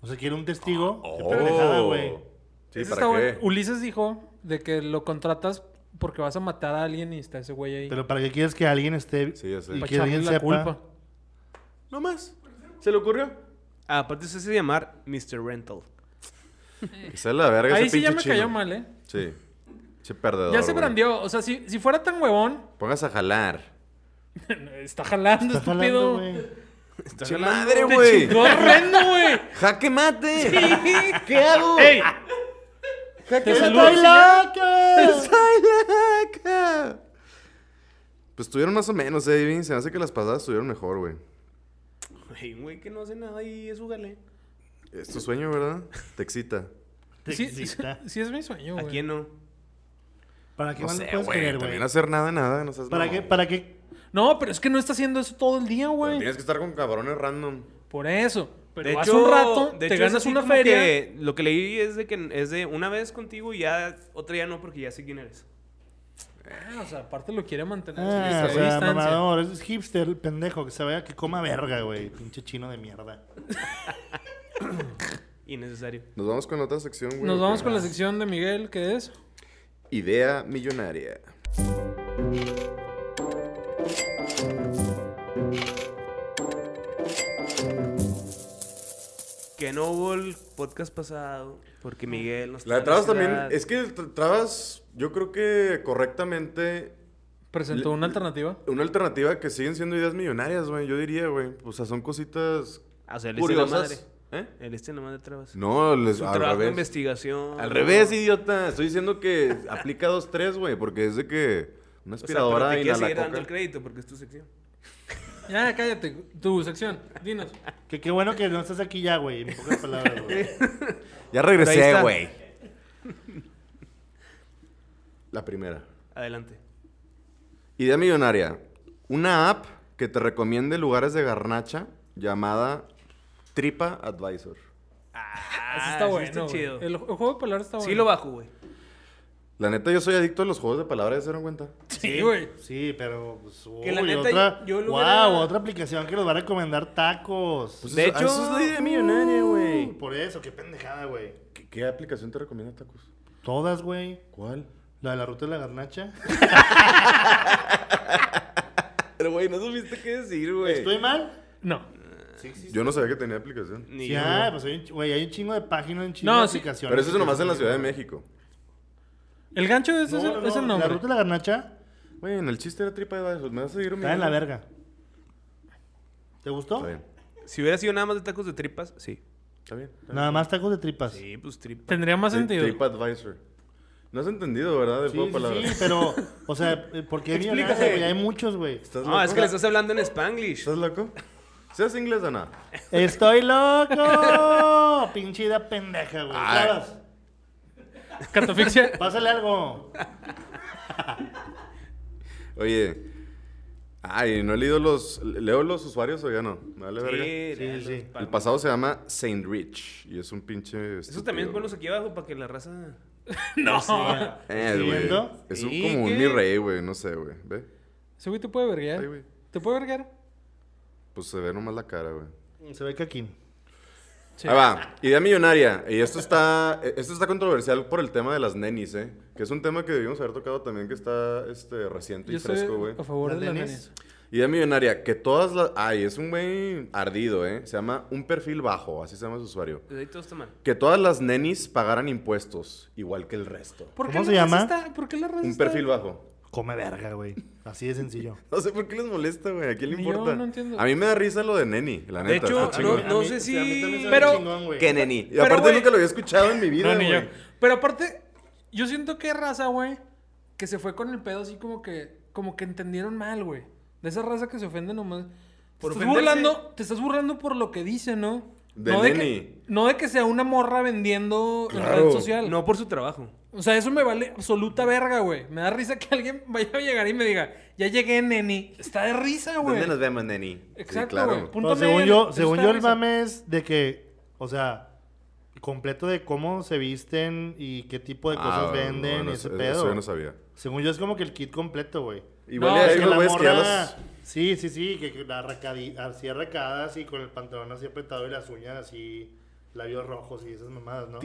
[SPEAKER 1] O sea, quiere un testigo.
[SPEAKER 2] Ah,
[SPEAKER 1] Qué pendejada, güey.
[SPEAKER 2] Oh. Sí,
[SPEAKER 3] Ese
[SPEAKER 2] ¿para
[SPEAKER 3] está
[SPEAKER 2] qué?
[SPEAKER 3] bueno. Ulises dijo de que lo contratas porque vas a matar a alguien y está ese güey ahí.
[SPEAKER 1] Pero para qué quieres que alguien esté
[SPEAKER 2] Sí, ya sé.
[SPEAKER 1] y
[SPEAKER 3] para
[SPEAKER 1] que alguien
[SPEAKER 3] echarle la
[SPEAKER 1] sepa.
[SPEAKER 3] culpa.
[SPEAKER 2] No más. ¿Se le ocurrió?
[SPEAKER 4] Ah, Aparte, se hace llamar Mr. Rental.
[SPEAKER 2] Que sea la verga
[SPEAKER 3] Ahí
[SPEAKER 2] ese
[SPEAKER 3] sí ya
[SPEAKER 2] pinche
[SPEAKER 3] me
[SPEAKER 2] chino.
[SPEAKER 3] cayó mal, ¿eh?
[SPEAKER 2] Sí. Che perdedor.
[SPEAKER 3] Ya se
[SPEAKER 2] güey.
[SPEAKER 3] brandió. O sea, si, si fuera tan huevón, eh,
[SPEAKER 2] Pongas a jalar.
[SPEAKER 3] está jalando,
[SPEAKER 1] Está jalando,
[SPEAKER 3] estúpido.
[SPEAKER 1] güey.
[SPEAKER 2] Che madre,
[SPEAKER 4] Te
[SPEAKER 2] güey.
[SPEAKER 4] chingó.
[SPEAKER 3] ¡Qué horrendo, güey!
[SPEAKER 2] Jaque mate. ¿Qué hago?
[SPEAKER 3] ¡Ey!
[SPEAKER 2] Jaque
[SPEAKER 3] te
[SPEAKER 2] mate.
[SPEAKER 3] saludo,
[SPEAKER 2] ¡Estoy laca! ¡Estoy laca! Pues estuvieron más o menos, eh, Ivy. Se me hace que las pasadas estuvieron mejor, güey.
[SPEAKER 4] Güey, güey, que no hace nada y es jugale.
[SPEAKER 2] Es tu sueño, ¿verdad? Te excita.
[SPEAKER 1] Te
[SPEAKER 3] Sí,
[SPEAKER 1] excita.
[SPEAKER 3] sí es mi sueño,
[SPEAKER 4] ¿A
[SPEAKER 3] güey.
[SPEAKER 4] quién no?
[SPEAKER 1] ¿Para qué
[SPEAKER 2] No
[SPEAKER 1] más
[SPEAKER 2] sé,
[SPEAKER 1] puedes
[SPEAKER 2] güey.
[SPEAKER 1] querer, güey?
[SPEAKER 2] También hacer nada, nada. No seas
[SPEAKER 1] ¿Para
[SPEAKER 2] mamón.
[SPEAKER 1] qué? ¿Para qué?
[SPEAKER 3] No, pero es que no está haciendo eso todo el día,
[SPEAKER 2] Pero
[SPEAKER 3] güey.
[SPEAKER 2] Tienes que estar con cabrones random.
[SPEAKER 3] Por eso. Pero
[SPEAKER 4] de
[SPEAKER 3] vas
[SPEAKER 4] hecho,
[SPEAKER 3] un rato,
[SPEAKER 4] de
[SPEAKER 3] te
[SPEAKER 4] hecho, es
[SPEAKER 3] ganas
[SPEAKER 4] así
[SPEAKER 3] una
[SPEAKER 4] como
[SPEAKER 3] feria.
[SPEAKER 4] que lo que leí es de que es de una vez contigo y ya otra ya no, porque ya sé quién eres.
[SPEAKER 3] Ah, o sea, aparte lo quiere mantener
[SPEAKER 1] Ah,
[SPEAKER 3] a
[SPEAKER 1] o
[SPEAKER 3] su
[SPEAKER 1] sea,
[SPEAKER 3] distancia.
[SPEAKER 1] mamador, es hipster, el pendejo, que se vaya que coma verga, güey. Pinche chino de mierda.
[SPEAKER 4] Innecesario.
[SPEAKER 2] Nos vamos con la otra sección, güey.
[SPEAKER 3] Nos
[SPEAKER 2] ¿o
[SPEAKER 3] vamos
[SPEAKER 2] qué?
[SPEAKER 3] con la sección de Miguel, que es.
[SPEAKER 2] Idea millonaria.
[SPEAKER 4] Que no hubo el podcast pasado, porque Miguel nos
[SPEAKER 2] La de
[SPEAKER 4] trae
[SPEAKER 2] Trabas también.
[SPEAKER 4] ciudad.
[SPEAKER 2] Es que el tra- Trabas, yo creo que correctamente.
[SPEAKER 3] Presentó
[SPEAKER 2] Le-
[SPEAKER 3] una alternativa.
[SPEAKER 2] Una alternativa que siguen siendo ideas millonarias, güey. Yo diría, güey. O sea, son cositas
[SPEAKER 4] Ah, O sea, él está en la madre.
[SPEAKER 2] curiosas. ¿Eh?
[SPEAKER 4] Él está en la madre de Trabas.
[SPEAKER 2] No, les,
[SPEAKER 4] Su
[SPEAKER 2] al
[SPEAKER 4] trabajo de
[SPEAKER 2] revés.
[SPEAKER 4] investigación.
[SPEAKER 2] Al revés, idiota. Estoy diciendo que aplica dos, tres, güey. Porque es de que una
[SPEAKER 4] O sea, pero
[SPEAKER 2] aspiradora
[SPEAKER 4] te
[SPEAKER 2] y
[SPEAKER 4] quieres
[SPEAKER 2] la
[SPEAKER 4] seguir dando el
[SPEAKER 2] coca.
[SPEAKER 4] crédito porque es tu sección.
[SPEAKER 3] Ya, cállate. Tu sección. Dinos.
[SPEAKER 1] Que qué bueno que no estás aquí ya, güey. En pocas palabras, güey.
[SPEAKER 2] Ya
[SPEAKER 4] Pero ahí
[SPEAKER 2] regresé,
[SPEAKER 4] está.
[SPEAKER 2] güey. La primera.
[SPEAKER 4] Adelante.
[SPEAKER 2] Idea millonaria. Una app que te recomiende lugares de garnacha llamada Tripa Advisor.
[SPEAKER 4] Ah,
[SPEAKER 3] Eso
[SPEAKER 4] sí
[SPEAKER 3] está bueno. güey.
[SPEAKER 4] chido.
[SPEAKER 3] El, el juego de palabras está bueno.
[SPEAKER 4] Sí lo bajo, güey.
[SPEAKER 2] La neta, yo soy adicto a los juegos de palabras, ¿se dieron cuenta?
[SPEAKER 3] Sí, güey.
[SPEAKER 1] Sí, pero pues,
[SPEAKER 4] Que la
[SPEAKER 1] uy,
[SPEAKER 4] neta,
[SPEAKER 1] otra,
[SPEAKER 4] yo lo
[SPEAKER 1] wow,
[SPEAKER 4] hubiera-
[SPEAKER 1] otra aplicación que nos va a recomendar tacos.
[SPEAKER 2] Pues
[SPEAKER 4] De
[SPEAKER 2] eso-
[SPEAKER 4] hecho-
[SPEAKER 2] eso es la idea millonaria, güey.
[SPEAKER 1] Por eso, qué pendejada, güey.
[SPEAKER 2] ¿Qué, qué aplicación te recomienda tacos?
[SPEAKER 1] Todas, güey.
[SPEAKER 2] ¿Cuál?
[SPEAKER 1] La de la ruta de la garnacha.
[SPEAKER 2] Pero, güey, no supiste qué decir,
[SPEAKER 1] ¿Estoy mal?
[SPEAKER 3] No.
[SPEAKER 1] Sí, existe.
[SPEAKER 2] Yo no sabía que tenía aplicación.
[SPEAKER 4] Ni
[SPEAKER 1] Sí,
[SPEAKER 4] yo,
[SPEAKER 1] ah,
[SPEAKER 4] güey.
[SPEAKER 1] pues hay un, ch- güey, hay un chingo de páginas, un chingo
[SPEAKER 3] No,
[SPEAKER 1] de
[SPEAKER 3] sí.
[SPEAKER 1] aplicaciones.
[SPEAKER 2] Pero eso es nomás en la Ciudad de México.
[SPEAKER 3] El gancho es,
[SPEAKER 1] No,
[SPEAKER 3] es el-
[SPEAKER 1] no,
[SPEAKER 3] es el
[SPEAKER 1] no, La
[SPEAKER 3] nombre.
[SPEAKER 1] ruta de la garnacha
[SPEAKER 2] Güey, en el chiste era Tripa Advisor. ¿Me vas a seguir
[SPEAKER 1] está en la verga. ¿Te gustó?
[SPEAKER 2] Está bien.
[SPEAKER 4] Si hubiera sido nada más de tacos de tripas, sí.
[SPEAKER 2] Está bien. está bien.
[SPEAKER 1] Nada más tacos de tripas.
[SPEAKER 4] Sí, pues tripas.
[SPEAKER 3] Tendría más
[SPEAKER 2] Tri-
[SPEAKER 3] sentido.
[SPEAKER 2] Tripa Advisor. No has entendido, ¿verdad? Del
[SPEAKER 1] Sí,
[SPEAKER 2] juego de
[SPEAKER 1] sí, sí,
[SPEAKER 2] palabras.
[SPEAKER 1] pero, o sea, eh, porque hay
[SPEAKER 4] Explícate.
[SPEAKER 1] millonarios, güey, hay muchos, güey.
[SPEAKER 2] ¿Estás
[SPEAKER 4] No, es que
[SPEAKER 2] loco?
[SPEAKER 4] le estás hablando en Spanglish.
[SPEAKER 2] ¿Estás loco? ¿Seas inglés o no?
[SPEAKER 1] ¡Estoy loco! Pinche idea pendeja, güey.
[SPEAKER 2] Ay.
[SPEAKER 1] Clavas,
[SPEAKER 3] Catafixia.
[SPEAKER 1] Pásale algo.
[SPEAKER 2] Oye. Ay, no he leído los. ¿Leo los usuarios o ya no? ¿Me vale verga?
[SPEAKER 4] Sí,
[SPEAKER 1] Sí, sí, sí.
[SPEAKER 2] El pasado se llama Saint Rich. Y es un pinche.
[SPEAKER 4] Eso también
[SPEAKER 2] estúpido.
[SPEAKER 4] ponlos aquí abajo para que la raza.
[SPEAKER 3] no.
[SPEAKER 2] Eh, güey.
[SPEAKER 1] ¿Siguiendo? ¿Eh?
[SPEAKER 2] Es un-
[SPEAKER 4] ¿Y
[SPEAKER 2] como un
[SPEAKER 4] qué?
[SPEAKER 2] mi rey, güey. No sé, güey. ¿Ve?
[SPEAKER 3] Ese güey te puede verguear.
[SPEAKER 2] Ay, güey.
[SPEAKER 3] ¿Te puede verguear?
[SPEAKER 2] Pues se ve nomás la cara, güey.
[SPEAKER 1] Se ve caquín.
[SPEAKER 3] Sí.
[SPEAKER 2] Ahí va. Idea millonaria. Y esto está, e, esto está controversial por el tema de las nenis, ¿eh? Que es un tema que debimos haber tocado también, que está este, reciente
[SPEAKER 3] Yo
[SPEAKER 2] y
[SPEAKER 3] estoy
[SPEAKER 2] fresco, güey.
[SPEAKER 3] a favor
[SPEAKER 1] ¿Las
[SPEAKER 3] de la
[SPEAKER 1] nenes?
[SPEAKER 3] nenes.
[SPEAKER 2] Idea millonaria. Que todas las... Ay, es un güey ardido, ¿eh? Se llama Un Perfil Bajo, así se llama su usuario.
[SPEAKER 4] Desde ahí todo está mal.
[SPEAKER 2] Que todas las nenis pagaran impuestos, igual que el resto.
[SPEAKER 3] ¿Por qué
[SPEAKER 1] ¿Cómo
[SPEAKER 3] la
[SPEAKER 1] se
[SPEAKER 3] raza
[SPEAKER 1] llama?
[SPEAKER 3] está- ¿Por qué la raza
[SPEAKER 2] Un
[SPEAKER 3] está-
[SPEAKER 2] perfil bajo.
[SPEAKER 1] Come verga, güey. Así de sencillo.
[SPEAKER 2] No sé por qué les molesta, güey. ¿A quién le
[SPEAKER 3] Ni yo,
[SPEAKER 2] importa?
[SPEAKER 3] no entiendo.
[SPEAKER 2] A mí me da risa lo de neni, la
[SPEAKER 4] De
[SPEAKER 2] neta. está
[SPEAKER 4] hecho, Ah, no,
[SPEAKER 2] chingón.
[SPEAKER 4] no
[SPEAKER 1] A mí-
[SPEAKER 4] sé
[SPEAKER 1] sí, a mí también
[SPEAKER 4] si.
[SPEAKER 1] se me hace
[SPEAKER 4] Pero.
[SPEAKER 1] chingón, güey.
[SPEAKER 2] ¿Qué neni? Y
[SPEAKER 4] Pero,
[SPEAKER 2] aparte
[SPEAKER 4] güey-
[SPEAKER 2] nunca lo había escuchado en mi vida,
[SPEAKER 3] No, ni
[SPEAKER 2] güey.
[SPEAKER 3] yo. Pero aparte, yo siento que raza, güey, que se fue con el pedo así como que, como que entendieron mal, güey. De esa raza que se ofende nomás. Te
[SPEAKER 4] Por
[SPEAKER 3] estás,
[SPEAKER 4] ofenderse.
[SPEAKER 3] burlando, te estás burlando por lo que dice, ¿no?
[SPEAKER 2] De
[SPEAKER 3] no, de
[SPEAKER 2] nene.
[SPEAKER 3] que, no de que sea una morra vendiendo en
[SPEAKER 2] Claro.
[SPEAKER 3] red social.
[SPEAKER 4] No por su trabajo.
[SPEAKER 3] O sea, eso me vale absoluta verga, güey. Me da risa que alguien vaya a llegar y me diga, ya llegué, neni. Está de risa, güey.
[SPEAKER 2] ¿Dónde nos vemos, neni? Sí,
[SPEAKER 3] Exacto,
[SPEAKER 2] claro.
[SPEAKER 3] güey.
[SPEAKER 1] Pero
[SPEAKER 3] Punto
[SPEAKER 1] Pues, según
[SPEAKER 3] medio,
[SPEAKER 1] yo,
[SPEAKER 3] eso
[SPEAKER 1] según
[SPEAKER 3] está
[SPEAKER 1] yo
[SPEAKER 3] de
[SPEAKER 1] el
[SPEAKER 3] risa.
[SPEAKER 1] mame es de que, o sea, completo de cómo se visten y qué tipo de
[SPEAKER 2] Ah,
[SPEAKER 1] cosas
[SPEAKER 2] no,
[SPEAKER 1] venden
[SPEAKER 2] no,
[SPEAKER 1] y ese
[SPEAKER 2] eso-
[SPEAKER 1] pedo.
[SPEAKER 2] Eso yo no sabía.
[SPEAKER 1] Según yo es como que el kit completo, güey.
[SPEAKER 2] Igual
[SPEAKER 3] No,
[SPEAKER 2] hay
[SPEAKER 3] es que
[SPEAKER 2] unos
[SPEAKER 1] la
[SPEAKER 2] güeyes que ya
[SPEAKER 1] morra-
[SPEAKER 2] las-
[SPEAKER 1] Sí, sí, sí, que que la arracadi- así arracada, así con el pantalón así apretado y las uñas así, labios rojos y esas mamadas, ¿no?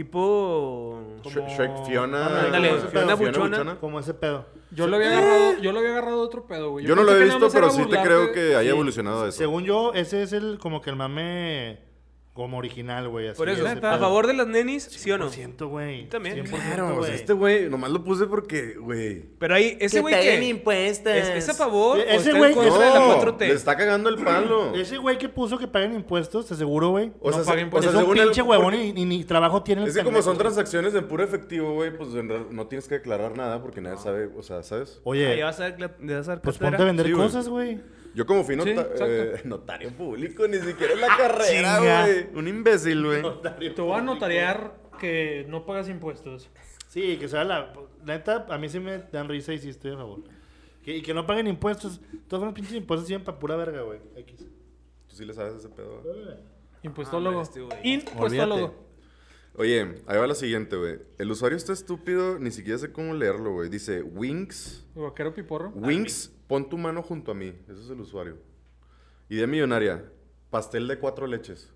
[SPEAKER 4] Tipo.
[SPEAKER 1] Como-
[SPEAKER 2] Shre- Shrek Fiona.
[SPEAKER 1] Ándale,
[SPEAKER 2] ¿cómo se
[SPEAKER 1] Fiona
[SPEAKER 2] llama?
[SPEAKER 4] Buchona.
[SPEAKER 1] Como ese pedo.
[SPEAKER 3] Yo lo había agarrado, yo lo había agarrado de otro pedo, güey.
[SPEAKER 2] Yo no lo
[SPEAKER 3] pensé
[SPEAKER 2] he
[SPEAKER 3] que nada
[SPEAKER 2] visto,
[SPEAKER 3] más era
[SPEAKER 2] pero sí te
[SPEAKER 3] burlarte.
[SPEAKER 2] creo que haya
[SPEAKER 1] Sí.
[SPEAKER 2] evolucionado eso.
[SPEAKER 1] Según yo, ese es el como que el mame como original, güey. así,
[SPEAKER 4] Por eso,
[SPEAKER 1] ese
[SPEAKER 4] ¿a
[SPEAKER 1] pedo.
[SPEAKER 4] favor de las nenis? ¿Sí o no?
[SPEAKER 1] 100%, güey.
[SPEAKER 4] También.
[SPEAKER 1] 100%,
[SPEAKER 2] Claro, o sea,
[SPEAKER 1] güey.
[SPEAKER 2] este güey, nomás lo puse porque, güey.
[SPEAKER 4] Pero ahí, ese güey que.
[SPEAKER 5] impuestos.
[SPEAKER 4] ¿Es, es a favor?
[SPEAKER 1] Ese
[SPEAKER 4] o está en
[SPEAKER 1] güey que-
[SPEAKER 4] contra de la
[SPEAKER 2] No,
[SPEAKER 4] 4T?
[SPEAKER 2] le está cagando el palo.
[SPEAKER 1] Ese güey que puso que paguen impuestos, te aseguro, güey.
[SPEAKER 2] O sea,
[SPEAKER 3] No
[SPEAKER 2] se-
[SPEAKER 3] paguen
[SPEAKER 2] o
[SPEAKER 3] por
[SPEAKER 2] sea,
[SPEAKER 1] es un
[SPEAKER 2] según él-
[SPEAKER 1] pinche huevón y ni, ni trabajo tiene el
[SPEAKER 2] Es que como son
[SPEAKER 1] pendejo.
[SPEAKER 2] transacciones en puro efectivo, güey, pues en real- no tienes que declarar nada porque nadie sabe, o sea, ¿sabes?
[SPEAKER 4] Ahí
[SPEAKER 1] Oye,
[SPEAKER 4] vas a dar cla- le vas a dar
[SPEAKER 1] pues
[SPEAKER 4] cartera.
[SPEAKER 1] ponte a vender
[SPEAKER 2] Sí, güey.
[SPEAKER 1] cosas, güey.
[SPEAKER 2] Yo como fui nota-
[SPEAKER 3] Sí, exacto.
[SPEAKER 2] eh, notario público, ni siquiera en la carrera,
[SPEAKER 1] Ah, chinga.
[SPEAKER 2] güey. Un imbécil, güey.
[SPEAKER 3] Te voy a notariar que no pagas impuestos.
[SPEAKER 1] Sí, que sea la... Neta, a mí sí me dan risa y sí estoy a favor. Que, y que no paguen impuestos. Todos los pinches impuestos siguen para pura verga, güey. X.
[SPEAKER 2] Tú sí le sabes ese pedo. ¿eh? güey.
[SPEAKER 3] Impuestólogo.
[SPEAKER 4] Ah, este güey.
[SPEAKER 3] Impuestólogo.
[SPEAKER 2] Oye, ahí va la siguiente, güey. El usuario está estúpido, ni siquiera sé cómo leerlo, güey. Dice, Winx,
[SPEAKER 4] Ah,
[SPEAKER 3] Vaquero piporro.
[SPEAKER 2] Winx, pon tu mano junto a mí. Ese es el usuario. Idea millonaria. Pastel de cuatro leches.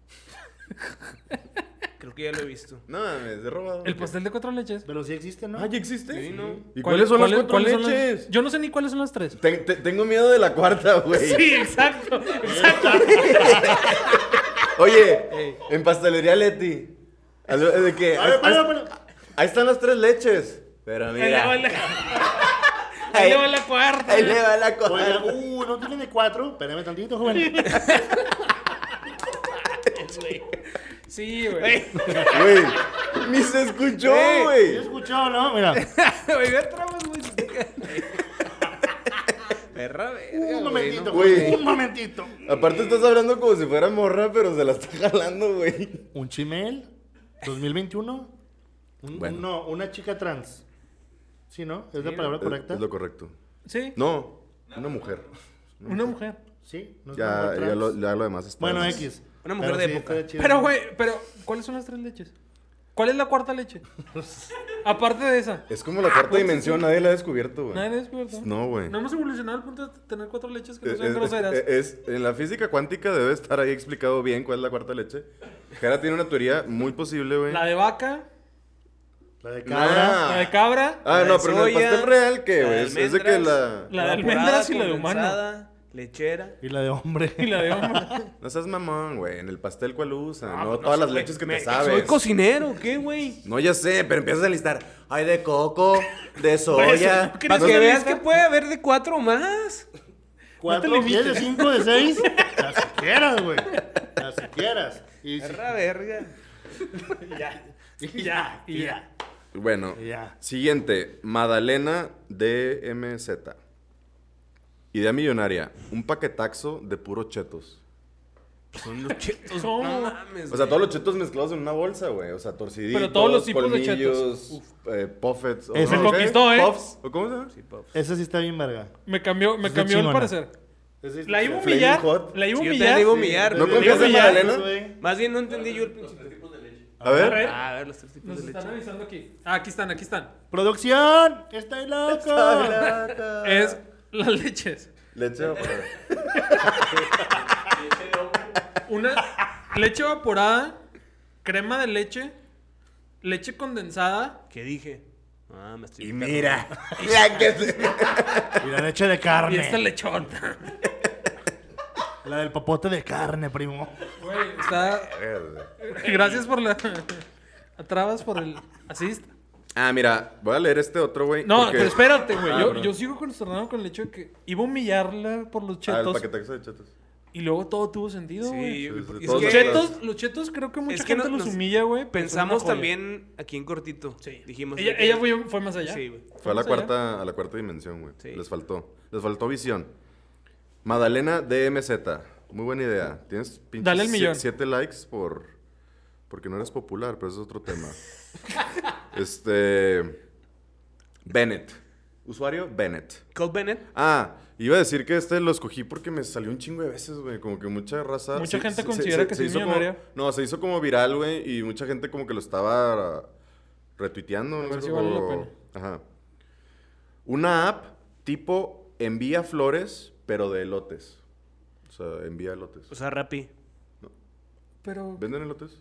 [SPEAKER 4] Creo que ya lo he visto.
[SPEAKER 2] No, mames, de robado.
[SPEAKER 3] El pastel de cuatro leches.
[SPEAKER 1] Pero sí existe, ¿no?
[SPEAKER 2] Ah, ¿ya existe?
[SPEAKER 4] Sí, ¿no?
[SPEAKER 2] ¿Y
[SPEAKER 3] ¿Cuál-
[SPEAKER 2] cuáles son
[SPEAKER 3] cuál-
[SPEAKER 2] las cuatro
[SPEAKER 3] cuáles son las-
[SPEAKER 2] leches?
[SPEAKER 3] Yo no sé ni cuáles son las tres.
[SPEAKER 2] Ten- te- tengo miedo de la cuarta, güey.
[SPEAKER 3] Sí, exacto.
[SPEAKER 2] Oye, en pastelería Leti. algo De que,
[SPEAKER 1] A ver,
[SPEAKER 2] ahí,
[SPEAKER 1] para,
[SPEAKER 2] ahí-
[SPEAKER 1] para.
[SPEAKER 2] ahí están las tres leches. Pero
[SPEAKER 3] Ahí le
[SPEAKER 2] mira.
[SPEAKER 3] va la- ahí le va la cuarta.
[SPEAKER 2] ahí le va la
[SPEAKER 1] Oiga,
[SPEAKER 2] cuarta.
[SPEAKER 1] uh, no tiene de cuatro. Espérame tantito, joven.
[SPEAKER 3] Sí, güey.
[SPEAKER 2] Güey, ni se escuchó,
[SPEAKER 1] Yo he
[SPEAKER 2] güey.
[SPEAKER 1] escuchado, ¿no? Mira.
[SPEAKER 4] Oiga, entramos, güey. Perra verga,
[SPEAKER 1] Un
[SPEAKER 4] güey, ¿no?
[SPEAKER 1] momentito,
[SPEAKER 2] Güey.
[SPEAKER 1] joven, Un momentito.
[SPEAKER 2] Aparte estás hablando como si fuera morra, pero se la está jalando, güey.
[SPEAKER 1] Un chimel. 2021. Un-
[SPEAKER 2] Bueno.
[SPEAKER 1] No, una chica trans. Sí, ¿no? ¿Es la palabra correcta?
[SPEAKER 2] Eh, Es lo correcto.
[SPEAKER 3] Sí.
[SPEAKER 2] No, una mujer.
[SPEAKER 3] Una mujer.
[SPEAKER 1] Sí. ¿No es una
[SPEAKER 2] Ya,
[SPEAKER 1] mujer
[SPEAKER 2] ya, lo,
[SPEAKER 1] trans?
[SPEAKER 2] ya lo demás está.
[SPEAKER 1] Bueno, X.
[SPEAKER 4] Una mujer
[SPEAKER 1] Pero
[SPEAKER 4] de
[SPEAKER 1] sí,
[SPEAKER 4] época.
[SPEAKER 1] está chido.
[SPEAKER 3] Pero, güey, pero, ¿cuáles son las tres leches? ¿Cuál es la cuarta leche? Aparte de esa.
[SPEAKER 2] Es como la cuarta dimensión, nadie la ha descubierto, güey.
[SPEAKER 3] Nadie me descubierto.
[SPEAKER 2] No, güey. Eh,
[SPEAKER 3] No hemos evolucionado al punto de tener cuatro leches que no
[SPEAKER 2] Es-
[SPEAKER 3] sean groseras.
[SPEAKER 2] es- es- en la física cuántica debe estar ahí explicado bien cuál es la cuarta leche. Jara tiene una teoría muy posible, güey.
[SPEAKER 3] La de vaca,
[SPEAKER 1] La de cabra.
[SPEAKER 2] Ah.
[SPEAKER 3] la de cabra,
[SPEAKER 2] Ah,
[SPEAKER 4] La
[SPEAKER 2] no,
[SPEAKER 4] de
[SPEAKER 2] pero en el
[SPEAKER 4] soya,
[SPEAKER 2] pastel real, ¿qué,
[SPEAKER 4] la de
[SPEAKER 2] güey? Es es de que la...
[SPEAKER 3] la de
[SPEAKER 4] Evaporada,
[SPEAKER 3] almendras y la de humano.
[SPEAKER 4] condensada, Lechera.
[SPEAKER 1] Y la de hombre.
[SPEAKER 3] Y la de hombre.
[SPEAKER 2] No seas mamón, güey. En el pastel, ¿cuál usa?
[SPEAKER 4] Ah,
[SPEAKER 2] no
[SPEAKER 4] pues
[SPEAKER 2] todas
[SPEAKER 4] sé,
[SPEAKER 2] las
[SPEAKER 4] güey.
[SPEAKER 2] leches que
[SPEAKER 4] Me-
[SPEAKER 2] te sabes.
[SPEAKER 4] Soy cocinero, ¿qué, güey?
[SPEAKER 2] No, ya sé, pero empiezas a listar. Hay de coco, de
[SPEAKER 3] Pues,
[SPEAKER 2] soya.
[SPEAKER 4] Para que veas que puede haber de cuatro o más.
[SPEAKER 1] Cuatro,
[SPEAKER 3] limites.
[SPEAKER 1] diez, de cinco, de seis. Las que quieras, güey. Las que quieras. Y si-
[SPEAKER 4] Perra verga.
[SPEAKER 1] y ya, y ya.
[SPEAKER 2] Bueno,
[SPEAKER 1] Ya.
[SPEAKER 2] siguiente. Madalena DMZ. Idea millonaria. Un paquetaxo de puros chetos.
[SPEAKER 4] Son los chetos.
[SPEAKER 3] Pues, ¿Cómo?
[SPEAKER 4] No mames.
[SPEAKER 2] O sea, todos los chetos mezclados en una bolsa, güey. O sea, torciditos,
[SPEAKER 3] Pero todos los tipos de chetos.
[SPEAKER 2] colmillos, eh, puffets. ¿o
[SPEAKER 1] Ese
[SPEAKER 2] no?
[SPEAKER 3] conquistó, ¿eh?
[SPEAKER 2] Puffs, ¿O cómo se llama?
[SPEAKER 4] pues,
[SPEAKER 1] Esa sí está bien verga.
[SPEAKER 3] Me cambió, me
[SPEAKER 1] Es de
[SPEAKER 3] cambió el
[SPEAKER 1] chingona.
[SPEAKER 3] parecer.
[SPEAKER 1] Esa sí está-
[SPEAKER 3] La iba a
[SPEAKER 2] Flaming
[SPEAKER 3] humillar.
[SPEAKER 2] hot.
[SPEAKER 3] La iba a
[SPEAKER 4] Sí,
[SPEAKER 3] humillar.
[SPEAKER 4] yo también le iba a humillar.
[SPEAKER 2] ¿No
[SPEAKER 4] güey.
[SPEAKER 2] confías en
[SPEAKER 3] humillar,
[SPEAKER 2] Madalena?
[SPEAKER 1] güey.
[SPEAKER 4] Más bien no entendí yo el pinche. tipo.
[SPEAKER 2] A ver.
[SPEAKER 3] ver.
[SPEAKER 4] Ah, a ver, los tres tipos
[SPEAKER 3] Nos
[SPEAKER 4] de leche.
[SPEAKER 3] están avisando aquí. Ah, aquí están, aquí están.
[SPEAKER 1] ¡Producción! ¡Estoy loco!
[SPEAKER 3] Es las leches.
[SPEAKER 2] Leche evaporada.
[SPEAKER 3] Una leche evaporada, crema de leche, leche condensada.
[SPEAKER 4] ¿Qué dije? Ah, me estoy.
[SPEAKER 2] Y mira, la que se...
[SPEAKER 1] Y la leche de
[SPEAKER 3] Y esta
[SPEAKER 1] carne.
[SPEAKER 3] lechona.
[SPEAKER 1] La del popote de carne, primo.
[SPEAKER 3] Güey, está. Gracias por la. A Trabas por el asist.
[SPEAKER 2] Ah, mira, voy a leer este otro, güey.
[SPEAKER 3] No,
[SPEAKER 2] porque-
[SPEAKER 3] pero espérate, güey.
[SPEAKER 2] Ah,
[SPEAKER 3] yo,
[SPEAKER 2] perdón.
[SPEAKER 3] yo sigo consternado con el hecho de que iba a humillarla por los
[SPEAKER 2] Ah, el
[SPEAKER 3] chetos.
[SPEAKER 2] paquetaxo de chetos.
[SPEAKER 3] y luego todo tuvo sentido, güey.
[SPEAKER 4] Sí,
[SPEAKER 2] Sí, sí,
[SPEAKER 4] es
[SPEAKER 2] Pues, todos
[SPEAKER 4] que-
[SPEAKER 3] los, chetos, los chetos creo que mucha
[SPEAKER 4] Es que
[SPEAKER 3] gente
[SPEAKER 4] no-
[SPEAKER 3] los
[SPEAKER 4] nos-
[SPEAKER 3] humilla, güey. pero
[SPEAKER 4] Pensamos
[SPEAKER 3] son una joya.
[SPEAKER 4] también aquí en cortito.
[SPEAKER 3] Sí.
[SPEAKER 4] Dijimos.
[SPEAKER 3] ella
[SPEAKER 4] que-
[SPEAKER 3] ella fue, fue más allá.
[SPEAKER 4] Sí, güey.
[SPEAKER 2] Fue a la
[SPEAKER 3] más allá.
[SPEAKER 2] cuarta, a la cuarta dimensión, güey.
[SPEAKER 4] Sí.
[SPEAKER 2] Les faltó. Les faltó visión. Madalena DMZ. Muy buena idea. Tienes pinches
[SPEAKER 3] Dale el
[SPEAKER 2] sie-
[SPEAKER 3] millón.
[SPEAKER 2] siete likes por. Porque no eres popular, pero eso es otro tema. este. Bennett. Usuario, Bennett.
[SPEAKER 4] Cole Bennett.
[SPEAKER 2] Ah, iba a decir que este lo escogí porque me salió un chingo de veces, güey. Como que mucha raza.
[SPEAKER 3] Mucha gente considera que soy
[SPEAKER 2] hizo como-
[SPEAKER 3] millonaria.
[SPEAKER 2] no, se hizo como viral, güey. Y mucha gente como que lo estaba retuiteando,
[SPEAKER 3] ver
[SPEAKER 2] ¿no?
[SPEAKER 3] si vale la
[SPEAKER 2] O-
[SPEAKER 3] pena.
[SPEAKER 2] Ajá. Una app tipo envía flores, pero de elotes. O sea, envía elotes.
[SPEAKER 4] O sea, Rappi.
[SPEAKER 3] Pero.
[SPEAKER 2] ¿Venden elotes?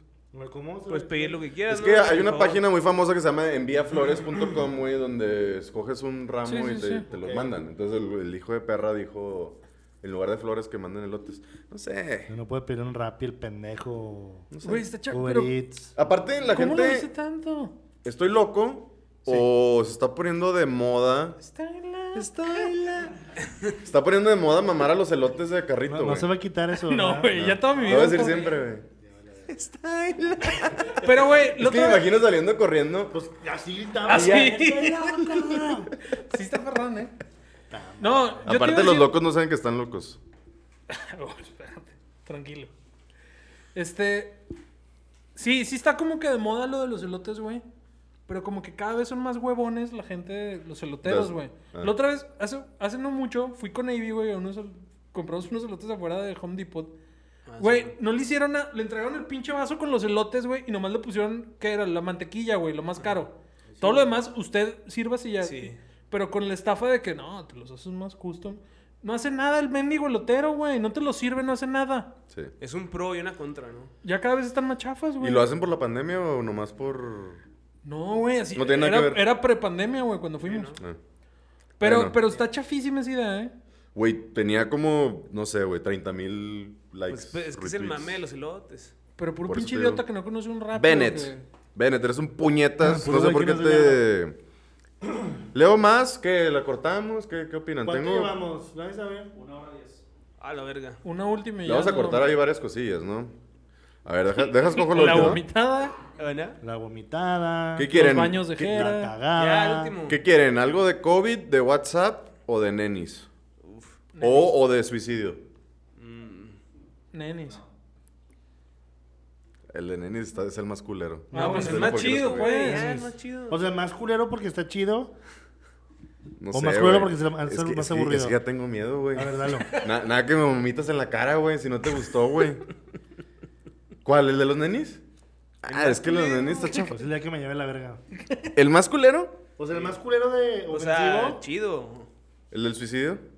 [SPEAKER 1] ¿Cómo?
[SPEAKER 4] Puedes pedir lo que quieras.
[SPEAKER 2] Es
[SPEAKER 4] ¿no?
[SPEAKER 2] que hay
[SPEAKER 4] Por
[SPEAKER 2] una
[SPEAKER 4] favor.
[SPEAKER 2] página muy famosa que se llama enviaflores.com, güey, donde escoges un ramo
[SPEAKER 3] Sí,
[SPEAKER 2] y
[SPEAKER 3] sí,
[SPEAKER 2] te,
[SPEAKER 3] sí.
[SPEAKER 2] te lo
[SPEAKER 1] Ok.
[SPEAKER 2] mandan. Entonces el, el hijo de perra dijo, en lugar de flores, que manden elotes. No sé.
[SPEAKER 1] No puede pedir un Rappi el pendejo.
[SPEAKER 2] No sé.
[SPEAKER 3] Güey, está chaco.
[SPEAKER 1] Uber
[SPEAKER 3] Pero,
[SPEAKER 1] Eats.
[SPEAKER 2] Aparte, la
[SPEAKER 3] ¿Cómo lo dice
[SPEAKER 2] gente,
[SPEAKER 3] tanto?
[SPEAKER 2] ¿estoy loco? ¿O se está poniendo de moda?
[SPEAKER 3] Está en la.
[SPEAKER 2] Está poniendo de moda mamar a los elotes de carrito,
[SPEAKER 1] No,
[SPEAKER 2] güey.
[SPEAKER 1] no se va a quitar eso.
[SPEAKER 3] No,
[SPEAKER 1] ¿verdad?
[SPEAKER 3] güey, ya toda mi vida.
[SPEAKER 2] Lo voy a decir
[SPEAKER 3] está-
[SPEAKER 2] siempre, güey.
[SPEAKER 3] Pero, güey,
[SPEAKER 2] Es
[SPEAKER 3] lo
[SPEAKER 2] que me
[SPEAKER 3] otro-
[SPEAKER 2] imagino saliendo corriendo. Pues,
[SPEAKER 1] Así estaba.
[SPEAKER 3] Así.
[SPEAKER 1] ya.
[SPEAKER 3] sí, está perrón, ¿eh? No, yo te iba a
[SPEAKER 2] aparte, los
[SPEAKER 3] decir-
[SPEAKER 2] locos no saben que están locos.
[SPEAKER 3] Oh, espérate, tranquilo. Este. Sí, sí está como que de moda lo de los elotes, güey. Pero como que cada vez son más huevones la gente, los eloteros,
[SPEAKER 2] Las-
[SPEAKER 3] güey.
[SPEAKER 2] ah.
[SPEAKER 3] La otra vez, hace, hace no mucho, fui con Avi, güey, a unos el- compramos unos elotes afuera de Home Depot. Güey, no le hicieron nada, le entregaron el pinche vaso con los elotes, güey, y nomás le pusieron, ¿qué era? La mantequilla, güey, lo más caro. Todo lo demás, usted sirva si ya.
[SPEAKER 4] Sí.
[SPEAKER 3] Pero con la estafa de que no, te los haces más custom. No hace nada el mendigo elotero, güey. No te lo sirve, no hace nada.
[SPEAKER 2] Sí.
[SPEAKER 4] Es un pro y una contra, ¿no?
[SPEAKER 3] Ya cada vez están más chafas,
[SPEAKER 2] ¿Y
[SPEAKER 3] güey.
[SPEAKER 2] lo hacen por la pandemia o nomás por...?
[SPEAKER 3] No, güey, así.
[SPEAKER 2] No tiene nada
[SPEAKER 3] era,
[SPEAKER 2] que ver.
[SPEAKER 3] Era prepandemia, güey, cuando fuimos.
[SPEAKER 2] Ah.
[SPEAKER 3] Pero,
[SPEAKER 2] Bueno.
[SPEAKER 3] pero está chafísima esa idea, ¿eh?
[SPEAKER 2] Güey, tenía como, no sé, güey, 30 mil likes.
[SPEAKER 4] Pues, pues, es que es el
[SPEAKER 2] retweets.
[SPEAKER 4] mame de los elotes.
[SPEAKER 3] Pero por un
[SPEAKER 2] Por eso
[SPEAKER 3] pinche
[SPEAKER 2] te digo.
[SPEAKER 3] idiota que no conoce un rap.
[SPEAKER 2] Bennett.
[SPEAKER 3] Ah, que-
[SPEAKER 2] Bennett, eres un
[SPEAKER 1] Ah,
[SPEAKER 2] puñetas. no
[SPEAKER 1] puro
[SPEAKER 2] sé
[SPEAKER 1] güey
[SPEAKER 2] por
[SPEAKER 1] que
[SPEAKER 2] qué
[SPEAKER 1] no
[SPEAKER 2] te... Leo más, que la cortamos, ¿qué, qué opinan?
[SPEAKER 1] ¿Cuánto
[SPEAKER 2] Tengo... Le
[SPEAKER 1] llevamos? ¿Vais a ver?
[SPEAKER 4] A la verga.
[SPEAKER 3] Una última y ya
[SPEAKER 2] vamos a
[SPEAKER 3] no.
[SPEAKER 2] cortar ahí varias cosillas, ¿no? A ver, deja, dejas cojo lo
[SPEAKER 3] La
[SPEAKER 2] último.
[SPEAKER 3] vomitada,
[SPEAKER 1] La vomitada.
[SPEAKER 2] ¿Qué
[SPEAKER 3] los
[SPEAKER 2] quieren?
[SPEAKER 3] baños de
[SPEAKER 2] ¿Qué-
[SPEAKER 1] La
[SPEAKER 3] Jera.
[SPEAKER 1] cagada.
[SPEAKER 4] Ya, el último.
[SPEAKER 2] ¿Qué quieren? ¿Algo de COVID, de WhatsApp o de nenis? O, o de suicidio.
[SPEAKER 3] Nenis.
[SPEAKER 2] El de nenis está- es el más culero.
[SPEAKER 3] Ah,
[SPEAKER 4] No, pues
[SPEAKER 3] bueno,
[SPEAKER 4] el
[SPEAKER 2] no
[SPEAKER 4] más
[SPEAKER 2] porque los
[SPEAKER 4] chido,
[SPEAKER 3] escogí.
[SPEAKER 4] güey. ya, el
[SPEAKER 3] Sí.
[SPEAKER 4] más chido.
[SPEAKER 1] O sea, más culero porque está chido.
[SPEAKER 2] No
[SPEAKER 1] O
[SPEAKER 2] sé,
[SPEAKER 1] más culero
[SPEAKER 2] güey.
[SPEAKER 1] porque se lo-
[SPEAKER 2] Es
[SPEAKER 1] se lo
[SPEAKER 2] que-
[SPEAKER 1] más
[SPEAKER 2] es que-
[SPEAKER 1] aburrido.
[SPEAKER 2] Es que ya tengo miedo, güey.
[SPEAKER 1] A ver, dalo.
[SPEAKER 2] Na- nada que me vomitas en la cara, güey, si no te gustó, güey. ¿Cuál? ¿El de los nenis? Ah, es que los nenis está chafa.
[SPEAKER 1] Pues el día que me lleve la verga.
[SPEAKER 2] ¿El más culero?
[SPEAKER 1] O sea, el más culero de ofensivo.
[SPEAKER 4] O sea, chido.
[SPEAKER 2] ¿El del suicidio?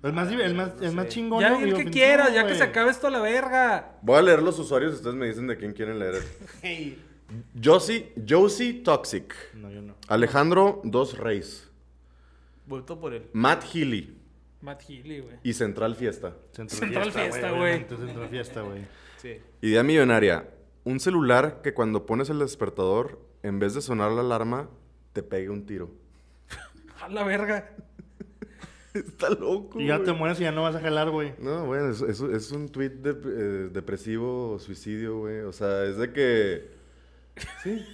[SPEAKER 1] el más, div- el más, el más chingón.
[SPEAKER 3] Ya
[SPEAKER 1] ¿no?
[SPEAKER 3] di
[SPEAKER 1] Y
[SPEAKER 3] el que
[SPEAKER 1] ofensivo,
[SPEAKER 3] quieras, ya que
[SPEAKER 1] güey.
[SPEAKER 3] se acabe esto a la verga.
[SPEAKER 2] Voy a leer los usuarios y ustedes me dicen de quién quieren leer. Josie, Josie Toxic.
[SPEAKER 1] No, yo no.
[SPEAKER 2] Alejandro Dos Reis.
[SPEAKER 4] Vuelto por él.
[SPEAKER 2] Matt Healy.
[SPEAKER 3] Matt Healy, güey.
[SPEAKER 2] Y Central Fiesta.
[SPEAKER 1] Centro
[SPEAKER 3] Central Fiesta, güey.
[SPEAKER 1] obviamente, Central Fiesta, güey.
[SPEAKER 4] Sí.
[SPEAKER 2] Idea millonaria. Un celular que cuando pones el despertador, en vez de sonar la alarma, te pegue un tiro.
[SPEAKER 3] A la verga.
[SPEAKER 2] Está loco.
[SPEAKER 1] Y ya
[SPEAKER 2] güey.
[SPEAKER 1] te mueres y ya no vas a jalar, güey.
[SPEAKER 2] No, bueno, es, es- es un tweet depresivo, suicidio, güey. O sea, es de que. Sí,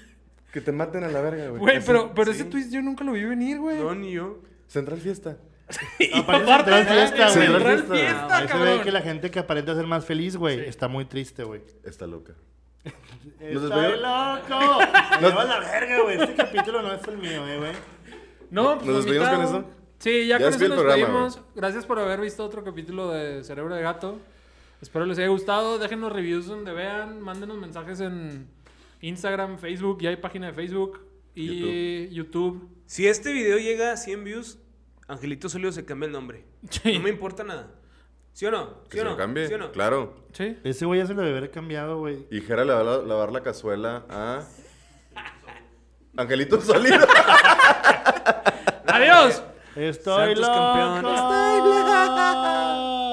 [SPEAKER 2] que te maten a la verga, güey.
[SPEAKER 3] Güey,
[SPEAKER 2] Así.
[SPEAKER 3] pero, pero ese twist yo nunca lo vi venir, güey.
[SPEAKER 4] No, ni yo.
[SPEAKER 2] Central Fiesta.
[SPEAKER 1] Aparece
[SPEAKER 3] aparte,
[SPEAKER 1] Central Fiesta, güey.
[SPEAKER 2] Central
[SPEAKER 1] Central
[SPEAKER 2] Fiesta,
[SPEAKER 1] Ahí se ve
[SPEAKER 3] cabrón.
[SPEAKER 1] que la gente que aparenta ser más feliz, güey, está muy triste, güey.
[SPEAKER 2] Está loca.
[SPEAKER 1] ¡Estoy
[SPEAKER 2] despedimos?
[SPEAKER 1] loco! Me llevas la verga, güey. Este capítulo no es el mío, eh, güey.
[SPEAKER 3] No, pues
[SPEAKER 2] ¿Nos despedimos
[SPEAKER 3] vomitado.
[SPEAKER 2] con eso?
[SPEAKER 3] Sí, ya,
[SPEAKER 2] Ya
[SPEAKER 3] con
[SPEAKER 2] es
[SPEAKER 3] eso
[SPEAKER 2] el
[SPEAKER 3] nos
[SPEAKER 2] programa,
[SPEAKER 3] despedimos. Gracias por haber visto otro capítulo de Cerebro de Gato. Espero les haya gustado. Déjenos reviews donde vean. Mándenos mensajes en Instagram, Facebook. Ya hay página de Facebook. Y YouTube.
[SPEAKER 4] Si este video llega a 100 views, Angelito Solio se cambia el nombre.
[SPEAKER 3] Sí.
[SPEAKER 4] No me importa nada. ¿Sí o no? ¿Sí
[SPEAKER 2] Que
[SPEAKER 4] o
[SPEAKER 2] se
[SPEAKER 4] no?
[SPEAKER 2] lo cambie.
[SPEAKER 4] ¿Sí o no?
[SPEAKER 2] Claro.
[SPEAKER 3] Sí.
[SPEAKER 1] Ese güey ya se lo debe haber cambiado, güey.
[SPEAKER 2] Y Jera le va a la- lavar la cazuela a. Angelito Solís.
[SPEAKER 3] ¡Adiós!
[SPEAKER 1] Estoy
[SPEAKER 4] Santos
[SPEAKER 1] loco.
[SPEAKER 4] campeón.
[SPEAKER 1] Estoy loco.